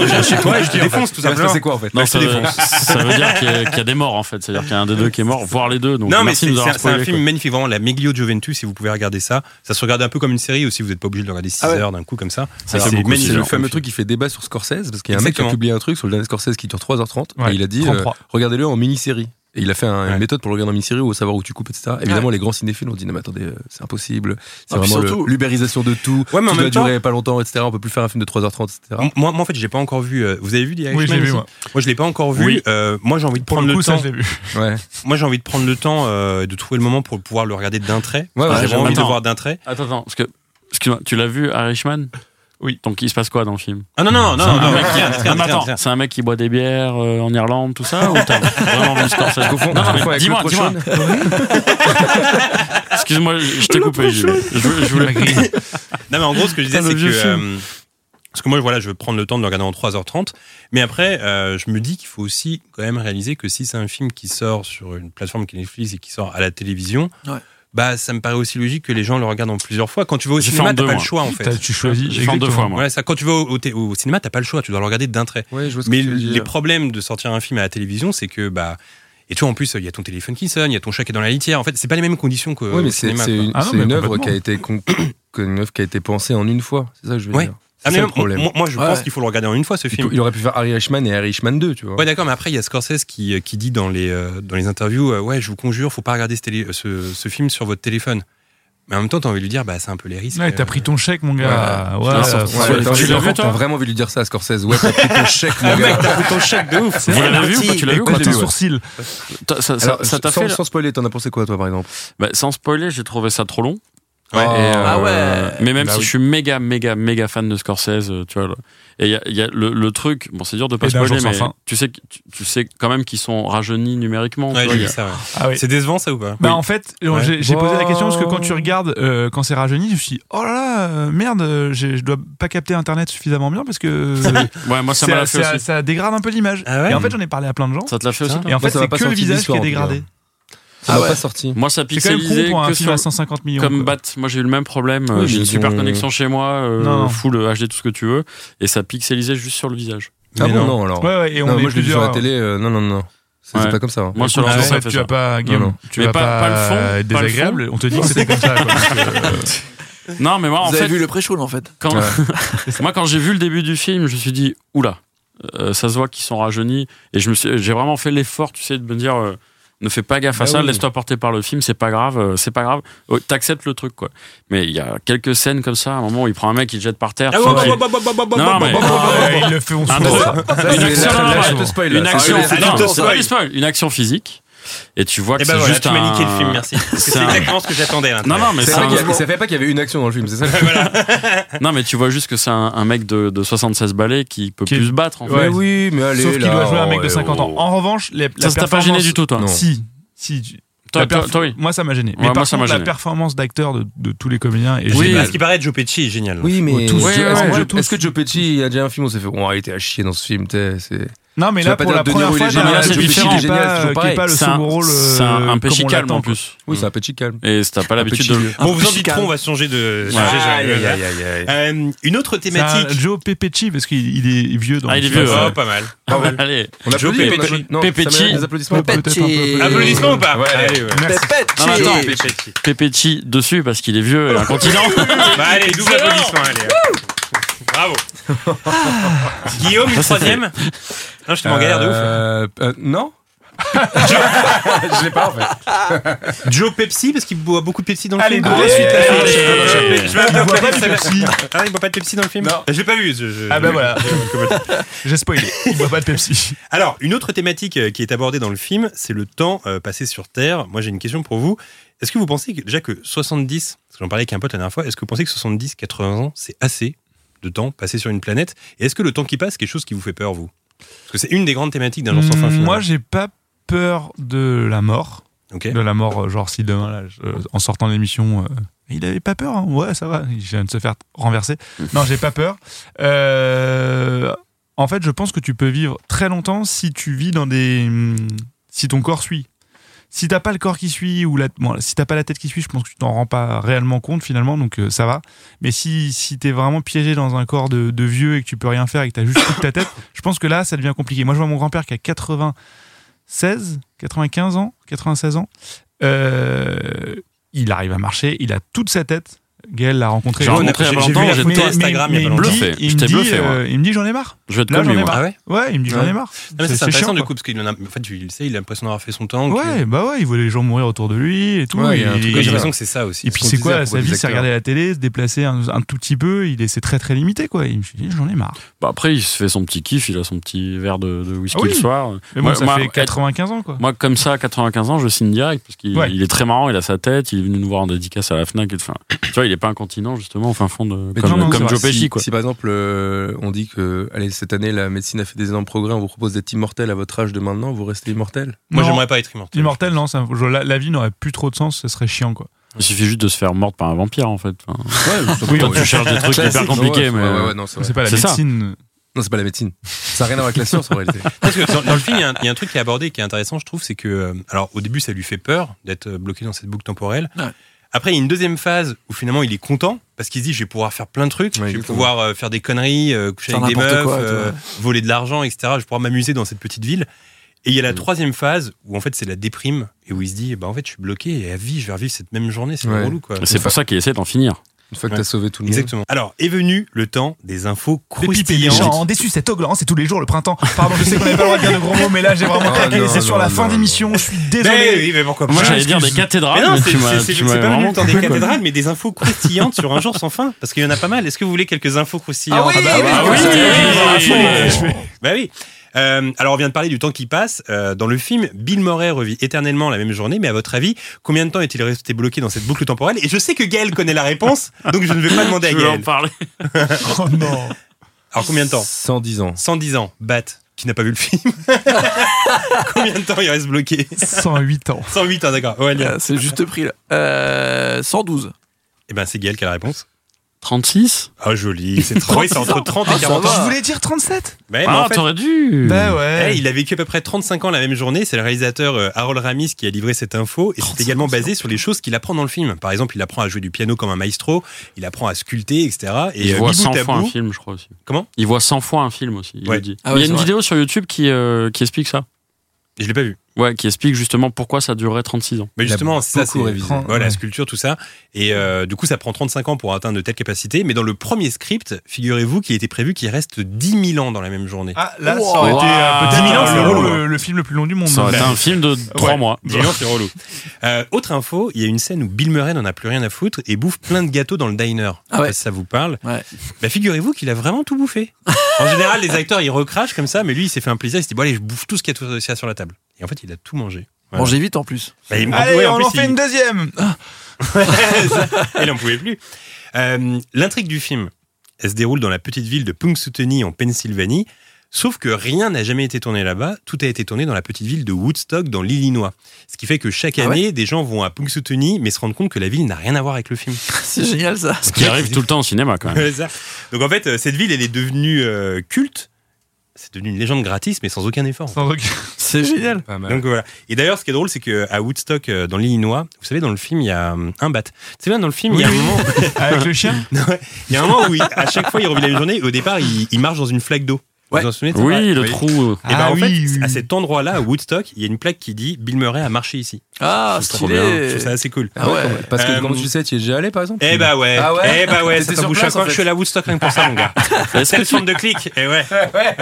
S2: Je viens chez toi et je te défonce tout
S4: Ça veut dire,
S2: simplement.
S4: C'est quoi en fait
S6: Non,
S4: Ouais,
S6: ça,
S4: je te
S6: veut,
S4: défonce.
S6: ça veut dire qu'il y, a- qu'il y a des morts en fait. C'est-à-dire qu'il y a un des deux qui est mort, voire les deux. Donc
S2: Non, mais
S6: merci
S2: c'est
S6: de nous
S2: c'est un,
S6: avoir
S2: c'est un
S6: spoilé,
S2: film
S6: quoi.
S2: magnifique, vraiment La Meglio Gioventù. Si vous pouvez regarder ça, ça se regarde un peu comme une série aussi. Vous n'êtes pas obligé de le regarder 6
S3: Ah ouais.
S2: heures d'un coup comme ça.
S6: Ça
S2: Alors,
S6: fait
S2: c'est
S6: beaucoup,
S2: magnifique.
S4: C'est le
S6: genre,
S4: fameux
S6: comme
S4: truc qui fait débat sur Scorsese, parce qu'il y a un mec qui a
S2: Exactement.
S4: publié un truc sur le dernier Scorsese qui dure 3h30,
S5: Ouais,
S4: et il a dit, euh,
S5: 33.
S4: regardez-le en mini-série. Et il a fait un-
S2: Ouais.
S4: une méthode pour le regarder en mini-série ou savoir où tu coupes, etc. Évidemment, les grands cinéphiles ont dit, non mais attendez, euh, c'est impossible, c'est
S3: Ah, puis
S4: vraiment le-
S3: surtout-
S4: l'ubérisation de tout,
S2: Ouais, mais en
S4: tout doit
S2: même temps-
S4: durer pas longtemps, etc. On peut plus faire un film de 3h30, etc.
S2: Moi, moi, en fait, je l'ai pas encore vu. euh, Vous avez vu The Irishman
S5: Oui, je l'ai vu,
S2: aussi
S5: moi.
S2: Moi, je l'ai pas encore vu.
S6: Oui.
S2: Euh, moi, j'ai envie de
S5: Pour
S2: prendre
S5: le
S2: le,
S5: coup, ça,
S2: temps.
S5: je l'ai vu.
S4: Mm. Ouais.
S2: Moi, j'ai envie de prendre le temps euh, et de trouver le moment pour pouvoir le regarder d'un trait.
S4: Ouais,
S2: Enfin,
S4: ouais,
S2: j'ai vraiment envie de le
S6: j'attends.
S2: voir d'un trait.
S6: Attends, attends, parce que. Excuse-moi, tu l'as vu, Irishman
S5: Oui.
S6: Donc il se passe quoi dans le film
S2: Ah non, non, non, non,
S6: Un
S2: non,
S6: mec qui-
S2: rien, rien,
S6: Non,
S2: rien,
S6: mais attends,
S2: rien.
S6: c'est un mec qui boit des bières euh, en Irlande, tout ça Ou t'as vraiment vu Scorsese
S4: confonds-
S6: Non,
S4: je
S6: mais
S4: confonds avec
S6: Dis-moi,
S4: le
S6: dis-moi. Excuse-moi, je t'ai coupé, j'y vais. Je, veux- je voulais-
S2: Non, mais en gros, ce que je disais,
S6: Putain,
S2: c'est
S6: le
S2: que.
S6: vieux
S2: euh, parce que moi, voilà, je veux prendre le temps de le regarder en 3h30. Mais après, euh, je me dis qu'il faut aussi quand même réaliser que si c'est un film qui sort sur une plateforme qui est Netflix et qui sort à la télévision,
S3: Ouais.
S2: bah, ça me paraît aussi logique que les gens le regardent en plusieurs fois. Quand tu vas au
S6: J'ai fait
S2: cinéma,
S6: en
S2: t'as
S6: deux,
S2: pas le
S6: moi.
S2: choix, en fait.
S5: T'as- Tu choisis.
S6: J'ai fait en deux
S5: exactement.
S6: fois, moi.
S2: Voilà, ça, quand tu vas au, au thé- au cinéma, t'as pas le choix, tu dois le regarder d'un trait.
S4: Ouais, je vois ce que
S2: Mais
S4: tu veux dire.
S2: les problèmes de sortir un film à la télévision, c'est que bah et tu vois en plus il y a ton téléphone qui sonne, il y a ton chat qui est dans la litière. En fait, c'est pas les mêmes conditions que
S4: Oui,
S2: au
S4: mais c'est
S2: cinéma.
S4: c'est
S2: quoi.
S4: une,
S5: Ah non,
S4: c'est
S5: mais
S4: une œuvre
S5: complètement.
S4: qui a été con- que- une œuvre qui a été pensée en une fois. C'est ça que je veux
S2: Ouais.
S4: dire.
S2: Ah, mais
S4: C'est ça le
S2: moi-
S4: problème.
S2: Moi, moi, je
S3: Ouais.
S2: pense qu'il faut le regarder en une fois ce
S4: Il,
S2: film.
S4: peut- il aurait pu faire Harry Ashman et Harry Ashman 2, tu vois.
S2: Ouais d'accord mais après il y a Scorsese qui, qui dit dans les, euh, dans les interviews euh, ouais je vous conjure faut pas regarder ce, télé- ce, ce film sur votre téléphone mais en même temps t'as envie de lui dire bah c'est un peu les risques
S5: Ouais, t'as pris ton chèque, mon gars. Ouais,
S6: Ouais,
S5: ouais,
S6: ouais,
S4: Ouais, t'as
S5: ouais.
S6: tu
S4: envie de
S6: l'as
S4: leur-
S6: vu, toi
S4: T'as vraiment envie de lui dire ça à Scorsese. Ouais, t'as pris ton chèque, mon
S2: Ah, mec,
S4: gars.
S2: t'as pris ton chèque de ouf
S6: Vous l'avez vu ou pas Tu l'as vu ou pas
S4: Écoute,
S5: Tes
S4: j'ai vu, ouais.
S5: sourcils.
S6: T'as- Ça ça-
S4: Alors,
S6: ça t'a
S4: sans,
S6: fait.
S4: sans spoiler, t'en as pensé quoi, toi, par exemple
S6: Bah, sans spoiler, j'ai trouvé ça trop long.
S4: Ouais.
S6: Et, euh,
S3: Ah ouais.
S6: Mais même
S5: Bah
S6: si
S5: oui.
S6: je suis méga, méga, méga fan de Scorsese, euh, tu vois. là. Et il y a, il y a le, le truc, bon, c'est dur de pas
S5: Et d'un
S6: spoiler,
S5: jour sans
S6: mais
S5: fin.
S6: tu sais, que- tu, tu sais quand même qu'ils sont rajeunis numériquement. tu
S2: Ouais,
S6: vois,
S2: j'ai
S6: il y
S2: vu
S6: a-
S2: ça, ouais.
S5: Ah oui.
S2: c'est décevant ça ou pas
S5: Bah en fait,
S2: Ouais.
S5: j'ai j'ai posé la question parce que quand tu
S4: Wow.
S5: regardes euh, quand c'est rajeuni, je me suis dit, oh là là euh, merde, euh, j'ai- je dois pas capter internet suffisamment bien parce que euh,
S6: Ouais, moi ça m'a
S5: ça,
S6: l'a fait
S5: ça-
S6: aussi.
S5: ça dégrade un peu l'image.
S2: Ah ouais
S5: et en fait, j'en ai parlé à plein de gens.
S6: Ça te l'a fait aussi.
S2: Ça-
S6: toi
S5: Et en
S4: Moi,
S5: fait,
S4: ça m'a
S5: c'est
S4: pas
S5: que le
S4: sorti
S5: visage qui
S4: l'histoire,
S5: est
S4: en tout cas.
S5: dégradé.
S4: Ça
S3: Ah
S4: m'a
S3: ouais.
S4: pas sorti.
S6: Moi, ça
S5: C'est quand même con
S6: pixelisé
S5: pour un
S6: que
S5: film à
S6: sur,
S5: 150 millions.
S6: Comme
S5: quoi.
S6: Bat, moi j'ai eu le même problème.
S4: Oui,
S6: euh, j'ai
S4: mais
S6: une super
S4: on-
S6: connexion chez moi, euh,
S5: Non.
S6: full HD, tout ce que tu veux, et ça pixelisait juste sur le visage.
S4: Ah
S2: Mais
S4: bon, non, alors.
S5: Ouais, ouais, et on
S4: Non,
S5: est
S4: moi, je l'ai vu sur la
S5: plusieurs.
S4: télé. euh, Non, non, non. C'est
S6: Ouais.
S4: c'est pas comme ça. hein.
S6: Moi sur
S5: Ah
S6: le
S5: ouais,
S6: ça fait
S5: tu
S6: ça.
S5: vas pas, Guillaume,
S4: non.
S5: tu
S6: Mais
S5: vas
S6: pas-
S5: pas,
S6: pas le fond,
S5: être
S6: pas le fond.
S5: désagréable. On te dit que c'était comme ça. quoi, parce que, euh,
S6: Non, mais moi en
S3: Vous avez
S6: fait,
S3: vu le pré-show, là, en fait.
S6: quand,
S4: Ouais.
S6: moi quand j'ai vu le début du film, je me suis dit oula, euh, ça se voit qu'ils sont rajeunis, et je me suis, j'ai vraiment fait l'effort, tu sais, de me dire. euh, ne fais pas gaffe à
S4: Bah
S6: ça,
S4: oui.
S6: laisse-toi porter par le film, c'est pas grave, euh, c'est pas grave. Oh, T'acceptes le truc, quoi. Mais il y a quelques scènes comme ça, à un moment où il prend un mec, il le jette par terre.
S2: Ah,
S6: tu
S2: ouais,
S6: sens qu'il-
S2: ouais, ouais, ouais, ouais, ouais,
S6: Non,
S2: ouais,
S6: mais-
S2: ouais, ouais, ouais.
S5: ah, il le fait, on se
S6: Ah, mais
S5: fout.
S6: ça-
S4: Ça,
S6: Une
S4: c'est-
S6: action-
S4: là,
S6: non,
S4: là,
S6: non,
S4: je
S6: non,
S4: te spoil, là.
S6: Une
S4: Ça,
S6: action,
S4: c'est-
S2: c'est
S6: non,
S2: du
S6: c'est
S2: tout
S6: pas
S2: spoil.
S6: du spoil, une action physique. Et tu vois que
S2: Et bah
S6: c'est
S2: voilà,
S6: juste
S2: tu m'as
S6: un-
S2: niqué le film, merci. Parce que
S6: C'est
S2: C'est
S6: un-
S2: exactement ce que j'attendais. à l'intérieur.
S6: Non, non, mais
S4: C'est
S6: c'est
S4: vrai
S6: un-
S4: qu'il y avait- Ça fait pas qu'il y avait une action dans le film, c'est ça le-
S6: non, mais tu vois juste que c'est un, un mec de, de 76 balais qui peut
S5: Qui-
S6: plus se battre. En fait.
S4: Mais oui, mais allez.
S5: Sauf qu'il
S4: là,
S5: doit jouer un mec de
S4: oh,
S5: 50 ans.
S4: oh.
S5: En revanche, les- la
S6: Ça, ça t'a pas gêné
S5: performance-
S6: du tout, toi.
S4: Non.
S5: Si, si. tu-
S6: Toi,
S5: la
S6: toi,
S5: perf-
S6: toi, oui.
S5: Moi, ça m'a gêné.
S6: Ouais,
S5: Mais
S6: moi,
S5: par
S6: ça
S5: contre,
S6: m'a
S5: la
S6: gêné.
S5: performance d'acteur de, de tous les comédiens est
S2: À
S6: Oui.
S5: géniale.
S2: ce qui paraît, Joe Pesci est génial.
S4: Oui, mais
S5: Tous,
S4: Ouais,
S6: je-
S4: ouais,
S6: est-ce
S4: ouais,
S5: que-
S4: je-
S5: tous.
S4: est-ce que Joe Pesci, il y a déjà un film, on s'est fait, ouais, il était à chier dans ce film, t'es, c'est.
S5: Non, mais
S4: Tu
S5: là,
S4: vas pas
S5: pour
S4: dire
S5: la
S4: De
S5: première
S4: Niro, il
S5: fois,
S4: est
S5: t'as
S6: génial,
S5: un
S6: Joe
S5: Pesci
S6: Pesci,
S5: qui
S6: il
S4: est
S5: est
S4: génial, c'est
S5: pas,
S4: toujours
S5: qui est pas le
S6: C'est
S5: second
S6: un,
S5: rôle. euh,
S6: c'est un- euh, un péché calme en plus.
S4: Oui, c'est un petit calme.
S6: Et si t'as pas l'habitude de.
S2: Bon, vous en
S3: petit
S2: dites trop,
S3: calme.
S2: on va changer de.
S6: Ouais.
S2: changer,
S4: Aïe,
S2: je-
S4: aïe, aïe, aïe, aïe.
S2: Euh, Une autre
S5: Thématique.
S2: thématique.
S5: Joe Pepecci, parce qu'il il est vieux dans
S6: Ah,
S5: le
S6: il est
S5: film.
S6: vieux,
S2: Oh,
S6: ouais.
S2: pas mal.
S6: Ah ouais, Allez.
S4: On
S2: Joe
S4: applaudit, on
S2: Pesci.
S4: applaudit. Non,
S6: Pepeci.
S4: ça mérite des applaudissements.
S5: Peut-être un peu plus.
S2: Applaudissements ou pas
S4: Ouais.
S2: Allez, ouais.
S5: Merci.
S6: Non, mais attends,
S3: Pepecci
S2: Pesci.
S6: Pépéchi dessus parce qu'il est vieux et incontinent.
S2: Bah allez, double applaudissement, allez. Bravo. Guillaume, une
S4: Ça, c'est
S2: troisième Non, je te mets en galère de ouf.
S4: Euh, euh, non
S2: je l'ai pas en fait. Joe Pepsi, parce qu'il boit beaucoup de Pepsi dans le
S5: Allez,
S2: film.
S5: donc, la suite, la suite.
S2: Je vais
S5: Il boit
S2: pas
S5: pas
S2: de
S5: de
S2: Pepsi.
S5: Pepsi.
S2: Ah, il boit pas de Pepsi dans le film
S5: Non.
S2: Je l'ai pas vu. je- je-
S5: Ah bah voilà.
S2: J'ai spoilé.
S5: Il boit pas de Pepsi.
S2: Alors, une autre thématique euh, qui est abordée dans le film, c'est le temps euh, passé sur Terre. Moi, j'ai une question pour vous. Est-ce que vous pensez que, déjà que 70, parce que j'en parlais avec un pote la dernière fois, est-ce que vous pensez que 70, 80 ans, c'est assez de temps passé sur une planète Et est-ce que le temps qui passe, c'est quelque chose qui vous fait peur, vous Parce que c'est une des grandes thématiques d'un jour sans fin.
S5: Hmm,
S2: finalement.
S5: Moi, j'ai pas peur de la mort.
S2: Ok.
S5: De la mort, euh, genre si demain, là, je- euh, en sortant de l'émission, euh, il avait pas peur. hein. Ouais, ça va. Il vient de se faire renverser. non, j'ai pas peur. Euh, en fait, je pense que tu peux vivre très longtemps si tu vis dans des. hmm, Si ton corps suit. Si t'as pas le corps qui suit ou la, bon, si t'as pas la tête qui suit, je pense que tu t'en rends pas réellement compte finalement, donc euh, ça va. Mais si si t'es vraiment piégé dans un corps de, de vieux et que tu peux rien faire et que t'as juste toute ta tête, je pense que là ça devient compliqué. Moi je vois mon grand-père qui a 96, 95 ans, 96 ans. Euh, il arrive à marcher, il a toute sa tête. Gaël l'a rencontré.
S6: J'ai rencontré il y a pas longtemps,
S5: la
S6: j'étais
S5: photo,
S6: sur Instagram
S5: mais-
S6: il y a
S5: mais
S6: pas
S5: il me
S6: longtemps.
S5: dit- il
S6: Je
S5: me
S6: t'ai
S5: dit,
S6: bluffé, ouais.
S5: euh, Il me dit j'en ai marre.
S6: Je vais te
S5: Là,
S6: comme
S5: j'en
S6: lui,
S5: ai
S6: moi.
S5: marre. Ouais, il me dit j'en ai marre.
S2: Non, ah mais c'est
S5: chiant,
S2: intéressant du
S5: quoi.
S2: coup, parce qu'il en a. En fait, tu le sais, il a l'impression d'avoir fait son temps. que-
S5: Ouais, bah ouais, il voit les gens mourir autour de lui et tout.
S2: Ouais, il y
S5: et,
S2: a un truc-
S5: et-
S2: j'ai l'impression que c'est ça aussi.
S5: Et
S2: Ce
S5: puis
S2: qu'on
S5: c'est
S2: disait à
S5: quoi
S2: propos
S5: sa
S2: des
S5: vie C'est
S2: acteurs.
S5: regarder la télé, se déplacer un, un tout petit peu. Il est c'est très très limité quoi. Il me suis dit, j'en ai marre.
S6: Bah après, il se fait son petit kiff, il a son petit verre de, de whisky
S5: Ah oui.
S6: le soir.
S5: Mais bon,
S6: Moi-
S5: ça
S6: moi,
S5: fait
S6: être-
S5: 95 ans quoi.
S6: Moi, comme ça, à 95 ans, je signe direct parce qu'il
S5: Ouais.
S6: il est très marrant, il a sa tête, il est venu nous voir en dédicace à la Fnac. Et, enfin, tu vois, il est pas incontinent justement au fin fond de
S4: Mais
S6: comme,
S4: tu vois,
S6: comme
S4: c'est
S6: Joe
S4: vrai,
S6: Pesci
S4: si,
S6: quoi.
S4: Si par exemple euh, on dit que allez cette année la médecine a fait des énormes progrès, on vous propose d'être immortel à votre âge de maintenant, vous restez immortel.
S2: Moi,
S5: Non.
S2: j'aimerais pas être immortel.
S5: Immortel non, ça, je- la, la vie n'aurait plus trop de sens, ce serait chiant quoi.
S6: Il suffit juste de se faire mordre par un vampire en fait. Enfin,
S5: Oui,
S6: toi,
S5: ouais.
S6: tu cherches des trucs
S4: Classique.
S6: hyper
S4: Ouais,
S6: compliqués, mais
S4: ouais, ouais, ouais, non, euh, c'est vrai.
S5: C'est pas la
S6: C'est ça.
S5: médecine.
S4: Non, c'est pas la médecine. Ça n'a rien à voir avec la science en réalité.
S2: Parce que dans, dans le film, il y, a un- il y a un truc qui est abordé qui est intéressant, je trouve, c'est que, euh, alors au début, ça lui fait peur d'être euh, bloqué dans cette boucle temporelle.
S3: Ouais.
S2: Après, il y a une deuxième phase où finalement, il est content parce qu'il se dit, je vais pouvoir faire plein de trucs,
S4: Ouais,
S2: je vais
S4: exactement.
S2: pouvoir euh, faire des conneries, euh, coucher
S3: Faire
S2: avec des
S3: n'importe
S2: meufs,
S3: quoi,
S2: euh,
S3: toi.
S2: voler de l'argent, etc. Je vais pouvoir m'amuser dans cette petite ville. Et il y a la
S4: Mm.
S2: troisième phase où en fait, c'est la déprime et où il se dit, bah en fait, je suis bloqué et à vie, je vais revivre cette même journée, c'est
S4: Ouais.
S2: relou quoi.
S6: c'est pour ça qu'il essaie d'en finir.
S4: Une fois que
S2: Ouais.
S4: t'as sauvé tout le monde.
S2: Exactement. Alors, est venu le temps des infos
S5: Des pipés, des
S2: croustillantes.
S5: gens déçu cette oglan, hein, c'est tous les jours le printemps. Pardon, je sais qu'on n'avait pas le droit de dire de gros mots, mais là j'ai vraiment
S4: Ah,
S5: craqué.
S4: non,
S5: C'est sur
S4: non,
S5: la
S4: non,
S5: fin
S4: non.
S5: d'émission, je suis
S2: Mais
S5: désolé.
S2: oui, mais pourquoi
S6: Moi,
S2: pas.
S6: j'allais dire des cathédrales,
S2: Mais non,
S6: Ah, mais
S2: c'est-
S6: tu m'as-
S2: c'est-
S6: tu
S2: c'est
S6: m'as
S2: c'est pas venu
S6: vraiment
S2: le temps des
S6: coupé, quoi.
S2: cathédrales, mais des infos croustillantes sur un jour sans fin. Parce qu'il y en a pas mal. Est-ce que vous voulez quelques infos croustillantes
S5: Ah oui,
S2: bah,
S5: oui,
S2: bah
S5: oui, oui,
S2: oui,
S5: oui,
S2: oui,
S5: oui,
S2: oui. Bah oui. Euh, alors, on vient de parler du temps qui passe. Euh, dans le film, Bill Murray revit éternellement la même journée, mais à votre avis, combien de temps est-il resté bloqué dans cette boucle temporelle Et je sais que Gaël connaît la réponse, donc je ne vais pas demander à
S6: Je vais en
S2: Gaël.
S6: parler.
S5: Oh non.
S2: Alors, combien de temps
S4: 110 ans.
S2: 110 ans, Bat, qui n'a pas vu le film. combien de temps il reste bloqué
S5: 108 ans.
S2: 108 ans, d'accord. Aurélien.
S3: Euh, c'est le juste prix là. Euh, 112.
S2: Eh ben, c'est Gaël qui a la réponse.
S6: 36
S2: Ah, joli, c'est trop. Oui, c'est entre 30 et
S3: Ah, ça
S2: 40 ans.
S3: va.
S5: Je voulais dire 37.
S2: Bah, mais
S6: Ah,
S2: en fait,
S6: t'aurais dû
S5: Bah ouais.
S2: eh, il a vécu à peu près 35 ans la même journée. C'est le réalisateur euh, Harold Ramis qui a livré cette info. Et c'est
S3: 35
S2: également basé sur les choses qu'il apprend dans le film. Par exemple, il apprend à jouer du piano comme un maestro, il apprend à sculpter, etc. Et
S6: Il
S2: euh,
S6: voit
S2: mi bout
S6: 100
S2: à
S6: fois un
S2: bout-
S6: film, je crois aussi.
S2: Comment
S6: Il voit 100 fois un film aussi, il
S2: Ouais.
S6: le dit.
S3: Ah
S6: il
S3: ouais,
S6: y a
S3: c'est
S6: une
S3: vrai.
S6: vidéo sur YouTube qui, euh, qui explique ça.
S2: Je l'ai pas vu.
S6: Ouais, qui explique justement pourquoi ça durerait 36 ans.
S2: Mais
S4: Il a
S2: justement, c'est ça,
S4: beaucoup
S2: c'est
S4: révisé.
S2: voilà, la
S5: Ouais.
S2: sculpture, tout ça. Et euh, du coup, ça prend 35 ans pour atteindre de telles capacités. Mais dans le premier script, figurez-vous qu'il était prévu qu'il reste 10 000 ans dans la même journée.
S5: Ah là,
S3: Wow.
S5: ça aurait été euh, peut-être
S2: 10 000 ans, c'est
S5: le-
S2: relou,
S5: le-
S2: hein.
S5: le film le plus long du monde.
S6: Ça aurait été
S2: bah,
S6: un film de 3
S2: ouais.
S6: mois.
S2: Dis donc, c'est relou. Euh, autre info, il y a une scène où Bill Murray n'en a plus rien à foutre et bouffe plein de gâteaux dans le diner.
S3: Ah
S2: Je
S3: ouais.
S2: sais pas si ça vous parle.
S3: Ouais.
S2: Bah, figurez-vous qu'il a vraiment tout bouffé. En général, les acteurs, ils recrachent comme ça, mais lui, il s'est fait un plaisir. Il s'est dit, bon, allez, je bouffe tout ce qu'il y a tout- sur la table. Et en fait, il a tout mangé. Voilà.
S3: Mangez vite en plus.
S2: Bah, il- ouais,
S5: Allez, on
S2: plus,
S5: en fait
S2: il-
S5: une deuxième.
S2: il n'en pouvait plus. Euh, L'intrigue du film, elle se déroule dans la petite ville de Punxsutawney en Pennsylvanie, sauf que rien n'a jamais été tourné là-bas, tout a été tourné dans la petite ville de Woodstock dans l'Illinois. Ce qui fait que chaque
S3: Ah ouais
S2: année, des gens vont à Punxsutawney mais se rendent compte que la ville n'a rien à voir avec le film.
S3: C'est génial ça.
S6: Ce qui arrive tout le temps au cinéma quand même.
S2: C'est ça. Donc en fait, euh, cette ville, elle est devenue euh, culte. C'est devenu une légende gratis, mais sans aucun effort.
S5: Sans aucun-
S3: C'est génial.
S4: Pas mal.
S2: Donc voilà. Et d'ailleurs, ce qui est drôle, c'est que à Woodstock, euh, dans l'Illinois, vous savez, dans le film, il y a hum, un bat. Tu sais bien, dans le film, il y a un
S5: Oui, oui.
S2: moment,
S5: Avec le chien
S2: Non, ouais. Il y a un moment où, il- à chaque fois, il revit la même journée. et Au départ, il, il marche dans une flaque d'eau. Vous vous en souvenez de ça
S6: Oui, le trou.
S2: Et ben,
S5: Ah
S2: en
S5: oui,
S2: fait,
S5: oui.
S2: à cet endroit-là, à Woodstock, il y a une plaque qui dit Bill Murray a marché ici.
S3: Ah,
S2: C'est trop bien. Je
S3: stylé
S2: trouve ça assez cool.
S3: Ah ouais
S4: Parce que
S2: Euh,
S4: comment tu sais, tu y es déjà allé par exemple
S2: Eh bah ouais,
S3: Ah ouais
S2: eh bah ouais,
S3: T'étais
S2: ça
S3: sur
S2: t'en bouche à
S3: place, en
S2: quoi que
S3: fait.
S2: je suis allé à Woodstock rien que pour ça, mon gars.
S6: Est-ce
S2: C'est
S6: que,
S2: le
S6: tu...
S2: centre de clic, et ouais.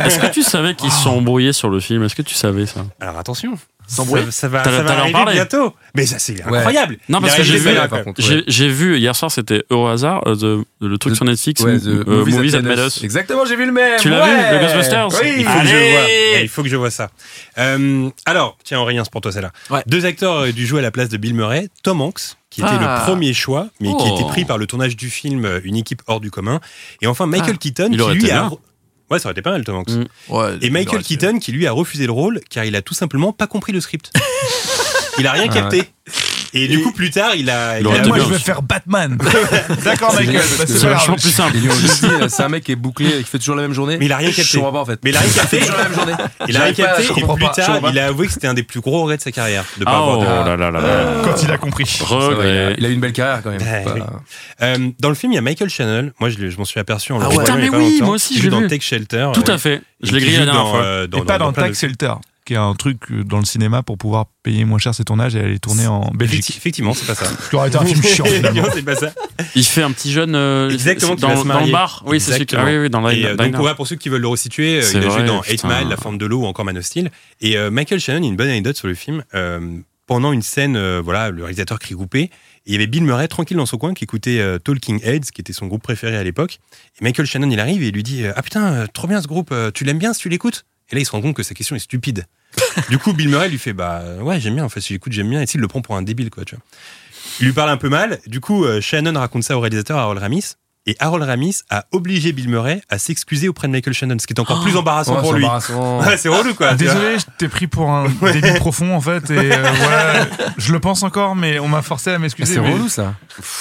S6: est-ce que tu savais qu'ils se sont embrouillés sur le film Est-ce que tu savais ça
S2: Alors attention, ça,
S3: S'embrouiller
S2: ça va,
S6: T'as-
S2: ça va
S6: t'as leur
S2: arriver
S6: parlé.
S2: bientôt. Mais ça, c'est
S4: Ouais.
S2: incroyable.
S6: Non, parce
S2: Il
S6: que
S2: arrive
S6: j'ai
S2: des
S6: vu-
S2: balles, quoi.
S4: par contre. ouais.
S6: J'ai j'ai vu hier soir, c'était au hasard, euh, de- le truc
S4: The-
S6: sur Netflix,
S4: Ouais,
S6: m-
S4: The
S6: euh,
S4: Movies That Made
S6: Us.
S4: Us. Exactement, j'ai vu le même.
S6: Tu l'as
S4: ouais.
S6: vu, le Ghostbusters
S2: Il
S4: Oui. Ah,
S2: faut que je
S6: Allez
S2: vois. Il faut que je vois ça. Euh, alors, tiens, Aurélien, c'est pour toi celle-là.
S3: Ouais.
S2: Deux acteurs auraient dû jouer à la place de Bill Murray, Tom Hanks, qui était
S3: Ah.
S2: le premier choix, mais qui
S6: Oh.
S2: était pris par le tournage du film euh, Une équipe hors du commun. Et enfin, Michael Keaton,
S6: Ah. Il aurait
S2: qui lui
S6: été
S2: a.
S6: bien.
S2: Ouais, ça aurait été pas mal, Tom Hanks.
S6: Mm.
S3: Ouais,
S2: Et Michael
S3: Keaton
S2: Keaton, qui lui a refusé le rôle, car il a tout simplement pas compris le script. il a rien
S4: Ah
S2: capté. Et du coup, plus tard, il a.
S6: Il aurait
S2: a-
S6: été
S5: Moi,
S6: bien.
S5: je vais faire Batman. D'accord,
S4: C'est
S5: Michael.
S4: génial, parce
S5: bah,
S4: que
S5: c'est
S6: C'est
S5: pas grave.
S6: vachement plus simple.
S4: Et lui, on lui dit, euh, c'est un mec qui est bouclé, qui fait toujours la même journée.
S2: Mais il a rien capté.
S4: Je comprends pas en fait.
S2: Mais il a rien capté.
S4: toujours la même journée.
S2: Il a rien
S4: J'arrive pas,
S2: capté
S4: je
S2: et
S4: comprends
S2: plus
S4: pas, je
S2: tard,
S4: comprends
S2: il a avoué que c'était un des plus gros regrets de sa carrière de pas
S6: Ah,
S2: avoir
S6: oh
S2: de rôle.
S6: là là là là.
S5: Quand il a compris.
S4: Ça va, il, a,
S6: Regret.
S4: il a eu une belle carrière quand même.
S2: Ouais,
S4: Pas-
S2: oui. Euh, dans le film, il y a Michael Shannon. Moi, je, l'ai- je m'en suis aperçu en le
S3: Ah ouais.
S2: regardant
S6: Putain,
S2: il y a
S6: mais
S2: pas
S6: oui,
S2: longtemps.
S6: moi aussi,
S2: Il
S6: je
S2: joue
S6: l'ai
S2: dans
S6: vu.
S2: Tech Shelter.
S6: Tout à fait. Je l'ai grillé la dernière fois.
S2: euh,
S5: Et pas dans Tax Shelter, qui est un truc euh, dans le cinéma pour pouvoir payer moins cher ses tournages et aller tourner en Belgique.
S2: Effectivement, c'est pas ça.
S5: Tu aurais été un film chiant finalement.
S2: Effectivement, c'est pas ça.
S6: Il fait un petit jeune euh,
S2: euh, Exactement, qui va
S6: dans,
S2: se
S6: dans le
S2: marier.
S6: bar. Oui, c'est celui qui- ah oui, oui, dans le
S2: Et, euh,
S6: diner.
S2: donc, ouais, pour ceux qui veulent le resituer, euh,
S6: C'est
S2: il a joué
S6: vrai,
S2: dans
S6: putain.
S2: 8 Mile, La forme de l'eau ou encore Man of Steel. Et euh, Michael Shannon, une bonne anecdote sur le film. euh, pendant une scène, euh, voilà, le réalisateur crie coupé. Il y avait Bill Murray tranquille dans son coin qui écoutait euh, Talking Heads, qui était son groupe préféré à l'époque. Et Michael Shannon, il arrive et il lui dit euh, Ah putain, euh, trop bien ce groupe, euh, tu l'aimes bien si tu l'écoutes Et là, il se rend compte que sa question est stupide. du coup, Bill Murray lui fait Bah ouais, j'aime bien, en fait, si j'écoute, j'aime bien. Et s'il le prend pour un débile, quoi, tu vois. Il lui parle un peu mal. Du coup, euh, Shannon raconte ça au réalisateur Harold Ramis. Et Harold Ramis a obligé Bill Murray à s'excuser auprès de Michael Shannon, ce qui est encore plus embarrassant
S4: Oh,
S2: pour
S4: c'est
S2: lui.
S4: embarrassant.
S2: Ouais, c'est relou quoi. tu vois.
S5: Désolé, je t'ai pris pour un débit profond en fait. Et euh, voilà, je le pense encore, mais on m'a forcé à
S4: Ah,
S5: m'excuser.
S4: C'est
S5: mais-
S4: relou ça.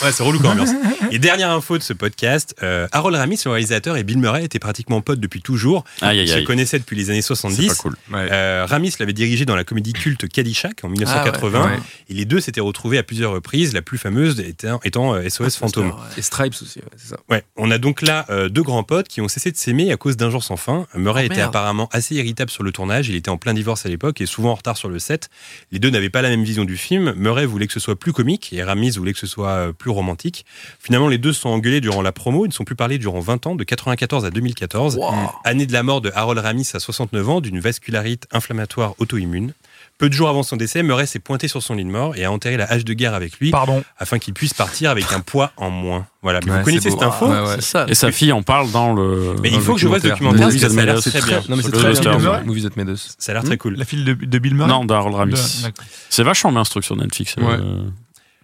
S2: Ouais, c'est relou quand même. Et dernière info de ce podcast, euh, Harold Ramis, le réalisateur, et Bill Murray étaient pratiquement potes depuis toujours.
S6: Aïe, aïe,
S2: Ils se
S6: aïe.
S2: connaissaient depuis les années
S6: C'est
S2: 70.
S6: pas cool.
S2: Euh, Ramis l'avait dirigé dans la comédie culte Caddyshack en 1980.
S4: Ah ouais.
S2: Et les deux s'étaient retrouvés à plusieurs reprises, la plus fameuse étant, étant, euh,
S4: Ah,
S2: SOS Fantôme.
S4: Et Stripes aussi, ouais, c'est ça.
S2: Ouais, on a donc là euh, deux grands potes qui ont cessé de s'aimer à cause d'un jour sans fin. Murray
S4: Ah,
S3: Oh,
S2: était
S3: merde.
S2: apparemment assez irritable sur le tournage, il était en plein divorce à l'époque et souvent en retard sur le set. Les deux n'avaient pas la même vision du film. Murray voulait que ce soit plus comique et Ramis voulait que ce soit euh, plus romantique. Finalement, les deux se sont engueulés durant la promo, ils ne sont plus parlés durant 20 ans, de 94 à 2014,
S3: Wow.
S2: année de la mort de Harold Ramis à 69 ans d'une vascularite inflammatoire auto-immune. Peu de jours avant son décès, Murray s'est pointé sur son lit de mort et a enterré la hache de guerre avec lui
S5: Pardon.
S2: afin qu'il puisse partir avec un poids en moins. Voilà, Mais
S4: Ouais,
S2: vous connaissez
S4: c'est beau. Ah,
S2: cette info
S4: Ouais, ouais.
S3: C'est ça.
S6: Et sa fille en parle dans le.
S2: mais
S4: Dans
S2: il
S4: le
S2: faut que je vois ce documentaire
S4: documentaire.
S2: parce que ça a l'air
S6: Mais c'est
S2: très bien.
S4: Non, mais c'est
S6: Sur
S4: très
S6: le
S4: bien.
S6: Ghostbusters.
S4: le Movies That Made Us.
S2: Ça a l'air très cool.
S5: La fille de, de Bill Murray
S6: Non, d'Harold
S5: De-
S6: Ramis.
S5: d'accord.
S6: C'est vachement bien ce truc sur Netflix. euh,
S4: Ouais.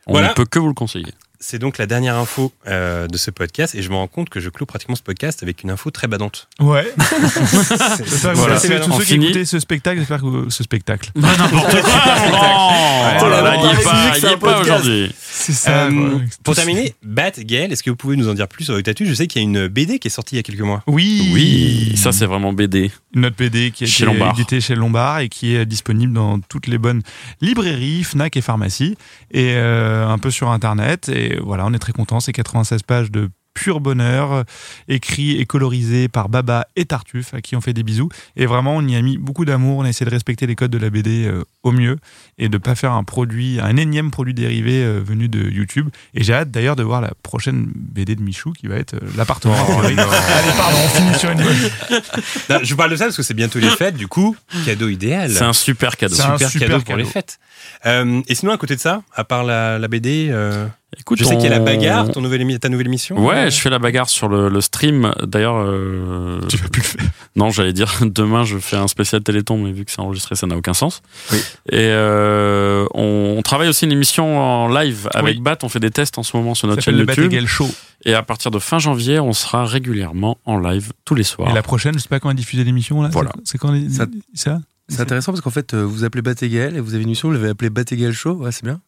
S6: On
S2: Voilà.
S6: ne peut que vous le conseiller.
S2: C'est donc la dernière info euh, de ce podcast et je me rends compte que je cloue pratiquement ce podcast avec une info très badante.
S5: Ouais. C'est ça, vous
S2: Voilà.
S5: savez,
S2: Excellent.
S5: tous
S6: On
S5: ceux qui
S6: finit.
S5: écoutaient ce spectacle, j'espère que vous- ce spectacle.
S6: N'importe quoi, Laurent Oh là là, il n'y est pas, il y est pas aujourd'hui.
S5: C'est
S2: Euh,
S5: quoi.
S2: pour terminer, Bat Gaël, est-ce que vous pouvez nous en dire plus sur Octatus Je sais qu'il y a une BD qui est sortie il y a quelques mois.
S5: Oui.
S6: Oui, ça c'est vraiment BD.
S5: Notre BD qui a
S6: Chez
S5: été
S6: Lombard.
S5: édité chez Lombard et qui est disponible dans toutes les bonnes librairies, Fnac et pharmacies, et euh, un peu sur Internet. Et voilà, on est très contents. C'est 96 pages de pur bonheur, euh, écrit et colorisé par Baba et Tartuffe, à qui on fait des bisous. Et vraiment, on y a mis beaucoup d'amour. On a essayé de respecter les codes de la BD euh, au mieux et de pas faire un produit, un énième produit dérivé euh, venu de YouTube. Et j'ai hâte d'ailleurs de voir la prochaine BD de Michou qui va être euh, l'appartement.
S6: Oh,
S5: Allez, pardon, on finit sur une bonne.
S2: Non, je vous parle de ça parce que c'est bientôt les fêtes, du coup, cadeau idéal.
S6: C'est un super cadeau.
S5: C'est un
S2: super,
S5: super
S2: cadeau, pour
S5: cadeau.
S2: les fêtes. Euh, et sinon, à côté de ça, à part la, la BD, euh,
S6: Écoute,
S2: je sais qu'il y a la
S6: on-
S2: bagarre, ton nouvel émi- ta nouvelle émission.
S6: Ouais, je fais la bagarre sur le, le stream. D'ailleurs, euh,
S5: Tu vas plus le faire.
S6: non, j'allais dire demain je fais un spécial Téléthon, mais vu que c'est enregistré, ça n'a aucun sens. Et euh, on, on travaille aussi une émission en live avec
S5: Oui.
S6: Bat. On fait des tests en ce moment sur
S5: Ça
S6: notre
S5: s'appelle
S6: chaîne
S5: le
S6: YouTube.
S5: Bategel Show.
S6: Et à partir de fin janvier, on sera régulièrement en live tous les soirs.
S5: Et la prochaine, je sais pas quand est diffusée l'émission là.
S6: Voilà.
S5: C'est c'est quand les-
S4: Ça-
S5: ça
S4: C'est intéressant parce qu'en fait, euh, vous appelez Batégal et vous avez une émission, vous l'avez appelée Batégal Show, ouais, c'est bien.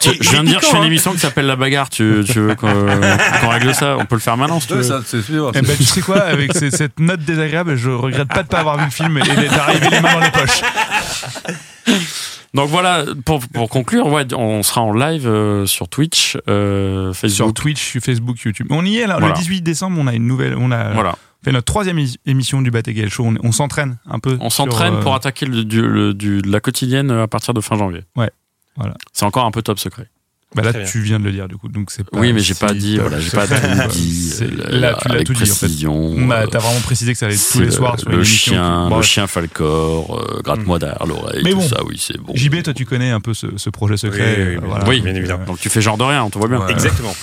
S6: Tu- je viens de dire que je fais
S2: hein.
S6: une émission qui s'appelle La Bagarre. Tu, tu veux qu'on qu'on règle ça On peut le faire maintenant si tu veux.
S4: c'est sûr.
S5: Eh ben, tu sais quoi, avec ces- cette note désagréable, je regrette pas de pas avoir vu le film et d'arriver les mains dans les poches.
S6: Donc voilà, pour, pour conclure, ouais, on sera en live euh, sur Twitch, euh,
S5: Sur
S6: Facebook.
S5: Twitch, Facebook, YouTube. On y est là.
S6: Voilà.
S5: Le 18 décembre, on a une nouvelle. On a,
S6: Voilà.
S5: fait notre troisième émi- émission du Batégal Show. On, on s'entraîne un peu.
S6: On s'entraîne
S5: sur, euh,
S6: pour attaquer le, du- le- du- la quotidienne euh, à partir de fin janvier.
S5: Ouais, voilà.
S6: C'est encore un peu top secret.
S5: Bah là,
S6: Très bien.
S5: tu viens de le dire du coup, donc Bah, c'est pas
S6: Oui, mais j'ai
S5: si
S6: pas dit,
S5: top
S6: voilà, j'ai pas
S5: secret.
S6: tout dit,
S5: C'est-
S6: euh,
S5: Là, tu l'as
S6: avec
S5: tout dit en fait.
S6: précision,
S5: Bah,
S6: euh,
S5: T'as vraiment précisé que ça allait être tous
S6: C'est
S5: les
S6: le-
S5: soirs sur une
S6: le
S5: émission.
S6: chien,
S5: Bon,
S6: le chien Falcor, euh, gratte-moi derrière l'oreille,
S5: Mais
S6: tout
S5: bon.
S6: ça, oui, c'est bon.
S5: JB, toi, tu connais un peu ce, ce projet secret.
S2: Oui, oui, oui,
S5: euh,
S2: bien
S5: voilà.
S2: sûr. Oui,
S5: Donc,
S2: bien
S5: euh,
S2: évidemment.
S6: Donc tu fais genre de rien, on te voit bien.
S4: Ouais.
S2: Exactement.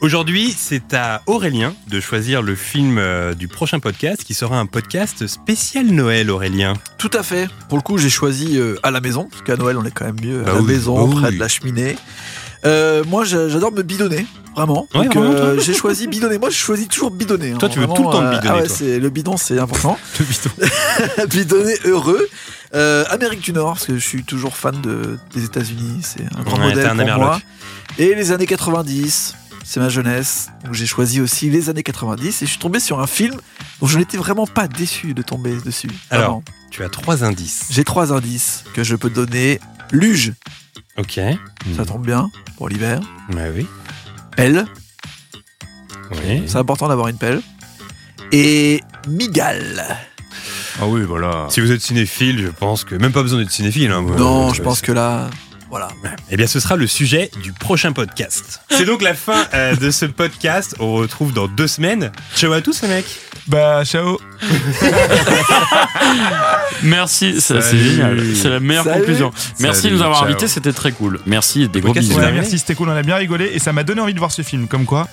S2: Aujourd'hui, c'est à Aurélien de choisir le film euh, du prochain podcast qui sera un podcast spécial Noël, Aurélien.
S3: Tout à fait. Pour le coup, j'ai choisi euh, à la maison, parce qu'à Noël, on est quand même mieux à
S2: Bah
S3: la
S2: oui,
S3: maison,
S2: bah
S3: près
S2: oui.
S3: de la cheminée. Euh, moi, j'a- j'adore me bidonner, vraiment.
S2: Ouais,
S3: Donc,
S2: vraiment,
S3: euh, j'ai choisi bidonner. Moi, je choisis toujours bidonner. hein.
S2: Toi, tu veux
S3: Vraiment,
S2: tout le temps te
S3: euh,
S2: bidonner,
S3: ah ouais,
S2: toi.
S3: c'est- le bidon, c'est important.
S2: Le bidon.
S3: bidonner heureux. Euh, Amérique du Nord, parce que je suis toujours fan de, des États-Unis. C'est un grand
S2: Ouais, t'es
S3: modèle
S2: un
S3: pour
S2: Amerloc.
S3: moi. Et les années 90, c'est ma jeunesse. Donc, j'ai choisi aussi les années 90. Et je suis tombé sur un film dont je n'étais vraiment pas déçu de tomber dessus.
S2: Alors,
S3: Vraiment.
S2: Tu as trois indices.
S3: J'ai trois indices que je peux te donner. Luge,
S2: Ok.
S3: ça tombe bien pour l'hiver.
S2: Bah oui.
S3: Pelle,
S2: Oui.
S3: c'est important d'avoir une pelle. Et migale.
S4: Ah oui, voilà.
S2: Si vous êtes cinéphile, je pense que même pas besoin d'être cinéphile. hein, vous-
S3: non,
S2: vous-
S3: je pense que là, voilà.
S2: Eh bien, ce sera le sujet du prochain podcast. C'est donc la fin euh, de ce podcast. On retrouve dans deux semaines. Ciao à tous, les mecs.
S5: Bah, ciao.
S6: Merci, ça, c'est
S4: Salut.
S6: génial. C'est la meilleure
S3: Salut.
S6: conclusion. Merci
S4: Salut,
S6: de nous avoir
S4: ciao.
S6: invités, c'était très cool. Merci et des gros
S2: podcast,
S6: bisous.
S2: c'est
S5: Ouais,
S2: terminé.
S5: merci, c'était cool, on a bien rigolé et ça m'a donné envie de voir ce film. Comme quoi,